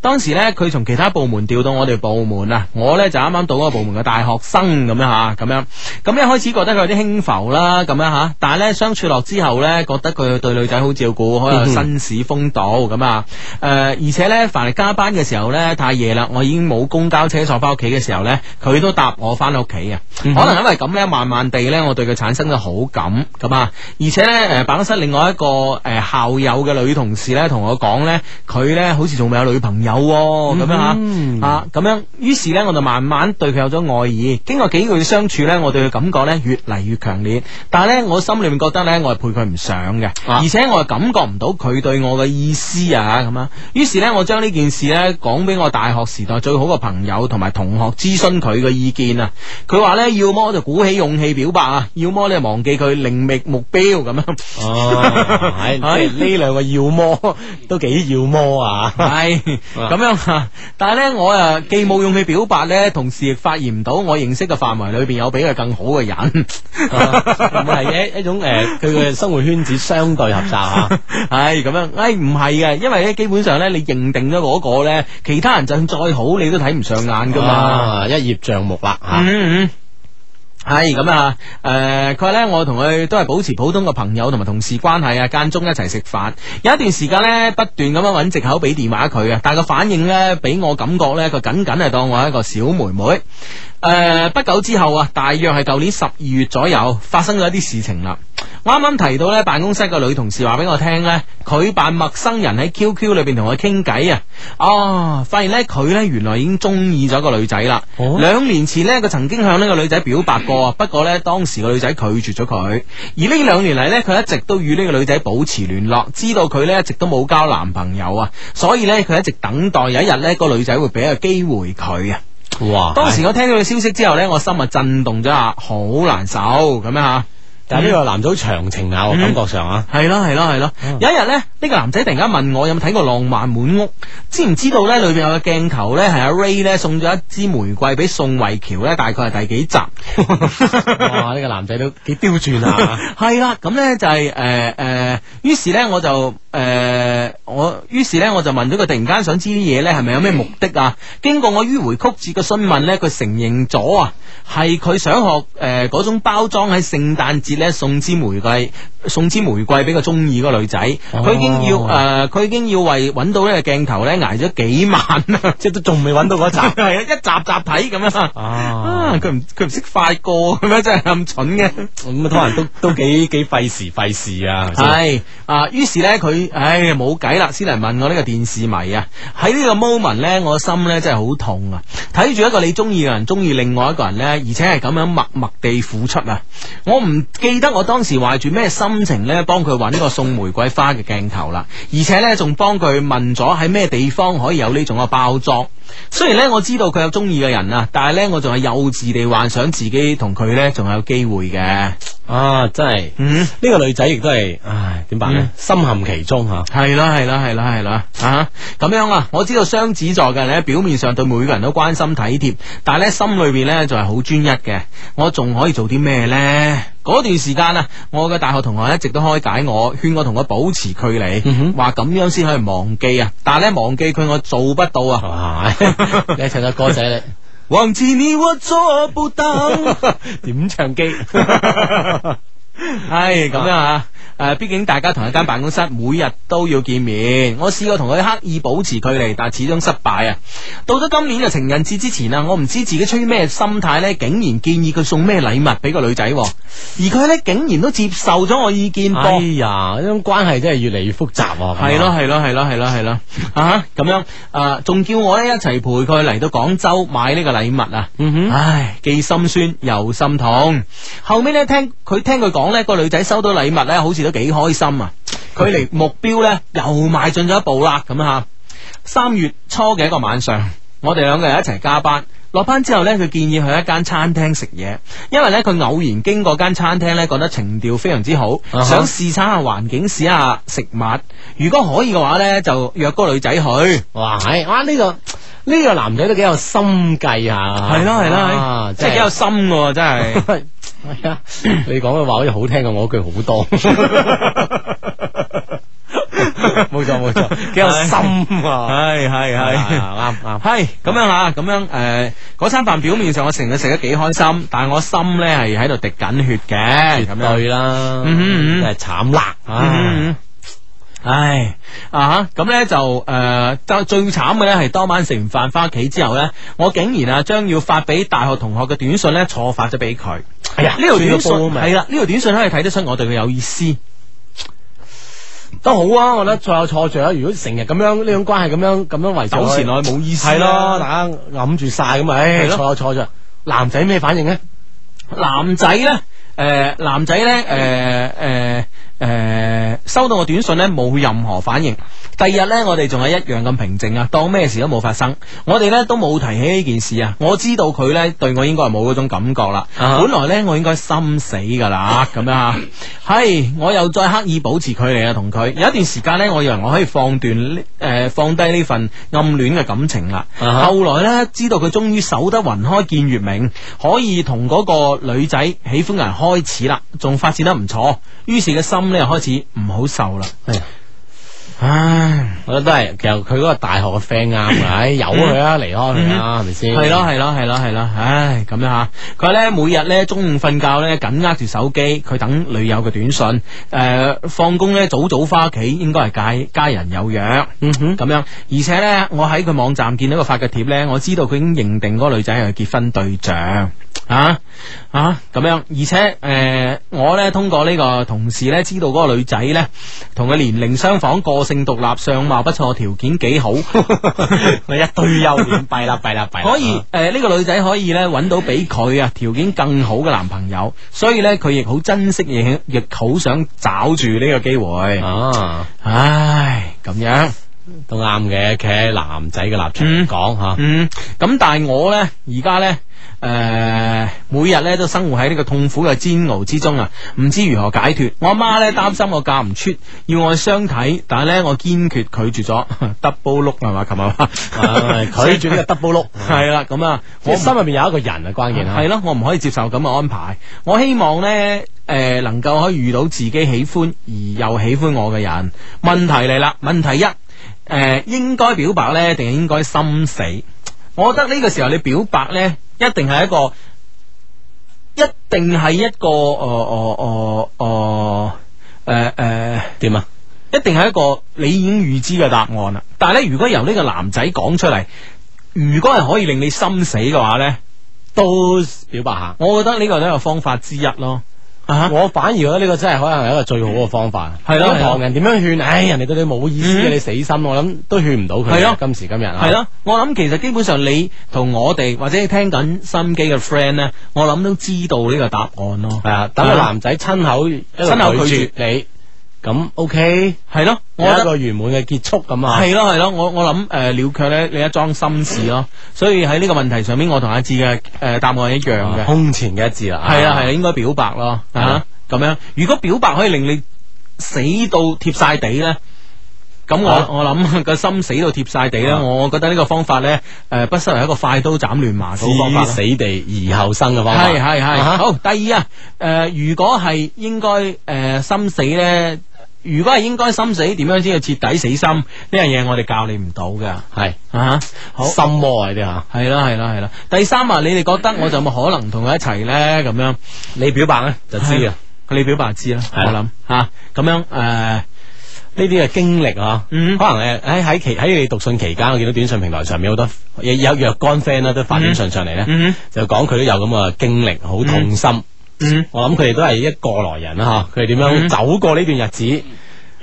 Speaker 14: 當時咧佢從其他部門調到我哋部門啊，我咧就啱啱到嗰個部門嘅大學生咁樣吓，咁樣，咁一開始覺得佢有啲輕浮啦，咁樣吓，但係咧相處落之後咧，覺得佢對女仔好照顧，好有
Speaker 7: 嗯哼
Speaker 14: 新市風度咁啊！誒、而且咧，凡係加班嘅時候咧，太夜啦，我已經冇公交車坐翻屋企嘅時候咧，佢都搭我翻屋企啊。
Speaker 7: 嗯
Speaker 14: 可能因為咁咧，慢慢地咧，我對佢產生咗好感咁啊。而且咧，誒、辦公室另外一個誒、校友嘅女同事咧，同我講咧，佢咧好似仲未有女朋友喎咁、樣嚇、啊，咁樣。於是咧，我就慢慢對佢有咗愛意。經過幾個月相處咧，我對佢感覺咧越嚟越強烈。但係咧，我心裏面覺得咧，我係配佢唔上嘅，
Speaker 7: 啊
Speaker 14: 而且我係感覺唔到佢對我嘅意思啊咁啊。於是咧，我將呢件事咧講俾我大學時代最好嘅朋友同埋同學諮詢佢嘅意見啊。佢話咧，要麼就鼓起勇氣表白啊，要麼咧忘記佢，另覓目標咁哎樣。
Speaker 7: 哦，
Speaker 14: [laughs]
Speaker 7: 係即係呢兩個要魔都幾要魔啊！
Speaker 14: 系咁樣啊！但係咧，我啊既冇勇氣表白咧，同時亦發現唔到我認識嘅範圍裏边有比佢更好嘅人。
Speaker 7: 會唔會係一一種诶，佢嘅生活圈子相對狹窄吓。
Speaker 14: 系咁樣，诶唔啊係嘅，因為咧基本上咧你認定咗嗰個咧，其他人就算再好你都睇唔上眼噶嘛
Speaker 7: 啊，一葉障目啦吓。
Speaker 14: 嗯嗯。系咁啊，诶、佢话咧，我同佢都系保持普通嘅朋友同埋同事關係啊，間中一齊食飯。有一段時間咧，不斷咁樣揾藉口俾電話佢啊，但係個反應咧，俾我感覺咧，佢僅僅係當我係一個小妹妹。诶、不久之後啊，大約係舊年十二月左右，發生咗一啲事情啦。我啱啱提到咧，辦公室個女同事話俾我聽咧，佢扮陌生人喺 QQ 裏边同佢傾偈啊，哦，發現咧佢咧原來已經中意咗個女仔啦。
Speaker 7: 哦
Speaker 14: 兩年前呢，佢曾經向呢個女仔表白過啊，不過呢，當時個女仔拒絕咗佢。而呢兩年嚟呢，佢一直都與呢個女仔保持聯絡，知道佢呢一直都冇交男朋友啊，所以呢，佢一直等待有一日呢個女仔會俾個機會佢啊。
Speaker 7: 哇！
Speaker 14: 當時我聽到佢消息之後呢，我心啊震動咗下，好難受咁樣啊吓。
Speaker 7: 但係呢個男仔好長情啊，我感覺上啊。
Speaker 14: 系嗯咯系咯系咯，有一日咧，呢、呢個男仔突然間問我有冇睇過《浪漫滿屋》，知唔知道咧裏边有個鏡頭咧係阿 Ray 咧送咗一支玫瑰俾宋慧喬咧，大概係第
Speaker 7: [laughs]
Speaker 14: 幾集？
Speaker 7: 哇！呢個男仔都幾刁鑽啊！
Speaker 14: [laughs] 系啦，咁咧就係诶诶，于、是咧我就诶、我於是咧我就問咗佢，突然間想知啲嘢咧係咪有咩目的啊？經過我迂迴曲折嘅詢問咧，佢承認呃咗啊，係佢想學诶嗰、種包裝喺聖誕節咧送支玫瑰。誒、送支玫瑰俾個中意嗰個女仔，佢、已經要诶，呃佢、已經要為揾到呢個鏡頭咧捱咗幾晚啦， [laughs] 即系都仲未揾到嗰 [laughs] 集，系啊，一集集睇咁樣啊，佢唔佢唔識快過咁樣，真係咁蠢嘅，咁啊
Speaker 7: 可能都
Speaker 14: 都几几费时费事啊系啊，於是咧佢，唉冇計啦，先嚟問我呢個電視迷啊。喺呢個 moment 咧，我心咧真係好痛啊！睇住一個你中意嘅人中意另外一個人咧，而且係咁樣默默地付出啊！我唔記得我當時懷住咩心情咧，幫佢揾個送玫瑰花嘅鏡頭啦，而且咧仲幫佢問咗喺咩地方可以有呢種嘅包裝。雖然咧我知道佢有中意嘅人啊，但係咧我仲係幼稚地幻想自己同佢咧仲有機會嘅。
Speaker 7: 啊，真係
Speaker 14: 嗯，
Speaker 7: 呢個女仔亦都係，唉，點辦咧？深陷其中啊吓。
Speaker 14: 系啦系啦系啦系啦啊！咁样啊，我知道雙子座嘅人咧，表面上對每個人都關心體貼，但係咧心裏邊咧就係好專一嘅。我仲可以做啲咩呢？嗰段時間啊，我嘅大學同學一直都開解我，勸我同佢保持距
Speaker 7: 嗯
Speaker 14: 離，話咁、樣先可以忘記啊。但係咧忘記佢，我做不到
Speaker 7: [laughs]
Speaker 14: 啊。你唱首歌仔你。忘記你我做不到，點唱機？ [laughs]
Speaker 7: [laughs]
Speaker 14: 系咁样啊！诶，毕竟大家同一间办公室，每日都要见面。我试过同佢刻意保持距离，但始终失败啊！到咗今年嘅情人节之前啊，我唔知自己出於咩心态呢，竟然建議佢送咩禮物俾個女仔喎，而佢呢，竟然都接受咗我意見噃。
Speaker 7: 哎呀，呢種關係真係越嚟越複雜啊！
Speaker 14: 系咯系咯系咯系咯系咯啊咁样啊，仲叫我咧一齊陪佢嚟到廣州買呢個禮物啊！
Speaker 7: 嗯
Speaker 14: 唉，既心酸又心痛。後尾咧聽佢聽佢講咧，個女仔收到禮物咧，好似都幾開心
Speaker 7: [laughs]
Speaker 14: 啊！距離目標咧又邁進咗一步啦，咁吓。三月初嘅一個晚上，我哋兩個人一齊加班。落班之後呢，佢建議去一間餐廳食嘢，因為呢，佢偶然經過間餐廳呢，覺得情調非常之好
Speaker 7: 啊哈
Speaker 14: 想視察下環境，試下食物。如果可以嘅話呢，就約嗰個女仔去。
Speaker 7: 哇，係哇呢、個呢、個男仔都幾有心計啊！
Speaker 14: 係咯係哎
Speaker 7: 啊
Speaker 14: 咯，即係幾有。心喎，真係。
Speaker 7: [laughs] 系啊，
Speaker 14: [laughs]
Speaker 7: 你講嘅話好似好聽過我嗰句好多。
Speaker 14: [laughs]
Speaker 7: 冇錯冇錯， [laughs] 幾有心啊！
Speaker 14: 系系系，
Speaker 7: 啊啱啱。
Speaker 14: 系咁样吓，咁样诶，嗰餐飯表面上我成日食得幾開心，但係我心呢係喺度滴緊血嘅，咁樣
Speaker 7: 對啦，
Speaker 14: 嗯嗯嗯
Speaker 7: 真係慘啦啊！
Speaker 14: 嗯唉啊咁咧就诶，呃就、最慘嘅咧係當晚食完飯翻屋企之後咧，我竟然啊將要發俾大學同學嘅短信咧錯發咗俾佢。
Speaker 7: 哎呀
Speaker 14: 呢條短信
Speaker 7: 算個報啊咪
Speaker 14: 係啦，呢條短信可以睇得出我對佢有意思。
Speaker 7: [laughs] 都好啊，我覺得錯有錯着啊。如果成日咁樣呢種關係咁樣咁樣維持，
Speaker 14: 糾纏落去冇意思啊
Speaker 7: 係咯，大家揞住晒咁啊，唉，
Speaker 14: 係
Speaker 7: 錯
Speaker 14: 咯
Speaker 7: 有錯着。男仔咩反應咧？
Speaker 14: 男仔咧，诶、男仔咧，诶、诶、诶，呃收到我短信咧，冇任何反應。第二日咧，我哋仲係一樣咁平靜啊，當咩事都冇發生。我哋咧都冇提起呢件事啊。我知道佢咧對我應該係冇嗰種感覺啦。
Speaker 7: 啊哈
Speaker 14: 本來咧我應該心死㗎啦，咁樣啊。係，我又再刻意保持距離啊，同佢有一段時間咧，我以為我可以放段呢诶、放低呢份暗戀嘅感情啦。
Speaker 7: 啊哈
Speaker 14: 後來咧，知道佢終於守得雲開見月明，可以同嗰個女仔喜歡嘅人開始啦，仲發展得唔錯。於是嘅心咧又開始唔好受啦。
Speaker 7: 哎
Speaker 14: 唉，
Speaker 7: 我覺得都係，其實佢嗰個大學嘅 friend 啱啊，唉，由佢啊，離開佢啦，係咪先？
Speaker 14: 係咯係咯係咯係咯，唉咁樣吓。佢咧每日咧中午瞓覺咧緊握住手機，佢等女友嘅短信。誒、放工咧早早翻屋企，應該係家家人有約。嗯哼，咁樣。而且咧，我喺佢網站見到個發嘅帖咧，我知道佢已經認定嗰個女仔係佢結婚對象。啊啊咁樣，而且诶、呃我咧通過呢個同事咧，知道嗰個女仔咧同佢年齡相仿，個性獨立，相貌不錯，條件幾好， [laughs]
Speaker 7: 我一堆優點，弊啦弊啦弊啦。啊
Speaker 14: 可以诶，呢、個女仔可以咧揾到比佢啊條件更好嘅男朋友，所以咧佢亦好珍惜，亦亦好想找住呢個機會。
Speaker 7: 啊，
Speaker 14: 唉，咁樣
Speaker 7: 都啱嘅，企喺男仔嘅立場講吓。
Speaker 14: 嗯，咁但係我咧而家咧。诶、每日咧都生活喺呢個痛苦嘅煎熬之中啊，唔知如何解脱。我阿媽咧擔心我嫁唔出，要我去相睇，但係咧我堅決拒絕咗 [laughs] double look 係嘛，琴日 [laughs]
Speaker 7: 唉
Speaker 14: 話
Speaker 7: 拒絕呢個 double look
Speaker 14: 係啦，咁啊，
Speaker 7: 即係心入邊
Speaker 14: 有一個人啊，關
Speaker 7: 鍵啊
Speaker 14: 係咯，我唔可以接受咁嘅安排。我希望呢，誒、能夠可以遇到自己喜歡而又喜歡我嘅人。問題嚟啦，問題一，誒、應該表白呢，定係應該心死？我覺得呢個時候你表白呢，一定係一個，呃一定係一個，哦哦哦哦。誒、诶诶点啊？一定係一個你已經預知嘅答案啦。但係咧，如果由呢個男仔講出嚟，如果係可以令你心死嘅話咧，都表白下。我覺得呢個都係一個方法之一
Speaker 7: 啊
Speaker 14: 咯。啊
Speaker 7: 我反而覺得呢個真係可能係一個最好嘅方法。
Speaker 14: 係咯
Speaker 7: 因為
Speaker 14: 係咯
Speaker 7: 旁人點樣勸，唉，人哋對你冇意思嘅，
Speaker 14: 嗯
Speaker 7: 你死心，我諗都勸唔到佢。
Speaker 14: 係咯
Speaker 7: 今時今日啊
Speaker 14: 系咯，，我諗其實基本上你同我哋或者聽緊心機嘅 friend 咧，我諗都知道呢個答案咯。
Speaker 7: 係啊，等個男仔親口
Speaker 14: 親口拒
Speaker 7: 絕你，咁 OK，
Speaker 14: 係咯，我
Speaker 7: 有
Speaker 14: 覺
Speaker 7: 一
Speaker 14: 得
Speaker 7: 個圓滿嘅結束咁啊。
Speaker 14: 系咯系咯，我我谂诶，了卻咧你一桩心事咯，所以喺呢個問題上面，我同阿志嘅诶答案係一樣嘅，
Speaker 7: 啊空前嘅一字啦。
Speaker 14: 係啊係啊，應該表白咯啊咁樣。如果表白可以令你死到貼晒地咧。咁我
Speaker 7: 啊
Speaker 14: 我谂 [laughs] 個心死到貼晒地咧，
Speaker 7: 啊
Speaker 14: 我覺得呢個方法咧，诶不失為一個快刀斬亂麻嘅好方法
Speaker 7: 置
Speaker 14: 咯。
Speaker 7: 死地而後生嘅方法。
Speaker 14: 系系系，
Speaker 7: 啊哈
Speaker 14: 好第二啊，诶、如果系應該诶、呃心死咧，如果係應該心死，點樣先叫徹底死心？呢樣嘢我哋教你唔到噶。
Speaker 7: 系
Speaker 14: 啊，好
Speaker 7: 心魔啊呢啲啊，
Speaker 14: 系啦系啦系啦。第三啊，你哋覺得我就有冇可能同佢一齊咧？咁樣
Speaker 7: 你表白咧就知啊，
Speaker 14: 你表白知啦，我
Speaker 7: 啦啊
Speaker 14: 諗吓咁樣诶。
Speaker 7: 呢啲嘅經歷啊，
Speaker 14: 嗯
Speaker 7: 可能誒喺喺期喺你讀信期間，我見到短信平台上面好多有有若干 friend 啦，都發短信上嚟咧，
Speaker 14: 嗯
Speaker 7: 就講佢都有咁嘅經歷，好痛心。
Speaker 14: 嗯
Speaker 7: 我諗佢哋都係一過來人啦，嚇，佢哋點
Speaker 14: 嗯
Speaker 7: 樣走過呢段日子？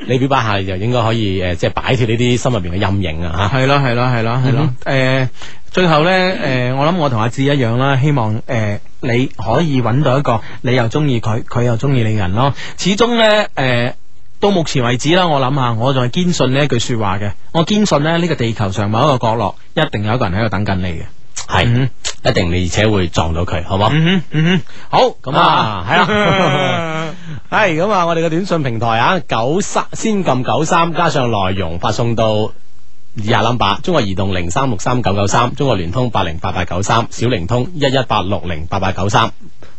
Speaker 7: 你表白下就應該可以誒、呃即係擺脱呢啲心入邊嘅陰影啊！
Speaker 14: 系咯系咯系咯系咯
Speaker 7: 嗯，
Speaker 14: 诶、最後咧，诶、我諗我同阿志一樣啦，希望诶、你可以揾到一個你又中意佢，佢又中意你嘅人咯。始呃終咧，诶、到目前為止啦，我諗下，我仲係堅信呢一句说話嘅，我堅信咧呢、呢個地球上某一個角落，一定有一個人喺度等緊你嘅。嗯
Speaker 7: 嚇，係、一定你而且會撞到佢，好唔好？
Speaker 14: 嗯哼嗯哼，好
Speaker 7: 咁啊，係啦。 [laughs]
Speaker 14: 啊，
Speaker 7: 系咁啊！我哋嘅短信平台啊，九三先揿九三，加上內容發送到以下 number：中國移動零三六三九九三，中國聯通八零八八九三，小靈通一一八六零八八九三。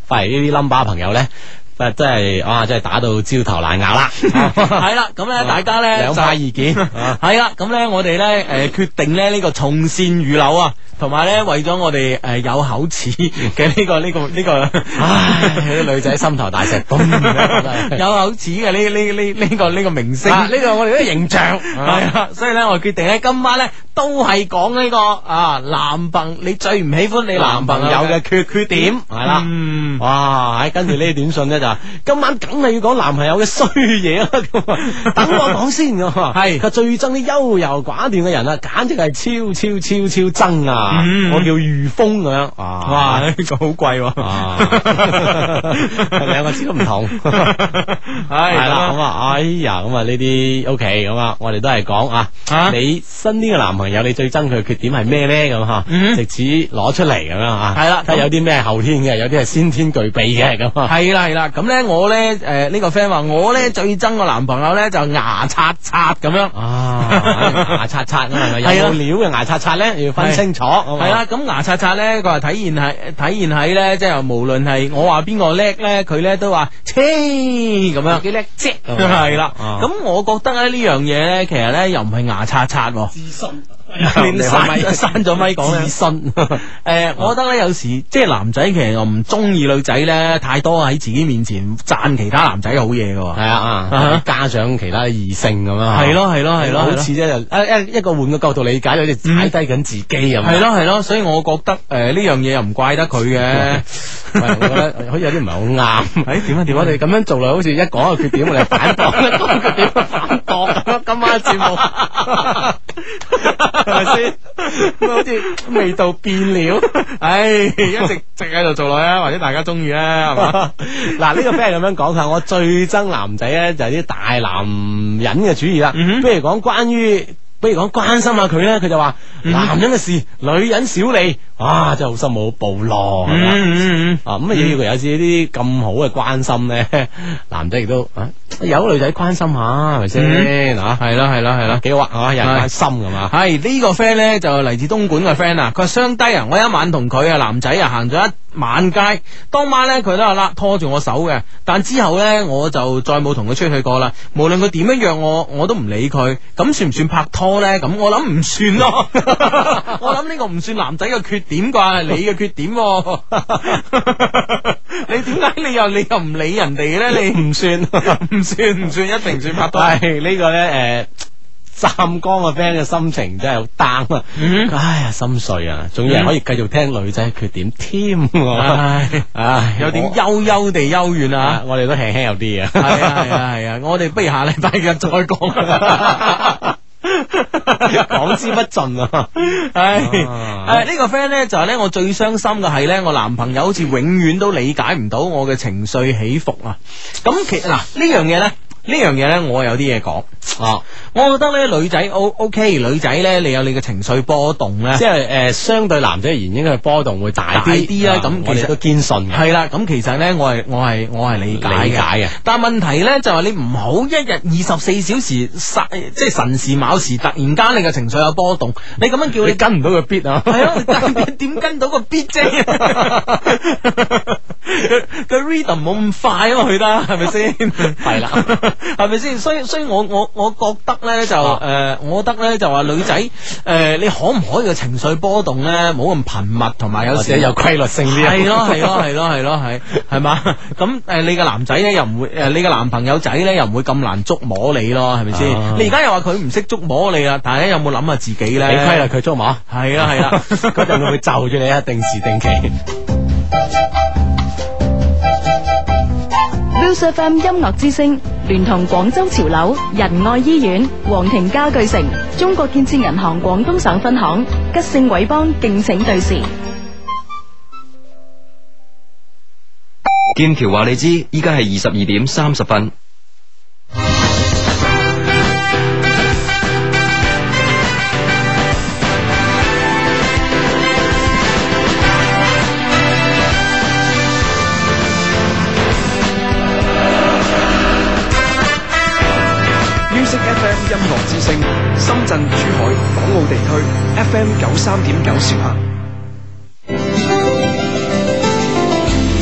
Speaker 7: 發嚟呢啲 number 嘅朋友咧，啊真係哇，真係打到焦頭爛額啦！
Speaker 14: 係啦，咁咧大家咧
Speaker 7: 兩啊派意
Speaker 14: [laughs]
Speaker 7: 見啊
Speaker 14: 系啦，咁咧我哋咧诶决定咧呢個從善如流啊，同埋咧為咗我哋诶有口
Speaker 7: [laughs]
Speaker 14: 齒嘅呢個呢個呢個，唉，
Speaker 7: 啲女仔心頭大
Speaker 14: [laughs]
Speaker 7: 石咚，
Speaker 14: 有口齒嘅呢呢呢呢個呢個明星，
Speaker 7: 啊呢個我哋嘅形象
Speaker 14: 係啊，所以咧我決定咧今晚咧都係講呢個啊男朋你最唔喜歡你男
Speaker 7: 男
Speaker 14: 朋
Speaker 7: 朋
Speaker 14: 友
Speaker 7: 友
Speaker 14: 嘅
Speaker 7: 嘅缺缺點
Speaker 14: 嗯
Speaker 7: 係啦，
Speaker 14: [laughs]
Speaker 7: 哇！喺跟住呢啲短信咧就話今晚梗係要講男朋友嘅衰嘢啦， [laughs] 咁啊等我講先咁啊，係佢最憎啲優柔寡斷嘅人啊，簡直係超超超超憎啊！
Speaker 14: 嗯
Speaker 7: 我叫御風咁樣，
Speaker 14: 哇
Speaker 7: 哇！啊
Speaker 14: 呢個好貴
Speaker 7: [laughs]
Speaker 14: 喎，
Speaker 7: 兩個字都唔同，
Speaker 14: [laughs] 係
Speaker 7: 係啦，
Speaker 14: 咁
Speaker 7: 咁啊，哎呀，咁啊呢啲 OK，咁啊，我哋都係講
Speaker 14: 啊
Speaker 7: 啊，你身邊嘅男朋友，你最憎佢嘅缺點係咩咧？咁吓，
Speaker 14: 嗯
Speaker 7: 直此攞出嚟咁樣啊，
Speaker 14: 係啦
Speaker 7: 睇下有啲咩係後天嘅，有啲係先天具備嘅咁啊，
Speaker 14: 系啦系啦，咁咧我咧诶呢個 friend 話我咧最憎個男朋友咧就牙刷刷咁樣。
Speaker 7: 啊，牙刷刷啊嘛，有
Speaker 14: 係啊
Speaker 7: 冇料嘅牙刷刷咧，要分清楚，啊
Speaker 14: 系啦，，咁牙刷刷咧，佢話體現喺體現喺咧，即係無論係我話邊個叻咧，佢咧都話切咁樣，幾叻啫，係啦。
Speaker 7: 啊
Speaker 14: 咁我覺得咧呢樣嘢咧，其實咧又唔係牙刷刷喎，自
Speaker 2: 身
Speaker 14: [laughs] 你刪 [laughs] 刪咗咪講咧
Speaker 7: 自。
Speaker 14: [laughs]
Speaker 7: 身，
Speaker 14: 诶、我覺得咧有時即係男仔其實又唔中意女仔咧，太多喺自己面前讚其他男仔好嘢噶。
Speaker 7: 係啊
Speaker 14: 啊
Speaker 7: 啊，加上其他異性咁樣，
Speaker 14: 係咯係咯係咯
Speaker 7: 好似咧就一一一個換個角度理解，好似踩低緊自己咁，
Speaker 14: 係咯係咯，所以我覺得诶呢樣嘢又唔怪得佢嘅。
Speaker 7: 喂，我覺得好似有啲唔係好啱。
Speaker 14: 诶點啊點啊
Speaker 7: 我哋咁樣做落，好似一講個缺點，我哋反駁一講缺點反駁。今晚嘅節目係咪先？咁好似味道變
Speaker 14: [laughs]
Speaker 7: 了。
Speaker 14: 唉，一直直喺度做落啊，或者大家中意啊啦，系嘛？
Speaker 7: [laughs] 嗱，呢個 friend 咁樣講佢話，我最憎男仔咧就係啲大男人嘅主義啦。不如講關於。不如講關心下佢咧，佢就話男人嘅事，女人少理，哇，真係好心冇報咯，係嘛
Speaker 14: 嗯嗯
Speaker 7: 啊，咁啊，要佢有時呢啲咁好嘅關心咧， [laughs] 男仔亦都啊，有女仔關心下，係咪先啊？
Speaker 14: 系啦系啦系啦，
Speaker 7: 幾好啊，啊有人
Speaker 14: 係 [laughs]
Speaker 7: 關心咁啊，
Speaker 14: 系呢個 friend 咧就嚟自東莞嘅 friend 啊，佢話雙低啊，我有一晚同佢啊男仔啊行咗一晚街，當晚咧佢都係啦拖住我手嘅，但之後咧我就再冇同佢出去過啦。無論佢點樣約我，我都唔理佢，咁算唔算拍拖咧？咁我諗唔算咯，我 [laughs] 諗呢個唔算男仔嘅缺點啩，係你嘅缺點喎、你點解你又你又唔理人哋嘅咧？ [laughs] 你唔算，唔算， [laughs] 唔算，一定算拍拖。系呢個咧，诶。湛江嘅 friend 嘅心情真係好 down 啊！哎呀，心碎啊！仲有人可以繼續聽女仔嘅缺點添喎，
Speaker 8: 唉
Speaker 14: 唉，有點悠悠地幽怨啊！
Speaker 8: 我哋都輕輕有啲啊，
Speaker 14: 係啊係啊係啊！我哋不如下禮拜日再講。 [laughs]
Speaker 8: 講之不盡啊！
Speaker 14: 唉，啊诶，呢個 friend 咧就係咧，我最傷心嘅係咧，我男朋友好似永遠都理解唔到我嘅情緒起伏啊！咁其嗱呢樣嘢咧。呢樣嘢呢，我有啲嘢講啊！我覺得呢，女仔 O O K，女仔呢，你有你嘅情緒波動呢，
Speaker 8: 即係
Speaker 14: 诶，相對男仔而言，應該波動會大
Speaker 8: 啲
Speaker 14: 啲啦。咁
Speaker 8: 啊我哋都
Speaker 14: 堅信係啦。咁其實呢，我係我係我係理解
Speaker 8: 理解嘅
Speaker 14: 但問題咧就係你唔好一日二十四小時殺即係神時卯時，突然間你嘅情緒有波動，你咁樣叫你跟唔到個 beat 啊？係啊，你跟 beat 點跟到個 beat [laughs] 啫？個 rhythm 冇咁快啊嘛，去得係咪先？係啦，係咪先？所以所以我我我覺得咧就
Speaker 8: 啊
Speaker 14: 誒、呃我覺得咧就話女仔誒、呃你可唔可以個情緒波動咧冇咁頻密，同埋有
Speaker 8: 或者
Speaker 14: 時
Speaker 8: 有規律性啲啊
Speaker 14: 係咯係咯係咯係咯係係嘛？咁誒你嘅男仔咧又唔會誒你嘅男朋友仔咧又唔會咁難捉摸你咯，係咪先
Speaker 8: 啊？
Speaker 14: 你而家又話佢唔識捉摸你啦，但係咧有冇諗下自己咧？
Speaker 8: 你規律
Speaker 14: 佢捉摸，係啦係啊啦， [laughs] 嗰陣佢會就住你啊，定時定期。
Speaker 5: Music FM 音乐之声联同广州潮流仁爱医院、皇庭家具城、中国建设银行广东省分行、吉盛伟邦敬请对视。
Speaker 7: 剑桥话你知，依家系二十二点三十分。
Speaker 24: Music FM 音樂之聲，深圳、珠海、港澳地區 FM 九三點九兆赫。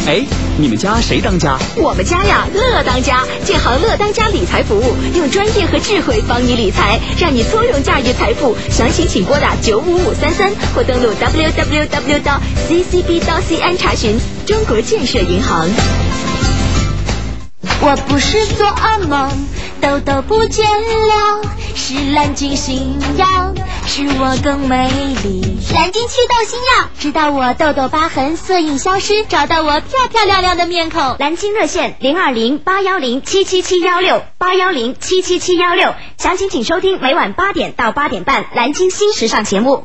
Speaker 1: 哎，你们家谁当家？
Speaker 11: 我们家呀，乐当家，建行乐当家理财服务，用专业和智慧帮你理财，让你从容驾驭财富。详情请拨打九五五三三或登录 www. 到 ccb. 到 cn 查询中国建设银行。
Speaker 3: 我不是做噩梦，痘痘不见了，是蓝鲸新药，使我更美丽。
Speaker 25: 蓝鲸祛痘新药，
Speaker 3: 直到我痘痘疤痕色印消失，找到我漂漂亮亮的面孔。
Speaker 25: 蓝鲸热线零二零八幺零七七七幺六八幺零七七七幺六，详情请收听每晚八点到八点半蓝鲸新时尚节目。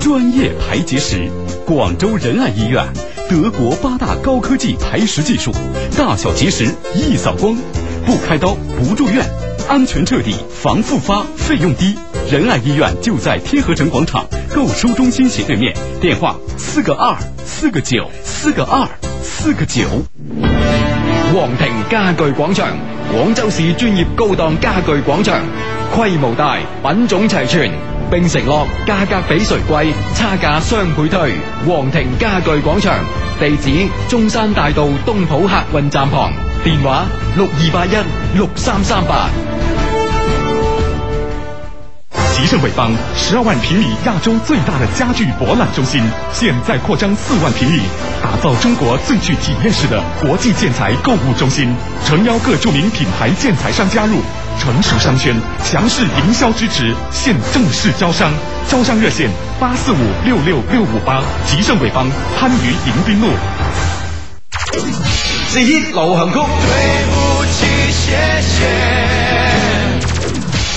Speaker 26: 专业排结石，广州仁爱医院，德国八大高科技排石技术，大小结石一扫光，不开刀不住院，安全彻底，防复发，费用低。仁爱医院就在天河城广场购书中心斜对面，电话四个二四个九四个二四个九。
Speaker 7: 皇庭家具广场，广州市专业高档家具广场，规模大，品种齐全，并承诺价格比谁贵，差价双倍退。皇庭家具广场地址：中山大道东圃客运站旁，电话六二八一六三三八。
Speaker 4: 吉盛伟邦十二万平米亚洲最大的家具博览中心，现在扩张四万平米，打造中国最具体验式的国际建材购物中心，诚邀各著名品牌建材商加入，成熟商圈，强势营销支持，现正式招商，招商热线八四五六六六五八，吉盛伟邦番禺迎宾路。
Speaker 7: 是 hit 流行曲。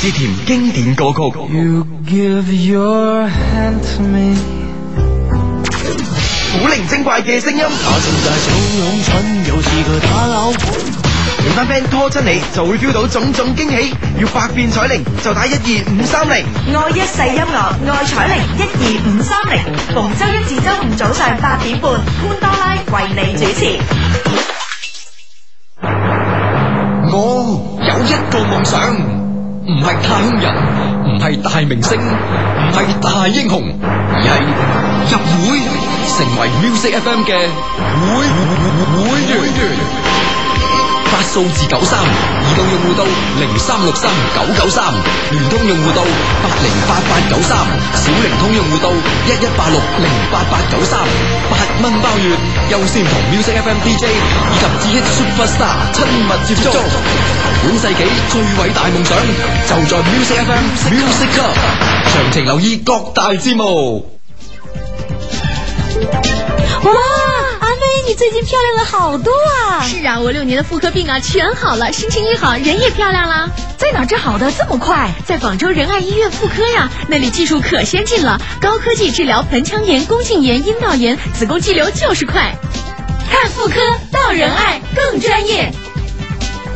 Speaker 7: 之甜經典歌曲。
Speaker 27: Give your hand to me。
Speaker 7: 古靈精怪嘅聲音。我正在
Speaker 27: 怂恿蠢，又是個打擾。
Speaker 7: 同班 friend 拖親你，就會 feel 到種種驚喜。要百變彩鈴，就打一二五三零。
Speaker 28: 爱一世音乐，爱彩铃一二五三零，逢周一至周五早上八点半，潘多拉为你主持。
Speaker 7: 我有一個夢想，唔係太空人，唔係大明星，唔係大英雄，而係入會成為 Music FM 嘅會會員。發數字九三，移動用戶到零三六三九九三，聯通用戶到八零八八九三，小靈通用戶到一一八六零八八九三，八蚊包月，優先同 Music FM DJ 以及至 h Superstar 親密接觸，本世紀最偉大夢想就在 Music FM Music Club，詳情留意各大節目。
Speaker 29: 哇，阿妹，你最近漂亮了好多啊！
Speaker 11: 是啊，我六年的妇科病啊全好了，心情一好，人也漂亮啦。在哪治好的这么快？在广州仁爱医院妇科呀，那里技术可先进了，高科技治疗盆腔炎、宫颈炎、阴道炎、子宫肌瘤就是快。看妇科到仁爱更专业。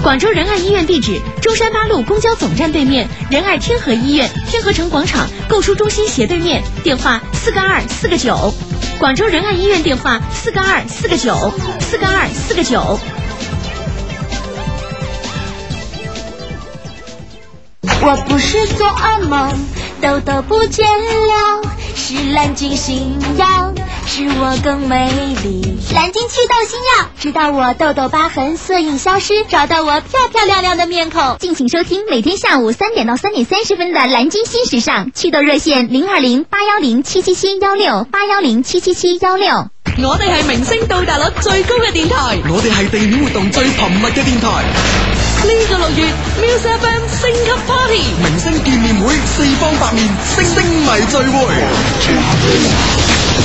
Speaker 11: 广州仁爱医院地址：中山八路公交总站对面，仁爱天河医院天河城广场购书中心斜对面，电话四个二四个九。广州仁爱医院电话四个二四个九四个二四个九。
Speaker 3: 我不是做噩梦，痘痘不见了，是蓝鲸新药，使我更美丽。
Speaker 29: 蓝鲸祛痘新药，
Speaker 3: 直到我痘痘疤痕色印消失，找到我漂漂亮亮的面孔。
Speaker 30: 敬请收听每天下午三点到三点三十分的《蓝鲸新时尚》，祛痘热线零二零八幺零七七七幺六八幺零七七七幺六。
Speaker 11: 我哋系明星到达率最高嘅电台。
Speaker 7: 我哋係地面活動最頻密嘅電台，
Speaker 11: 呢个六月 Music FM 升级 Party，
Speaker 7: 明星見面會四方八面，星星迷聚會。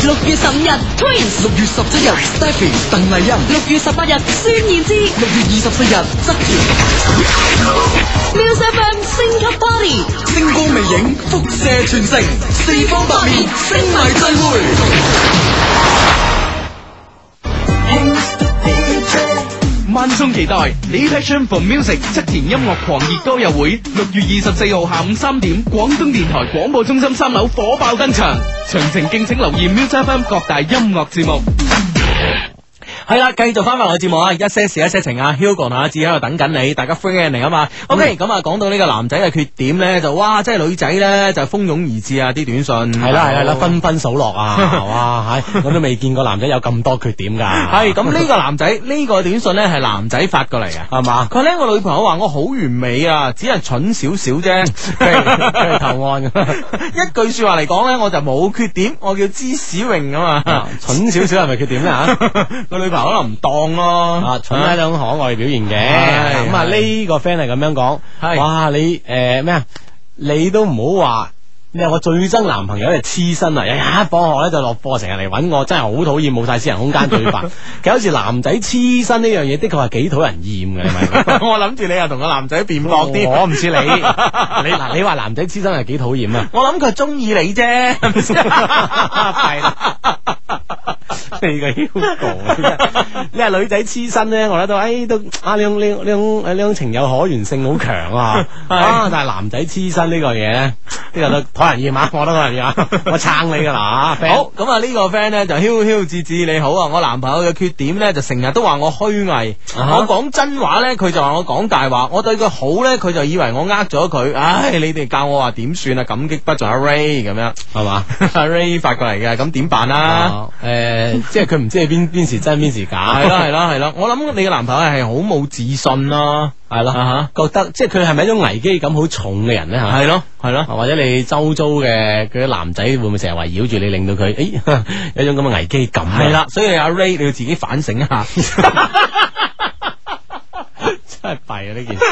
Speaker 11: 六月十五日 Twins，
Speaker 7: 六月十七日 Stephy 鄧麗欣，
Speaker 11: 六月十八日孫燕姿，
Speaker 7: 六月二十四日側田。
Speaker 11: Music FM 升級 Party，
Speaker 7: 星光魅影，輻射全城，四方八面，星迷聚會。
Speaker 31: 萬眾期待李 Passion for Music 側田音樂狂熱歌友會，六月二十四號下午三點，廣東電台廣播中心三樓火爆登場。詳情敬請留意 Music FM 各大音樂節目。
Speaker 14: 系啦，繼續翻返嚟節目啊！一些事一些情啊，Hugo 同阿志喺度等緊你，大家 friend 嚟啊嘛。OK，咁啊講到呢個男仔嘅缺點咧，就哇，即係女仔咧就蜂擁而至啊！啲短信
Speaker 1: 係啦係啦，紛紛數落啊！
Speaker 14: [laughs]
Speaker 1: 哇，係我都未見過男仔有咁多缺點㗎。
Speaker 14: 係咁呢個男仔呢個短信咧係男仔發過嚟嘅，係嘛？佢咧我女朋友話我好完美啊，只係蠢少少
Speaker 1: [laughs]
Speaker 14: 啫，佢係投案一句说話嚟講咧，我就冇缺點，我叫芝士榮啊嘛。
Speaker 1: 蠢少少係咪
Speaker 31: [laughs]
Speaker 1: 缺點
Speaker 14: [laughs]
Speaker 1: 咧嚇？
Speaker 14: 個女朋友可能唔當咯，
Speaker 1: 啊，蠢係一種可愛嘅表現
Speaker 14: 係
Speaker 1: 嘅。咁啊，呢個 friend 係咁樣講，哇，你誒咩啊？你都唔好話。你話我最憎男朋友就黐身啊！日日放學咧就落課，成日嚟揾我，真係好討厭，冇晒私人空間對
Speaker 14: [laughs]
Speaker 1: 白。其實好似男仔黐身呢樣嘢，的確係幾討人厭嘅，你明唔明？
Speaker 14: [laughs] 我諗住你又同個男仔辯駁啲，
Speaker 1: 我唔知你，你嗱，你話男仔黐身係幾討厭
Speaker 14: [laughs]
Speaker 1: 啊？
Speaker 14: 我諗佢係中意你啫，
Speaker 31: [laughs]
Speaker 14: 係咪先？
Speaker 1: 你個 Hugo，你啊係女仔黐身咧，我覺得都，哎，都啊，呢種呢種呢種呢種情有可原性好強啊！啊，但係男仔黐身呢個嘢咧，呢個都討人厭啊！我覺得討人厭
Speaker 14: [laughs]
Speaker 1: 啊！我撐你噶啦嚇，
Speaker 14: 好，咁啊呢個 friend 咧就囂囂志志你好啊，我男朋友嘅缺點咧就成日都話我虛偽，
Speaker 1: 啊
Speaker 14: 我講真話咧佢就話我講大話，我對佢好咧佢就以為我呃咗佢，唉你哋教我話點算啊？感激不盡阿 Ray 咁樣
Speaker 1: 係嘛？
Speaker 14: 阿 Ray 發過嚟嘅，咁點辦啊？
Speaker 1: 誒，呃 [laughs] 即係佢唔知你邊邊時真邊時假，
Speaker 14: 係啦係啦係啦，我諗你嘅男朋友係好冇自信咯，啊
Speaker 1: 係啦，覺得即係佢係咪一種危機感好重嘅人咧嚇？啊
Speaker 14: 係咯係咯，
Speaker 1: 或者你周遭嘅嗰啲男仔會唔會成日圍繞住你，令到佢誒 [laughs] 有一種咁嘅危機感啊？
Speaker 14: 係啦，所以阿 Ray 你要自己反省一
Speaker 1: [laughs]
Speaker 14: 下。
Speaker 1: 真係弊啊呢件事。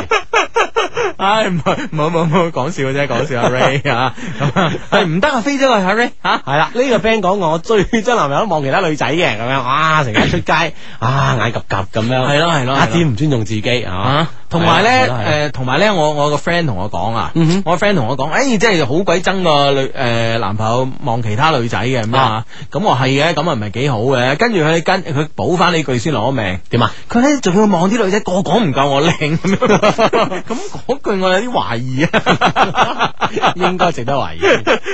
Speaker 14: [laughs] 唉，唔係冇冇冇講笑嘅啫，講
Speaker 1: [laughs]
Speaker 14: 笑阿 Ray 啊，咁係唔得啊，飛咗去阿 Ray 吓，
Speaker 1: 系啦，呢個 friend 講我最憎男朋友望其他女仔嘅咁樣，啊，成日出街啊眼及及咁
Speaker 14: 係
Speaker 1: 樣，
Speaker 14: 咯係咯係咯
Speaker 1: 一啲唔尊重自己啊
Speaker 14: 啊，，同埋
Speaker 1: 係啦係啦啊嗯
Speaker 14: 咧，誒，同埋咧，我我個 friend 同我講啊，我 friend 同我講，誒，即係好鬼憎個女誒男朋友望其他女仔嘅咁啊，咁我係嘅，咁啊唔係幾好嘅，跟住佢跟佢補翻呢句先攞命，
Speaker 1: 點啊？
Speaker 14: 佢咧仲要望啲女仔個個唔夠我靚咁
Speaker 1: [laughs]
Speaker 14: 樣，咁嗰句我有啲懷疑啊， [laughs]
Speaker 1: 應該值得懷疑。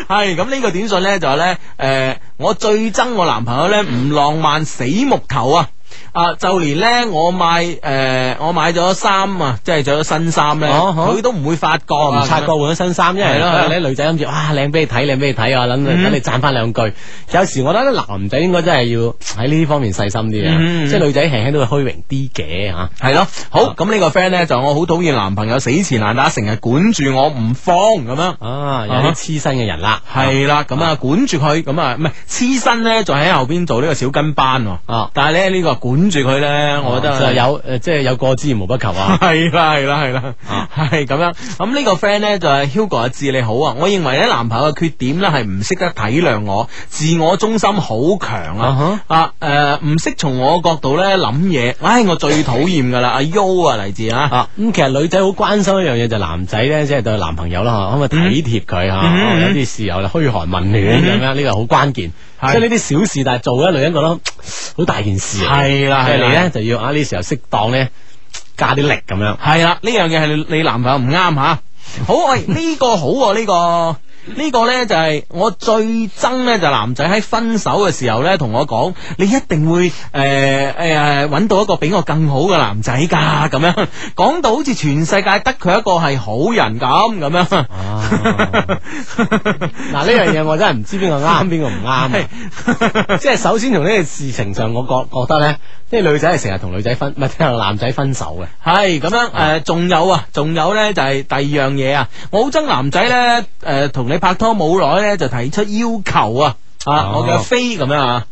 Speaker 14: 係咁呢個短信咧就係咧，誒，我最憎我男朋友咧唔浪漫死木頭啊！啊，就連咧我買誒、呃我買咗衫啊，即係着咗新衫咧，佢、
Speaker 7: 哦好
Speaker 14: 都唔會發覺
Speaker 7: 哦
Speaker 14: 啊，
Speaker 7: 唔察覺換咗新衫，因為
Speaker 14: 係咯係咯
Speaker 7: 咧女仔諗住哇靚俾你睇，靚俾你睇啊，諗
Speaker 14: 嗯
Speaker 7: 等你讚翻兩句。有時我覺得咧男仔應該真係要喺呢方面細心啲啊，
Speaker 14: 嗯嗯
Speaker 7: 即係女仔輕輕都會虛榮啲嘅啊吓。
Speaker 14: 系咯，好咁呢個 friend 咧就我好討厭男朋友死纏爛打，成日管住我唔放咁樣
Speaker 7: 啊，有啲黐身嘅人啦，
Speaker 14: 係啦，咁啊管住佢，咁啊唔係黐身咧，就喺後邊做呢個小跟班喎。
Speaker 7: 啊，
Speaker 14: 但係咧呢個管住佢咧，我覺得
Speaker 7: 哦就有诶，即係有過之而無
Speaker 31: [laughs]
Speaker 7: 不
Speaker 14: [laughs]
Speaker 7: 及啊。
Speaker 14: 係啦，係啦，係啦，係咁樣。咁呢個 friend 咧就係 Hugo 阿志你好啊，我認為咧男朋友嘅缺點咧係唔識得體諒我，自我中心好強啊，
Speaker 7: Uh-huh
Speaker 14: 啊誒唔識從我角度咧諗嘢，唉我最討厭噶啦，阿 U 啊嚟自啊。
Speaker 7: 咁其實女仔好關心一樣嘢就係男仔咧，即係對男朋友啦，嚇可唔可以體貼佢嚇？
Speaker 14: 嗯
Speaker 7: 可能有啲時候咧噓寒問暖咁樣，呢個好關鍵。即
Speaker 14: 係
Speaker 7: 係呢啲小事，但係做咧，女人覺得嘖好大件事嚟嘅。
Speaker 14: 係啦
Speaker 7: 所以
Speaker 14: 係啦
Speaker 7: 你咧就要啊呢時候適當咧加啲力咁樣。
Speaker 14: 係啦，呢樣嘢係你男朋友唔啱吓。
Speaker 7: [laughs]
Speaker 14: 好，喂，呢、個好喎、呢、個。呢個呢就係我最憎呢，就男仔喺分手嘅時候呢，同我講，你一定會呃誒誒揾到一個比我更好嘅男仔㗎，咁樣講到好似全世界得佢一個係好人咁咁樣。
Speaker 7: 哦嗱呢樣嘢我真係唔知邊個啱邊個唔啱
Speaker 14: [laughs]
Speaker 7: 啊！即係首先從呢件事情上，我覺覺得咧，呢個女仔係成日同女仔分，唔係同男仔分手嘅。
Speaker 14: 系咁样诶，誒仲、有啊，仲有咧就係第二樣嘢啊，我好憎男仔咧诶，誒同、你拍拖冇耐咧就提出要求啊，啊，
Speaker 7: 哦
Speaker 14: 我嘅飛咁樣啊，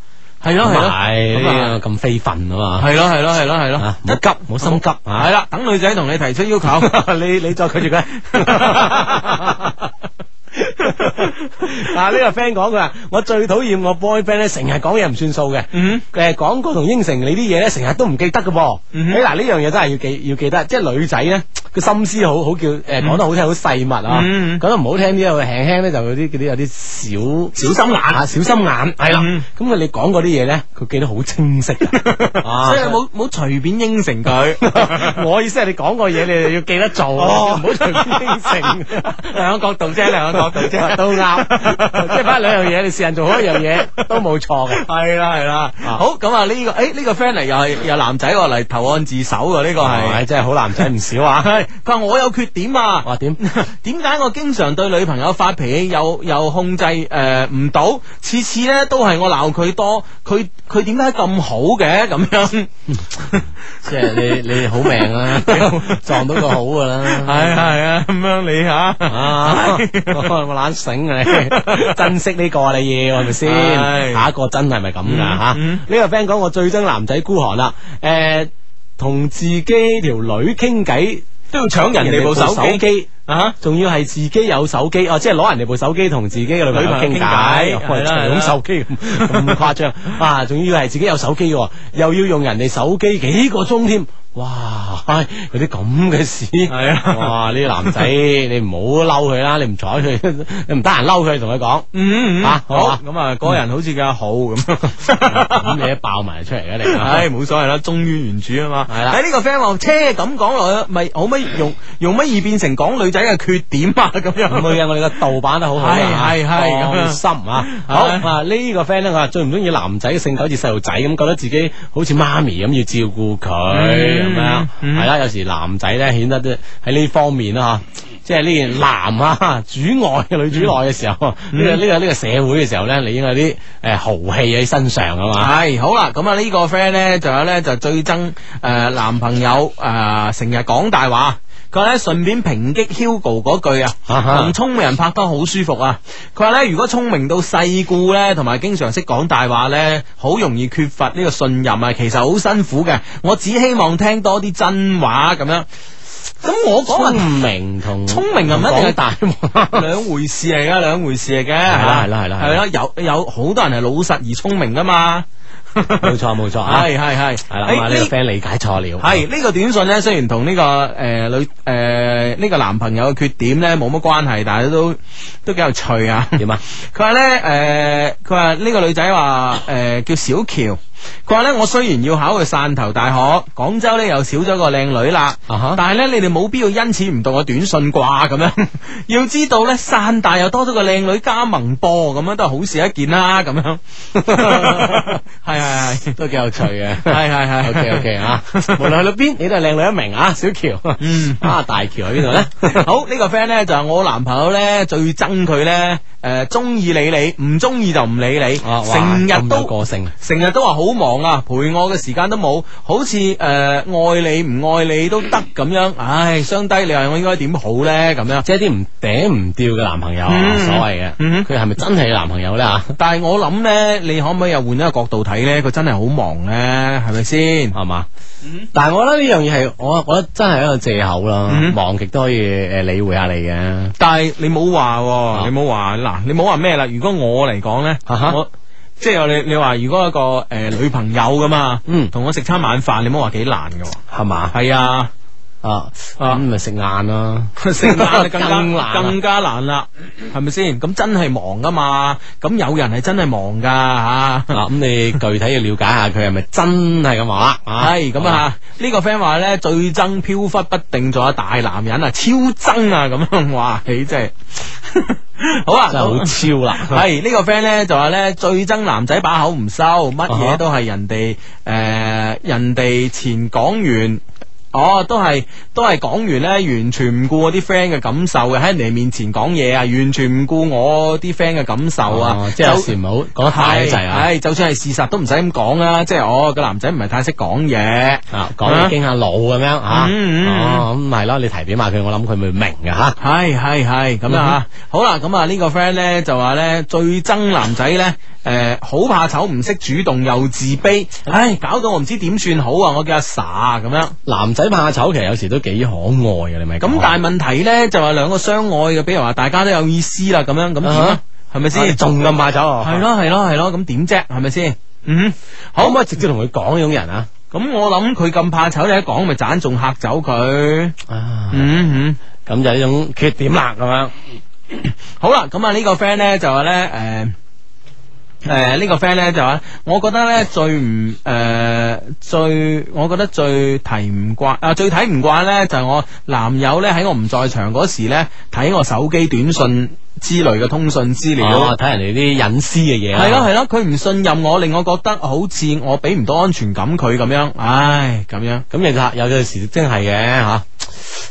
Speaker 14: 係咯係
Speaker 7: 咁
Speaker 14: 咯，
Speaker 7: 啊係
Speaker 14: 咁啊
Speaker 7: 呢個咁非分啊嘛。
Speaker 14: 係咯係咯係咯係咯
Speaker 7: 啊，唔好急，唔好心急啊！
Speaker 14: 係啦，等女仔同你提出要
Speaker 7: [laughs]
Speaker 14: 求，
Speaker 7: 你你再拒
Speaker 14: [laughs]
Speaker 7: 絕佢。嗱，呢個 friend 講佢話，我最討厭我 boyfriend 咧，成日講嘢唔算數嘅。
Speaker 14: 嗯，
Speaker 7: 誒講過同應承你啲嘢咧，成日都唔記得嘅噃。
Speaker 14: 嗯
Speaker 7: 誒嗱，呢樣嘢真係要記要記得，即係女仔咧個心思好好叫誒講得好聽，好細密啊。
Speaker 14: 嗯嗯
Speaker 7: 講得唔好聽啲，會輕輕咧就有啲嗰啲有啲小
Speaker 14: 小心眼
Speaker 7: 啊小心眼係啦。咁佢你講嗰啲嘢咧，佢記得好清
Speaker 14: [laughs]
Speaker 7: 晰㗎。啊
Speaker 14: 所以冇冇隨便應承佢。 [laughs]
Speaker 7: 我意思係你講過嘢，你就要記得做，啊
Speaker 14: 哦
Speaker 7: 唔好隨便應
Speaker 14: [laughs]
Speaker 7: 承。
Speaker 14: 兩個角度啫，兩個角度啫，
Speaker 7: 都啱。 [laughs] 即係翻兩樣嘢，你試人做好一樣
Speaker 14: [laughs]
Speaker 7: 嘢都冇錯嘅。
Speaker 14: 係啦係啦，好咁啊呢個誒呢個 friend 嚟又係又男仔喎嚟投案自首喎呢個係
Speaker 7: 係真係好男仔唔少啊！
Speaker 14: 係 [laughs] 佢話我有缺點啊！哇
Speaker 7: 點
Speaker 14: [laughs] 點解我經常對女朋友發脾氣又又控制誒唔到，次次咧都係我鬧佢多，佢佢點解咁好嘅咁樣？
Speaker 7: 即係你你好命啊， [laughs] 撞到個好噶啦。
Speaker 14: 係係啊，咁樣你嚇
Speaker 7: 啊！我我懶醒啊，
Speaker 14: [laughs]
Speaker 7: 你珍惜呢個啊你要係咪
Speaker 14: 係嗯
Speaker 7: 先？下一個真係咪咁噶吓？呢個 friend 講我最憎男仔孤寒啦。誒，同自己條女傾偈。
Speaker 14: 都要搶人哋部手機
Speaker 7: 機
Speaker 14: 啊！
Speaker 7: 仲要係自己有手機哦，即係攞人哋部手機同自己嘅女朋友傾
Speaker 14: 女朋友
Speaker 7: 偈，
Speaker 14: 傾偈
Speaker 7: 哇
Speaker 14: 係啦係啦
Speaker 7: 搶手 [laughs] 機咁咁誇張啊！仲要係自己有手機喎，又要用人哋手機幾個鐘添，哇！唉有啲咁嘅事，係
Speaker 14: 啊！
Speaker 7: 哇！呢啲男
Speaker 14: [laughs]
Speaker 7: 仔你唔好嬲佢啦，你唔睬佢，你唔得閒嬲佢，同佢講
Speaker 14: 嗯嗯
Speaker 7: 啊好
Speaker 14: 好
Speaker 7: 啊
Speaker 14: 咁啊，嗰個人好似叫阿浩咁，
Speaker 7: [laughs] 咁你一爆埋出嚟嘅你，
Speaker 14: 唉，冇所謂啦，忠於原著啊嘛。
Speaker 7: 係啦
Speaker 14: 喺呢個 friend 話，車咁講落去，咪好乜用用乜易變成講女仔嘅缺點啊？咁樣
Speaker 7: 唔會啊！我哋個盜版得好好啊
Speaker 14: 係係係咁
Speaker 7: 放
Speaker 14: 樣
Speaker 7: 心啊！
Speaker 14: 係
Speaker 7: 好啊，呢個 friend 咧，佢話最唔中意男仔嘅性格好似細路仔咁，覺得自己好似媽咪咁要照顧佢
Speaker 14: 嗯
Speaker 7: 咁樣，係啦。有時男仔咧顯得都喺呢方面啦嚇。即係呢件男啊 [laughs] 主外女主內嘅時候，呢、
Speaker 14: 嗯
Speaker 7: 個呢、個呢、個社會嘅時候咧，你應該有啲誒豪氣喺身上啊嘛。
Speaker 14: 係好啦，咁啊呢個 friend 咧，仲有咧就最憎诶男朋友诶成日講大話。佢話咧順便抨擊 Hugo 嗰句啊，
Speaker 7: 哈
Speaker 14: 同聰明人拍拖好舒服啊！佢話咧如果聰明到世故咧，同埋經常識講大話咧，好容易缺乏呢個信任啊，其實好辛苦嘅。我只希望聽多啲真話咁樣。咁我講話
Speaker 7: 聰明同
Speaker 14: 聰明啊唔一定
Speaker 7: 講
Speaker 14: 係
Speaker 7: 大話。
Speaker 14: 兩回事嚟噶，兩回事嚟嘅。
Speaker 7: 係啦係啦係啦
Speaker 14: 係啦，有有好多人係老實而聰明噶嘛。
Speaker 7: 冇錯冇錯
Speaker 14: [laughs]
Speaker 7: 啊，
Speaker 14: 係係係
Speaker 7: 係啦，
Speaker 14: 誒
Speaker 7: 咁啊呢
Speaker 14: 呢
Speaker 7: 個
Speaker 1: 哎
Speaker 7: friend 理解錯了，
Speaker 14: 系呢、個短信咧，雖然同呢、個个呃女诶呢、個男朋友嘅缺點咧冇乜關係，但係都都幾有趣啊！ [laughs]
Speaker 7: 點啊？
Speaker 14: 佢話咧诶，呃佢話呢個女仔話诶叫小喬，佢話咧，我雖然要考去汕頭大學，廣州咧又少咗個靚女啦
Speaker 7: 啊
Speaker 14: 但係咧你哋冇必要因此唔讀我短信啩咁樣。 [laughs] 要知道咧，汕大又多咗個靚女加盟噃，咁樣都係好事一件啦。咁
Speaker 7: [laughs]
Speaker 14: 樣係係係，
Speaker 7: 都幾有趣嘅。
Speaker 14: 係係係
Speaker 7: OK à. OK 啊，無論去到邊，你都係靚女一名啊，小喬。
Speaker 14: 嗯，
Speaker 7: 啊大喬喺邊度咧？
Speaker 14: 好呢、個 friend 咧就係我男朋友咧最憎佢咧，
Speaker 7: Ờ,
Speaker 14: 誒中意理你，唔中意就唔理你，
Speaker 7: 啊哇
Speaker 14: 成日
Speaker 7: 咁有
Speaker 14: 都
Speaker 7: 個性。
Speaker 14: 成日都話好忙
Speaker 7: à,
Speaker 14: 啊，陪我嘅時間都冇，好似
Speaker 7: ờ,
Speaker 14: 誒、呃、愛你唔愛你都得咁樣，唉，相低你話我應該點好咧咁樣，
Speaker 7: 即係啲唔頂唔掉嘅男朋友啊
Speaker 14: 嗯
Speaker 7: 所謂嘅
Speaker 14: 嗯
Speaker 7: 佢係咪真係你男朋友咧吓？
Speaker 14: [laughs] 但係我諗咧，你可唔可以又換一個角度睇咧？佢真係好忙咧，係咪先？嗯
Speaker 7: 係嘛？但係我覺得呢樣嘢係我我覺得真係一個借口啦，忙極都可以誒理會下你嘅。
Speaker 14: 嗯
Speaker 7: 啊
Speaker 14: 但係你冇話喎，你冇話嗱，你冇話咩啦？如果我嚟講咧，我即係你你話如果一個誒、呃女朋友咁嘛，嗯，同我食餐晚飯，你冇話幾難嘅喎，
Speaker 7: 係嘛？
Speaker 14: 係啊。
Speaker 7: 啊，咁咪食晏啦，
Speaker 14: [laughs] 食晏就更
Speaker 7: [laughs]
Speaker 14: 加
Speaker 7: 更難啊
Speaker 14: 更加難啦，係咪先？咁真係忙噶嘛？咁有人係真係忙噶吓。
Speaker 7: 啊，咁你具體要了解下佢係咪真係咁話啦？
Speaker 14: 係咁啊！呢個 friend 話咧最憎飄忽不定咗嘅大男人啊，超憎啊咁樣， [laughs] 哇！你真係好啊，
Speaker 7: 真係好超 [laughs] 啦
Speaker 14: 係呢個 friend 咧就話咧最憎男仔把口唔收，乜
Speaker 7: 啊哈
Speaker 14: 嘢都係人哋誒、呃人哋前講完。哦，都係都係講完咧，完全唔顧我啲 friend 嘅感受嘅，喺人哋面前講嘢啊，完全唔顧我啲 friend 嘅感受啊
Speaker 7: 哦，即係有
Speaker 14: 就
Speaker 7: 時唔好講得太
Speaker 14: 係
Speaker 7: 滯啊
Speaker 14: 係就算係事實都唔使咁講啦，即係哦個男仔唔係太識講嘢
Speaker 7: 啊，講嘢經下腦咁樣吓，
Speaker 14: 嗯嗯
Speaker 7: 哦咁係咯，你提點下佢，我諗佢咪明嘅吓。嗯
Speaker 14: 係係係咁啊！好啦，咁啊呢個 friend 咧就話咧最憎男仔咧，誒好怕醜，唔識主動又自卑，唉搞到我唔知點算好啊！我叫阿 sa 咁樣。
Speaker 7: 男仔怕醜其實有時都幾可愛嘅，你咪
Speaker 14: 咁但係問題咧就話兩個相愛嘅，比如話大家都有意思啦，咁樣咁點啊
Speaker 7: 啊？
Speaker 14: 係咪
Speaker 7: 啊
Speaker 14: 先？
Speaker 7: 仲咁怕醜啊
Speaker 14: 係咯係咯係咯，咁點啫？係咪先？嗯，好可唔可以
Speaker 7: 直接同佢講呢種人啊？
Speaker 14: 咁我諗佢咁怕醜，你一講咪盞仲嚇走佢。
Speaker 7: 啊，
Speaker 14: 嗯
Speaker 7: 咁就係呢種缺點啦，咁樣。
Speaker 14: 好啦，咁啊呢個 friend 咧就話咧，誒、誒、呢個 friend 咧就話，我覺得咧最唔誒、最，我覺得最睇唔慣啊，最睇唔慣咧就係我男友咧喺我唔在場嗰時咧睇我手機短信之類嘅通訊資料，
Speaker 7: 哦睇人哋啲隱
Speaker 1: 哎
Speaker 7: 私嘅嘢啊
Speaker 14: 係咯係咯，佢唔信任我，令我覺得好似我俾唔到安全感佢咁樣，唉咁樣，
Speaker 7: 咁你就有陣時真係嘅吓。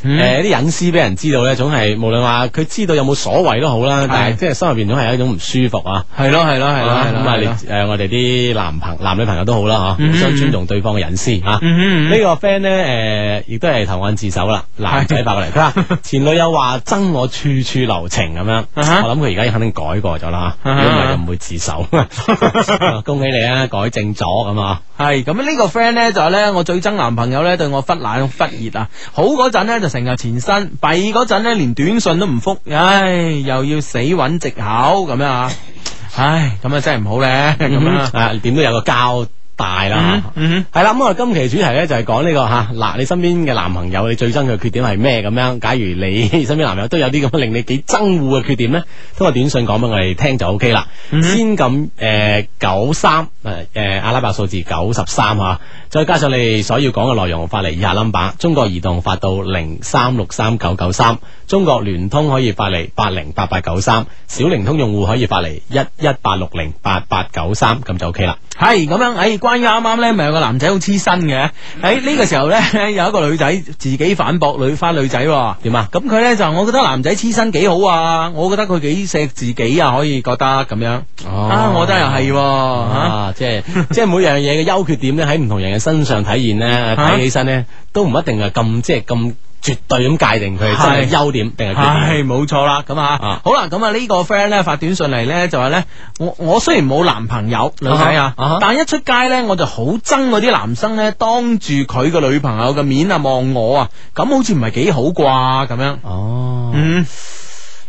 Speaker 14: 嗯
Speaker 7: 誒，啲隱私俾人知道咧，總係無論話佢知道有冇所謂都好啦，但係即係心入邊總係有一種唔舒服啊。
Speaker 14: 係咯係咯係咯
Speaker 7: 啊
Speaker 14: 係咯
Speaker 7: 咁啊，
Speaker 14: 係咯
Speaker 7: 你誒我哋啲男朋男女朋友都好啦吓，
Speaker 14: 嗯
Speaker 7: 互相尊重對方嘅隱私啊。
Speaker 14: 嗯嗯嗯
Speaker 7: 呢個 friend 咧誒，亦都係投案自首啦，男仔發過嚟，佢
Speaker 14: [laughs]
Speaker 7: 話前女友話憎我處處留情咁樣，我
Speaker 14: 啊哈
Speaker 7: 諗佢而家肯定改過咗啦，如
Speaker 14: 啊哈
Speaker 7: 果唔係就唔會自首。 [laughs] 恭喜你啊，改正咗咁啊！
Speaker 14: 系咁呢個 friend 咧就係咧，我最憎男朋友咧對我忽冷忽熱啊！好嗰陣咧就成日前身，弊嗰陣咧連短信都唔覆，唉，又要死揾藉口咁樣啊！唉，咁啊真係唔好咧，咁樣啊
Speaker 7: 啊，點都有個交代啦。係啦，咁我哋今期主題咧就係講呢個吓， [laughs] 嗱，你身邊嘅男朋友，你最憎佢嘅缺點係咩咁樣？假如你身邊男朋友都有啲咁令你幾憎惡嘅缺點咧，通過短信講俾我哋聽就 O K 啦。先撳誒九三誒誒阿拉伯數字九十三吓，再加上你哋所要講嘅內容發嚟以下 number，中國移動發到零三六三九九三，中國聯通可以發嚟八零八八九三，小靈通用戶可以發嚟一一八六零八八九三，咁就 O K 啦。
Speaker 14: 係咁樣，哎，關於啱啱咧，咪有個男仔好黐身嘅，喺呢個時候 [laughs] 咧，有一個女仔自己反駁女翻女仔喎，
Speaker 7: 點啊？
Speaker 14: 咁佢咧就話我覺得男仔黐身幾好啊，我覺得佢幾錫自己啊，可以覺得咁樣，啊，我覺得又係喎嚇。
Speaker 7: 啊，即係即係每樣嘢嘅優缺點咧，喺唔同人嘅身上體現咧，睇起身咧都唔一定係咁即係咁絕對咁界定佢係真係
Speaker 14: 係
Speaker 7: 優點定係缺
Speaker 14: 係
Speaker 7: 點。
Speaker 14: 冇錯啦，咁啊，好啦，咁啊呢個 friend 咧發短信嚟咧就話咧，我我雖然冇男朋友女仔啊
Speaker 7: 啊哈，
Speaker 14: 但一出街咧我就好憎嗰啲男生咧當住佢個女朋友嘅面啊望我啊，咁好似唔係幾好啩咁樣。
Speaker 7: 哦，
Speaker 14: 嗯，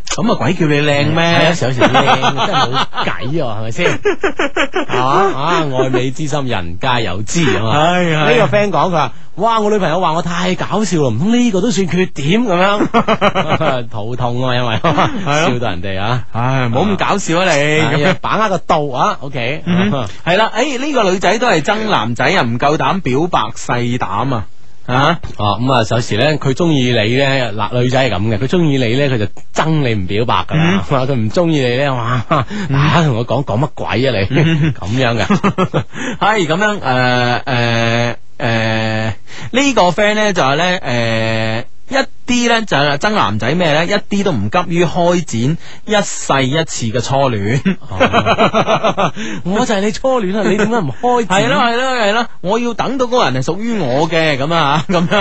Speaker 14: 咁啊鬼叫你靓
Speaker 7: 係啊 [laughs]
Speaker 14: 咩？
Speaker 7: 有時
Speaker 8: [laughs]
Speaker 7: 靚真係冇計啊，係咪 [laughs] 先？啊啊！愛美之心，人皆有之啊嘛。
Speaker 14: [laughs] 係係
Speaker 7: 呢個 friend 講佢話：，哇！我女朋友話我太搞笑啦，唔通呢個都算缺點咁
Speaker 14: [laughs]
Speaker 7: 樣？ [laughs] 肚痛啊，因為 [laughs] 笑到人哋啊！
Speaker 14: 唉，唔好咁搞笑啊你咁樣
Speaker 7: 啊把握個度啊，OK。
Speaker 14: 系嗯啦，诶呢个女仔都系憎男仔啊，唔够胆表白细胆啊，啊
Speaker 7: 哦，咁啊，有時咧，佢中意你咧，嗱，女仔係咁嘅，佢中意你咧，佢就憎你唔表白噶
Speaker 14: 嗯
Speaker 7: 啦， [laughs] 佢唔中意你咧，哇，啊，同我講講乜鬼啊你，咁樣嘅，
Speaker 14: [laughs] 系嗯咁呃样诶诶诶呃呢个 friend 咧就系咧诶。一啲咧就係憎男仔咩咧？一啲都唔急於開展一世一次嘅初戀。
Speaker 7: 我就係你初戀啊，你點解唔開展？
Speaker 14: 係咯係咯係咯，我要等到嗰個人係屬於我嘅咁啊 [laughs] 咁樣。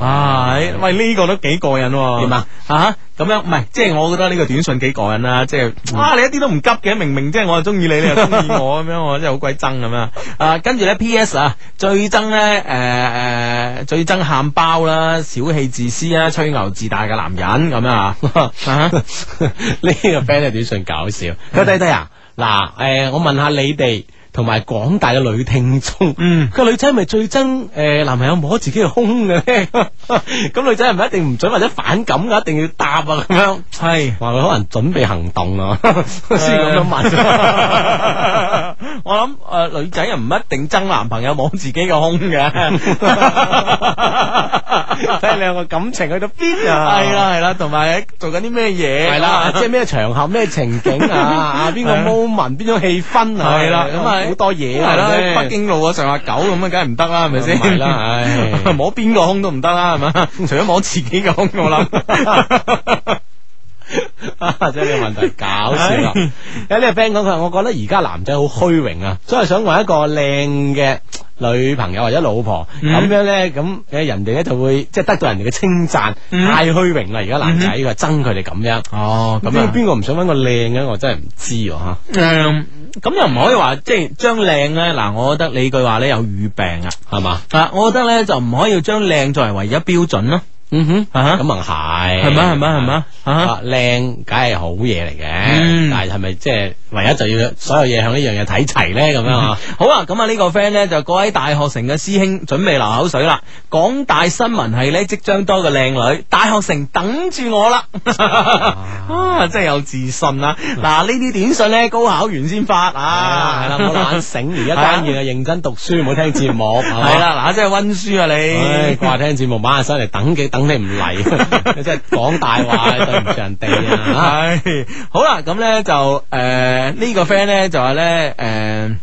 Speaker 14: 啊，喂呢、個都幾過癮喎。點啊？啊咁樣唔係，即係我覺得呢個短信幾過癮啦，即係啊你一啲都唔急嘅，明明即係我係中意你，你又中意我啊咁樣，我真係好鬼憎咁樣。啊，跟住咧 P.S. 啊，最憎咧誒誒，最憎喊包啦，小氣自私啊，吹牛自大嘅男人咁樣
Speaker 7: [laughs]
Speaker 14: 啊。
Speaker 7: 呢個 friend 嘅短信搞笑，佢話低低啊，嗱，誒，我問下你哋。同埋廣大嘅女聽眾，嗯，個女仔係咪最憎誒男朋友摸自己嘅胸嘅咧？ [laughs] 咁女仔係咪一定唔準或者反感㗎？一定要答啊咁樣。
Speaker 14: 係
Speaker 7: 話佢可能準備行動啊， [laughs] 先咁樣問。
Speaker 14: [laughs] 我諗誒、呃女仔又唔一定憎男朋友摸自己嘅胸
Speaker 7: [laughs]
Speaker 14: 嘅，睇兩個感情去到邊
Speaker 7: 啊
Speaker 14: 係啦係啦，同埋做緊啲咩嘢？
Speaker 7: 係啦，即係咩場合、咩情景啊？啊，邊個
Speaker 14: Ờ.
Speaker 7: moment、邊種氣氛啊？
Speaker 14: 係啦咁啊
Speaker 7: 好多嘢啊
Speaker 14: 係啦，
Speaker 7: 真係啊
Speaker 14: 北京路啊，上下九咁啊，梗係唔得啦，係咪先？
Speaker 7: 唔係啦，
Speaker 14: [laughs]
Speaker 7: 唉
Speaker 14: 摸邊個胸都唔得啦，係咪？
Speaker 7: [laughs]
Speaker 14: 除咗摸自己嘅胸，我諗。
Speaker 7: 啊真係呢個問題搞笑啦！有呢個 friend 講佢話，我覺得而家男仔好虛榮啊，所以想揾一個靚嘅女朋友或者老婆，
Speaker 14: 嗯
Speaker 7: 咁樣咧，咁誒人哋咧就會即係得到人哋嘅稱讚，
Speaker 14: 嗯
Speaker 7: 太虛榮啦！而家男仔
Speaker 14: 嗯
Speaker 7: 佢話憎佢哋咁樣。
Speaker 14: 哦，
Speaker 7: 咁邊邊個唔想揾個靚嘅？我真係唔知喎嚇。
Speaker 14: 诶，咁又唔可以話即係將靚咧，嗱，我覺得你句話咧有語病啊，
Speaker 7: 係嘛？
Speaker 14: 啊，我覺得咧就唔可以將靚作為唯一標準咯。
Speaker 7: 嗯哼，
Speaker 14: 咁
Speaker 7: 啊係
Speaker 14: 係咪係咪係咪
Speaker 7: 啊，靚梗係好嘢嚟嘅，
Speaker 14: 嗯
Speaker 7: 但係係咪即係唯一就要所有嘢向呢樣嘢睇齊咧？咁樣啊？
Speaker 14: 好啊，咁啊呢個 friend 咧就各位大學城嘅師兄準備流口水啦，港大新聞系咧即將多個靚女，大學城等住我啦，啊真係有自信啊！嗱呢啲短信咧高考完先發
Speaker 7: 嗯
Speaker 14: 啊，
Speaker 7: 係啦，冇懶醒，而
Speaker 14: 係啊
Speaker 7: 家關鍵係認真讀書，唔好聽節
Speaker 14: [laughs]
Speaker 7: 目，係嘛
Speaker 14: 係啦，嗱真係温書啊
Speaker 7: 唉
Speaker 14: 你，，
Speaker 7: 掛聽節目，馬下身嚟等幾等你唔
Speaker 14: [laughs]
Speaker 7: 嚟，你真係講大話，你對唔住人哋啊！
Speaker 14: 系好啦，咁咧就诶呢个 friend 咧就话咧诶。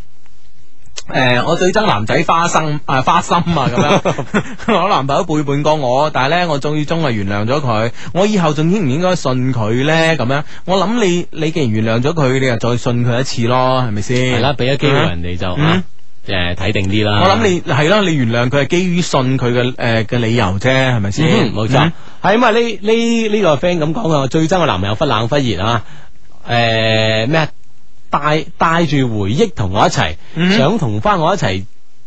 Speaker 14: 诶、我最憎男仔花生啊花心啊咁 [laughs] 样，
Speaker 7: [laughs]
Speaker 14: 我男朋友背叛過我，但系咧我終於終係原諒咗佢，我以後仲應唔應該信佢咧？咁樣，我諗你你既然原諒咗佢，你就再信佢一次咯，係咪先？
Speaker 7: 係啦，俾咗機會人哋就
Speaker 14: 嗯
Speaker 7: 啊誒睇定啲啦。
Speaker 14: 我諗你係啦，你原諒佢係基於信佢嘅诶嘅理由啫，係咪先？
Speaker 7: 嗯冇錯，係咁啊！呢呢呢個 friend 咁講啊，我最憎個男朋友忽冷忽熱啊！誒咩啊？帶帶住回憶同我一齊，
Speaker 14: 嗯
Speaker 7: 想同翻我一齊。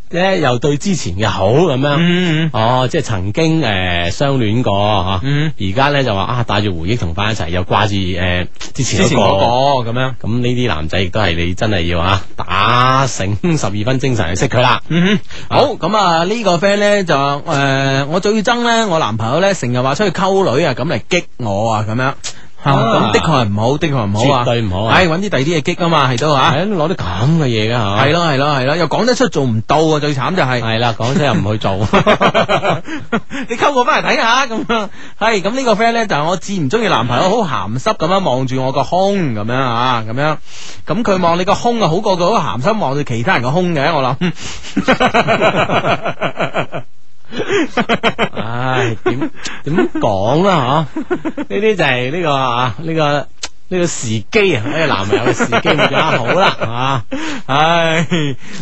Speaker 7: 咧又對之前嘅好咁樣，
Speaker 14: 嗯
Speaker 7: 哦，即係曾經誒、呃相戀過嚇，
Speaker 14: 嗯
Speaker 7: 而家咧就話啊帶住回憶同翻一齊，又掛住誒之前
Speaker 14: 之前嗰
Speaker 7: 個
Speaker 14: 咁樣，
Speaker 7: 咁呢啲男仔亦都係你真係要啊打醒十二分精神去識佢啦。
Speaker 8: Ừ
Speaker 14: 嗯哼，好咁啊！呢個 friend 咧就誒、呃我最憎咧，我男朋友咧成日話出去溝女啊，咁嚟激我啊，咁樣。啊咁的確係唔好，的確係唔好啊，
Speaker 7: 絕對唔好啊
Speaker 14: 唉，揾啲第二啲嘢激啊嘛，係都嚇，
Speaker 7: 係攞啲咁嘅嘢㗎嚇
Speaker 14: 係咯係咯係咯，又講得出做唔到啊，最慘就係
Speaker 7: 係啦，講真又唔去做，
Speaker 14: [laughs] 你溝我翻嚟睇下咁樣，係咁呢個 friend 咧就係我至唔中意男朋友好鹹濕咁樣望住我個胸咁樣啊，咁樣，咁佢望你個胸啊好過佢好鹹濕望住其他人個胸嘅，我諗。
Speaker 7: 唉，點點講啦吓？呢啲就係呢個啊，呢個呢個時機啊，呢個男朋友嘅時機會更加好
Speaker 14: [laughs]
Speaker 7: 啦，係嘛？
Speaker 14: 啊唉，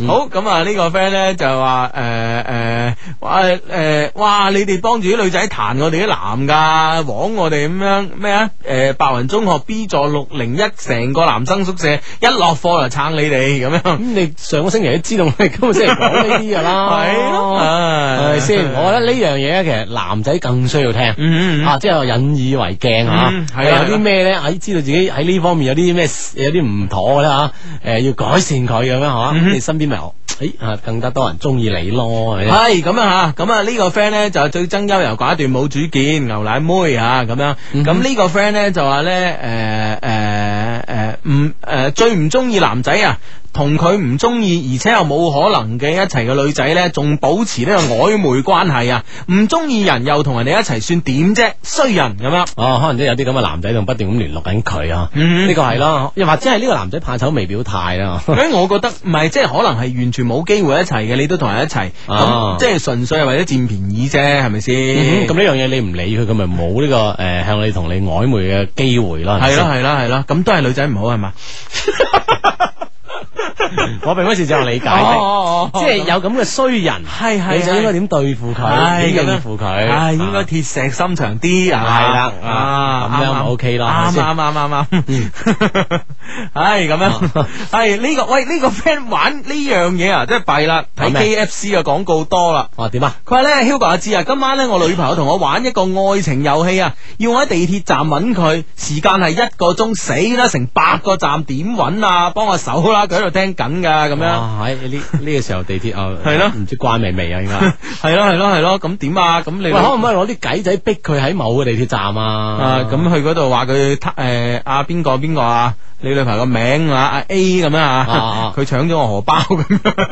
Speaker 14: 好
Speaker 7: 嗯
Speaker 14: 咁啊！呢個 friend 咧就話誒誒，哇誒呃哇！你哋幫住啲女仔彈我哋啲男噶，枉我哋咁樣咩啊？誒白雲中學 B 座六零一，成個男生宿舍一落課就撐你哋咁樣。咁 [laughs]
Speaker 7: 你上個星期都知道我哋今個星期講呢啲㗎啦
Speaker 14: 係咯，唉
Speaker 7: 唉，咪先？我覺得呢樣嘢咧，其實男仔更需要聽，啊，即係引以為鏡啊
Speaker 14: 嗯，
Speaker 7: 係
Speaker 14: 係啊
Speaker 7: 有啲咩咧？喺知道自己喺呢方面有啲咩有啲唔妥嘅啦嚇，誒要改善佢咁樣嚇，你身邊咪有誒啊更加多人中意你咯，係咪先
Speaker 14: 系咁啊吓，咁啊呢個 friend 咧就最憎優柔寡斷、冇主見、牛奶妹啊咁樣。咁呢個 friend 咧就話咧诶诶诶唔诶最唔中意男仔啊，同佢唔中意而且又冇可能嘅一齊嘅女仔咧，仲保持呢個曖昧關係啊，唔中意人又同人哋一齊算點啫？衰人咁樣。
Speaker 7: 哦，可能都有啲咁嘅男仔仲不斷咁聯絡緊佢啊，
Speaker 14: 嗯
Speaker 7: 呢個係咯，又或者係呢個男仔怕醜未表態啊啦。
Speaker 14: [laughs] 咁我覺得唔係，即係可能係完全冇機會一齊嘅，你都同人一齊，咁、
Speaker 7: 啊
Speaker 14: 即係純粹係為咗佔便宜啫，係咪先？
Speaker 7: 嗯咁呢樣嘢你唔理佢，佢咪冇呢個誒向你同你曖昧嘅機會啦。
Speaker 14: 係
Speaker 7: 咪
Speaker 14: 咯
Speaker 7: 先
Speaker 14: 係咯係咯，咁都係女仔唔好係嘛？
Speaker 7: 嗯我並不是這樣理解，
Speaker 14: 哦哦哦
Speaker 7: 即係有咁嘅衰人，
Speaker 14: 係係
Speaker 7: 你就應該點對付佢，
Speaker 14: 係
Speaker 7: 點
Speaker 14: 咁樣
Speaker 7: 應付佢，啊
Speaker 14: 係應該鐵石心腸啲啊，
Speaker 7: 係啦
Speaker 14: 啊
Speaker 7: 咁樣
Speaker 14: 啱
Speaker 7: 咪
Speaker 14: 啱
Speaker 7: OK 啦係咪先
Speaker 14: 啱
Speaker 7: 嗯
Speaker 14: 啱啱啱 [laughs] 啱，係
Speaker 7: [laughs]
Speaker 14: 咁樣，係呢個喂呢個 friend 玩呢樣嘢啊，真係弊啦，睇
Speaker 7: 玩咩
Speaker 14: K F C 嘅廣告多啦，
Speaker 7: 哦點啊？
Speaker 14: 佢話咧，Hugo 阿志啊，今晚咧我女朋友同我玩一個愛情遊戲啊，要我喺地鐵站揾佢，時間係一個鐘，死啦，成百個站點揾啊？幫我手啦，佢喺度聽緊噶，咁樣。
Speaker 7: 哇喺呢呢個時候地鐵啊，
Speaker 14: [laughs] 係咯
Speaker 7: 唔知關未未啊，應該。
Speaker 14: [laughs] 係咯係咯係咯，咁點啊？咁你
Speaker 7: 喂，可唔可以攞啲計仔逼佢喺某個地鐵站啊
Speaker 14: 啊？咁去嗰度話佢誒阿邊個邊個啊？你女朋友個名啊，阿 A 咁樣啊
Speaker 7: 啊，
Speaker 14: 佢搶咗我荷包咁樣，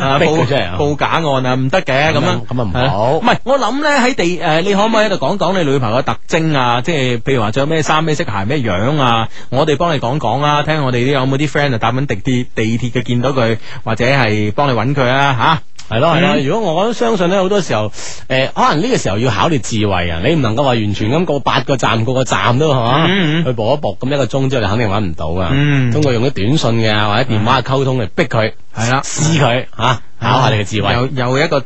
Speaker 14: 啊
Speaker 7: [laughs] 逼佢
Speaker 14: 報
Speaker 7: 出嚟啊
Speaker 14: 報假案啊，唔得嘅咁樣，
Speaker 7: 咁啊唔
Speaker 14: 係啦
Speaker 7: 好
Speaker 14: 唔係我諗咧喺地誒，你可唔可以喺度講講你女朋友嘅特徵啊？即係譬如話着咩衫、咩色鞋、咩樣啊？我哋幫你講講啊，聽我哋啲有冇啲 friend 啊搭緊地鐵地鐵嘅見到佢，或者係幫你揾佢啊嚇。
Speaker 7: 係咯係咯，
Speaker 14: 嗯
Speaker 7: 如果我都相信咧，好多時候诶、誒可能呢個時候要考慮智慧啊，你唔能夠話完全咁過八個站，個個站都係嘛，
Speaker 14: 嗯嗯
Speaker 7: 去搏一搏，咁一個鐘之後你肯定揾唔到噶。
Speaker 14: 嗯
Speaker 7: 啊通過用啲短信嘅或者電話嘅溝通嚟逼佢，
Speaker 14: 係啦
Speaker 7: 試佢吓，考下你嘅智慧。
Speaker 14: 有有一個诶、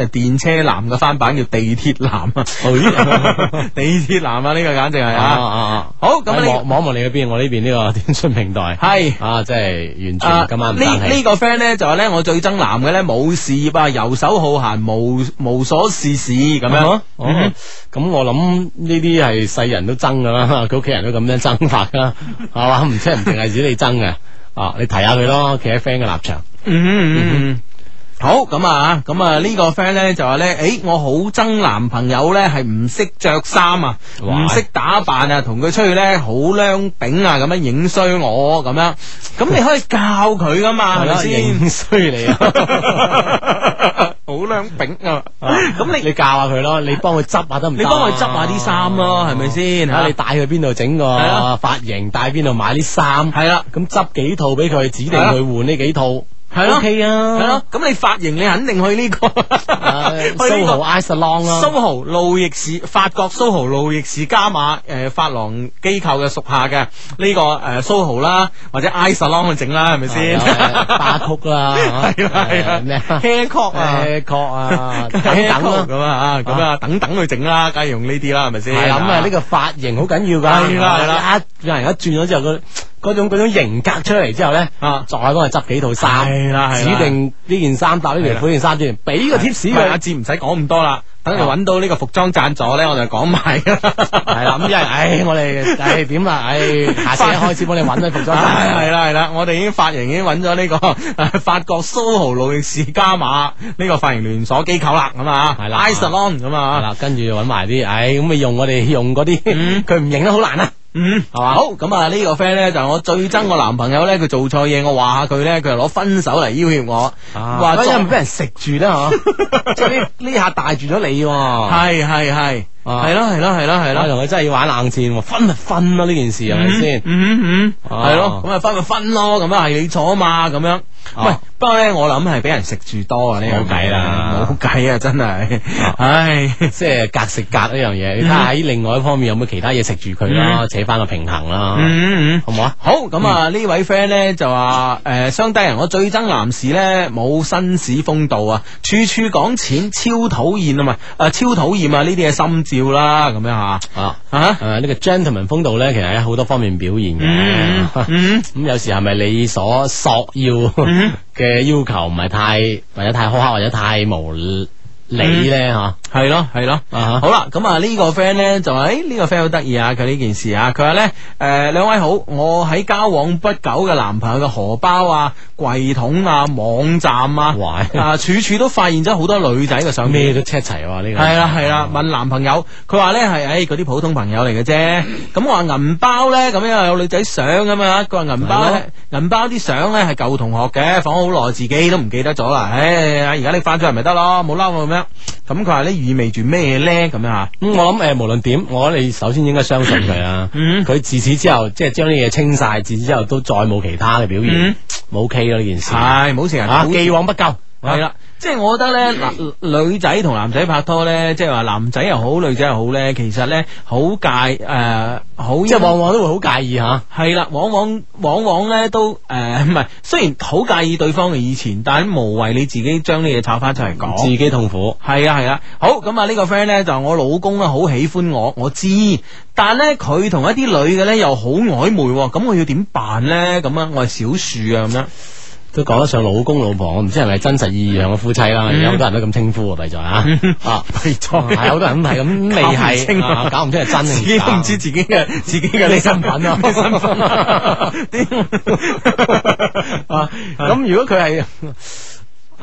Speaker 14: 呃、电车男嘅翻版叫地鐵男啊， [laughs] 地鐵男啊，呢、個簡直係
Speaker 7: 啊哎啊
Speaker 14: 啊！
Speaker 7: 啊！
Speaker 14: 好咁呢
Speaker 7: 望望望你嗰邊，我呢邊呢 [laughs] 個短信平台
Speaker 14: 係
Speaker 7: 啊，真係完
Speaker 14: 啊
Speaker 7: 全今晚唔
Speaker 14: 呢
Speaker 7: 爭氣
Speaker 14: 呢個 friend 咧就話咧，我最憎男嘅咧冇事業啊，游手好閒，無無所事事咁樣
Speaker 7: 啊。哦
Speaker 14: 嗯
Speaker 7: 咁我諗呢啲係世人都爭噶啦，佢屋企人都咁樣爭法噶啦，係嘛？唔即係唔淨係指你爭嘅，啊，你提下佢咯，企喺 friend 嘅立場。
Speaker 8: Ừ
Speaker 14: 嗯嗯嗯。好咁啊，咁啊呢個 friend 咧就話咧，诶、我好憎男朋友咧係唔識着衫啊，
Speaker 7: 哇
Speaker 14: 唔識打扮啊，同佢出去咧好靚炳啊，咁樣影衰我咁樣，咁你可以教佢噶嘛，係咪先？
Speaker 7: 影衰你啊！
Speaker 14: 好靚炳啊！
Speaker 7: 咁 [laughs] 你你教下佢咯，你幫佢執下得唔得
Speaker 14: 你
Speaker 7: 啊？
Speaker 14: 幫佢執下啲衫咯，係咪先？
Speaker 7: 睇下你帶去邊度整個
Speaker 14: 係啊
Speaker 7: 髮型，帶邊度買啲衫，
Speaker 14: 係啦，
Speaker 7: 咁執幾套俾佢，指定佢換呢幾套，
Speaker 14: 係咯
Speaker 7: o K 啊，
Speaker 14: 係咯，咁你髮型你肯定去呢個
Speaker 7: Ờ,
Speaker 14: 去呢
Speaker 7: ，SOHO
Speaker 14: 個
Speaker 7: i s a l o n
Speaker 14: 蘇
Speaker 7: [laughs] 啦，
Speaker 14: 豪路易士法國蘇豪路易士加馬誒髮廊機構嘅屬下嘅呢個誒蘇豪啦，或者 i salon 去整啦，係咪先？
Speaker 7: 巴曲啦，
Speaker 14: [laughs] 係啦係啦
Speaker 7: 誒咩啊
Speaker 14: haircut 啊
Speaker 7: ，haircut
Speaker 14: [laughs]
Speaker 7: 啊，等等啦
Speaker 14: haircut。咁啊咁啊等等去整啦，梗係用呢啲啦，係咪先？
Speaker 7: 係啦，咁啊呢個髮型好緊要㗎，啊
Speaker 14: 係啦係啦，
Speaker 7: 一有人一轉咗之後，佢嗰種嗰種型格出嚟之後咧，再幫佢執幾套衫，
Speaker 14: 係啦係
Speaker 7: 啊指
Speaker 14: 啦
Speaker 7: 定呢件衫搭呢條款件衫之前，俾個 tips
Speaker 14: 係阿
Speaker 7: 佢，
Speaker 14: 志唔使講咁多啦，等
Speaker 7: Ờ.
Speaker 14: 你揾到呢個服裝贊助咧，我就講埋㗎啦。
Speaker 7: 啊係啦，咁因為唉，我哋唉點啦，唉下次一開始幫你揾啲服裝衫，
Speaker 14: 系啊啦系啦，我哋已經髮型已經揾咗呢個 [laughs] 法國蘇豪路易士加馬呢個髮型連鎖機構啦，咁啊，
Speaker 7: 係啦
Speaker 14: i salon 咁
Speaker 7: 係
Speaker 14: 啊，
Speaker 7: 啦，跟住揾埋啲唉咁咪用我哋用嗰啲，佢唔認得好難啊，
Speaker 8: Ừ
Speaker 14: 嗯，
Speaker 7: 係嘛
Speaker 14: 好咁啊，呢個 friend 咧就我最憎我男朋友咧，佢做錯嘢，我話下佢咧，佢又攞分手嚟要挾我，
Speaker 7: 話
Speaker 14: 再
Speaker 7: 真哎係俾人食
Speaker 14: [laughs]
Speaker 7: 住啦嗬，即係呢呢下帶住咗你喎。
Speaker 14: 係係係，係咯係咯係咯係
Speaker 7: 可
Speaker 14: 咯。
Speaker 7: 能佢真係要玩冷戰喎，分咪分咯呢件事係咪先？
Speaker 8: Ừ
Speaker 14: 嗯嗯嗯，
Speaker 7: 啊
Speaker 14: 系咯，咁啊分咪分咯，咁啊係你錯啊嘛，咁樣。喂，不過咧，我諗係俾人食住多啊，呢樣
Speaker 7: 啊冇計啦
Speaker 14: 冇計啊，真係，唉，
Speaker 7: 即係隔食
Speaker 14: 啊
Speaker 7: 隔呢樣嘢，你睇下喺另外一方面有冇其他嘢食住佢啦，
Speaker 14: 嗯
Speaker 7: 扯翻個平衡啦，
Speaker 14: 嗯嗯嗯
Speaker 7: 好唔好啊？
Speaker 14: 好咁啊！呢位 friend 咧就話誒、呃，相低人我最憎男士咧冇紳士風度啊，處處講錢，超討厭啊嘛！誒、超討厭啊！呢啲嘢心照啦，咁樣吓。
Speaker 7: 啊啊！誒呢個 gentleman 風度咧，其實喺好多方面表現嘅
Speaker 14: 嗯。
Speaker 7: [laughs]
Speaker 14: 嗯
Speaker 7: 咁有時係咪你所索要嘅要求唔係太或者太苛刻或者太無理咧？吓
Speaker 14: 嗯係咯係咯。好啦，咁啊呢個 friend 咧就話，哎誒呢個 friend 好得意啊，佢呢件事啊，佢話咧，誒兩位好，我喺交往不久嘅男朋友嘅荷包啊、櫃桶啊、網站啊，啊處處都發現咗好多女仔嘅相片，
Speaker 7: 咩都 check 齊喎呢個
Speaker 14: 係啦啊係啦，問男朋友，佢話咧係誒嗰啲普通朋友嚟嘅啫，咁我話銀包咧咁樣有女仔相咁嘛，佢話銀包呢銀包啲相咧係舊同學嘅，放咗好耐自己都唔記得咗啦，唉哎而家拎翻出嚟咪得咯，冇嬲我咁樣，咁佢話咧意味住咩咧咁樣啊？
Speaker 7: 咁嗯我諗誒，無論點，我覺得你首先應該相信佢啊。
Speaker 14: 嗯
Speaker 7: 佢自此之後，即係將啲嘢清晒，自此之後都再冇其他嘅表現，冇 K 咯呢件事。
Speaker 14: 嗯係冇成日
Speaker 7: 啊，
Speaker 14: 糾
Speaker 7: 既往不咎。啊
Speaker 14: 係啦，即係我覺得咧，嗱，女仔同男仔拍拖咧，即係話男仔又好，女仔又好咧，其實咧好介誒、好
Speaker 7: 即係往往都會好介意吓。
Speaker 14: 係啦，往往往往咧都誒，呃唔、係，雖然好介意對方嘅以前，但係無謂你自己將呢嘢炒翻出嚟講，
Speaker 7: 自己痛苦。
Speaker 14: 係啊係啊，好咁啊！呢個 friend 咧就我老公咧好喜歡我，我知，但咧佢同一啲女嘅咧又好曖昧喎，咁我要點辦咧？咁啊，我係小樹啊咁樣。
Speaker 7: 都講得上老公老婆，我唔知係咪真實意義上嘅夫妻啦，
Speaker 14: 嗯
Speaker 7: 有好多人都咁稱呼啊，弊在
Speaker 14: [laughs]
Speaker 7: 啊，啊，弊在係好多人係咁未
Speaker 14: 搞唔清
Speaker 7: 係
Speaker 14: 啊
Speaker 7: 啊，搞唔清係真定
Speaker 14: 自己都唔
Speaker 7: 知
Speaker 14: 自己嘅自己嘅
Speaker 7: 呢身份啊，
Speaker 14: 身份
Speaker 7: [laughs] 啊， [laughs] 咁如果佢係。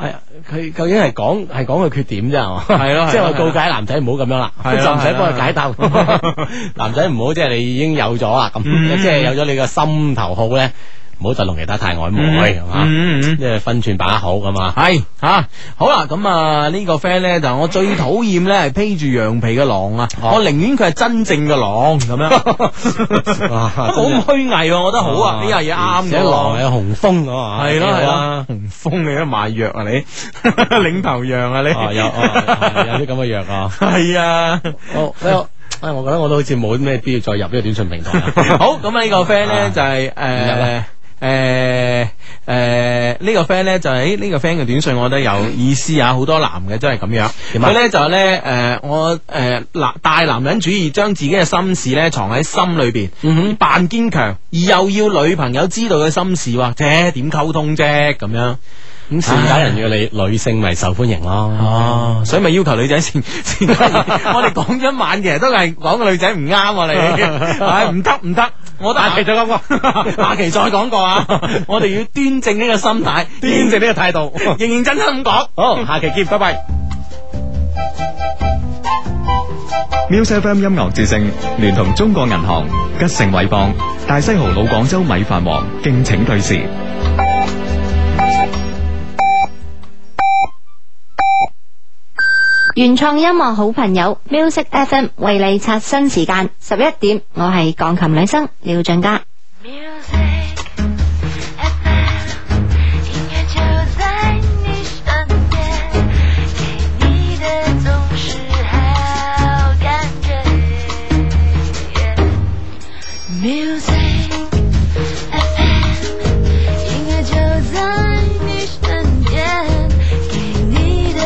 Speaker 7: 系佢究竟係講係講佢缺點啫，係嘛？
Speaker 14: 係咯係咯
Speaker 7: 即係我告解男仔唔好咁樣啦，
Speaker 14: 係咯
Speaker 7: 就唔使
Speaker 14: 係咯
Speaker 7: 幫佢解答。 [laughs] 男仔唔好即係你已經有咗啦，咁
Speaker 14: 嗯
Speaker 7: 即係有咗你個心頭好咧，唔好再同其他太曖昧，
Speaker 14: 嗯
Speaker 7: 係嘛？即係分寸把握好咁啊。
Speaker 14: 系吓、啊好啦，咁啊呢個 friend 咧就我最討厭咧係披住羊皮嘅狼啊，
Speaker 7: 哦
Speaker 14: 我寧願佢係真正嘅狼
Speaker 7: [laughs]
Speaker 14: 咁樣，好虛偽喎，我覺得好啊，呢樣嘢啱嘅
Speaker 7: 而且狼
Speaker 14: 喎。
Speaker 7: 有雄風咁啊，
Speaker 14: 係咯係
Speaker 7: 啊
Speaker 14: 咯，，紅峰你都賣藥啊你，
Speaker 7: [laughs]
Speaker 14: 領頭羊啊你，
Speaker 7: 啊有啊有啲咁嘅藥啊，
Speaker 14: [laughs] 係啊，
Speaker 7: 我我唉哎我覺得我都好似冇咩必要再入呢個短信平台啦。
Speaker 14: [laughs] 好，咁啊呢個 friend 咧就係呃
Speaker 7: 啊
Speaker 14: 誒誒誒呃呢個 friend 咧就係呢個 friend 嘅短信，我覺得有意思啊！好多男嘅都係咁樣，
Speaker 7: 點啊
Speaker 14: 佢咧就係咧誒我誒男大男人主義，將自己嘅心事咧藏喺心裏邊，
Speaker 7: 嗯
Speaker 14: 扮堅強，而又要女朋友知道嘅心事，或者點溝通啫咁樣。
Speaker 7: 咁善解人嘅女女性咪受歡迎咯。哦，
Speaker 14: 所以咪要求女仔先先。我哋講咗一晚，其實都係講個女仔唔啱
Speaker 7: [laughs]
Speaker 14: 我哋，唉唔得唔得，我下期再講過，下期再講過 [laughs] 啊！我哋要端正呢個心態，端正呢個態度，認認真真咁講。好，下期見，拜拜。
Speaker 32: [laughs] Music FM 音樂之聲聯同中國銀行、吉盛偉邦、大西豪老廣州米飯王敬請對視。
Speaker 33: 原创音乐好朋友 Music FM 为你刷新时间十一点，我系钢琴女生廖俊嘉。
Speaker 8: 你的总是好感觉。Music FM，音乐就在你身边，给你的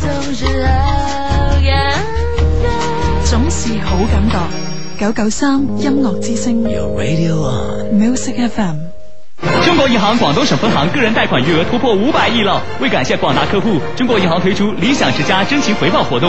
Speaker 8: 总是好感觉。
Speaker 15: 总是好感觉。九九三音乐之声，Radio on，Music FM。
Speaker 1: 中国银行广东省分行个人贷款余额突破五百亿了。为感谢广大客户，中国银行推出“理想之家”真情回报活动。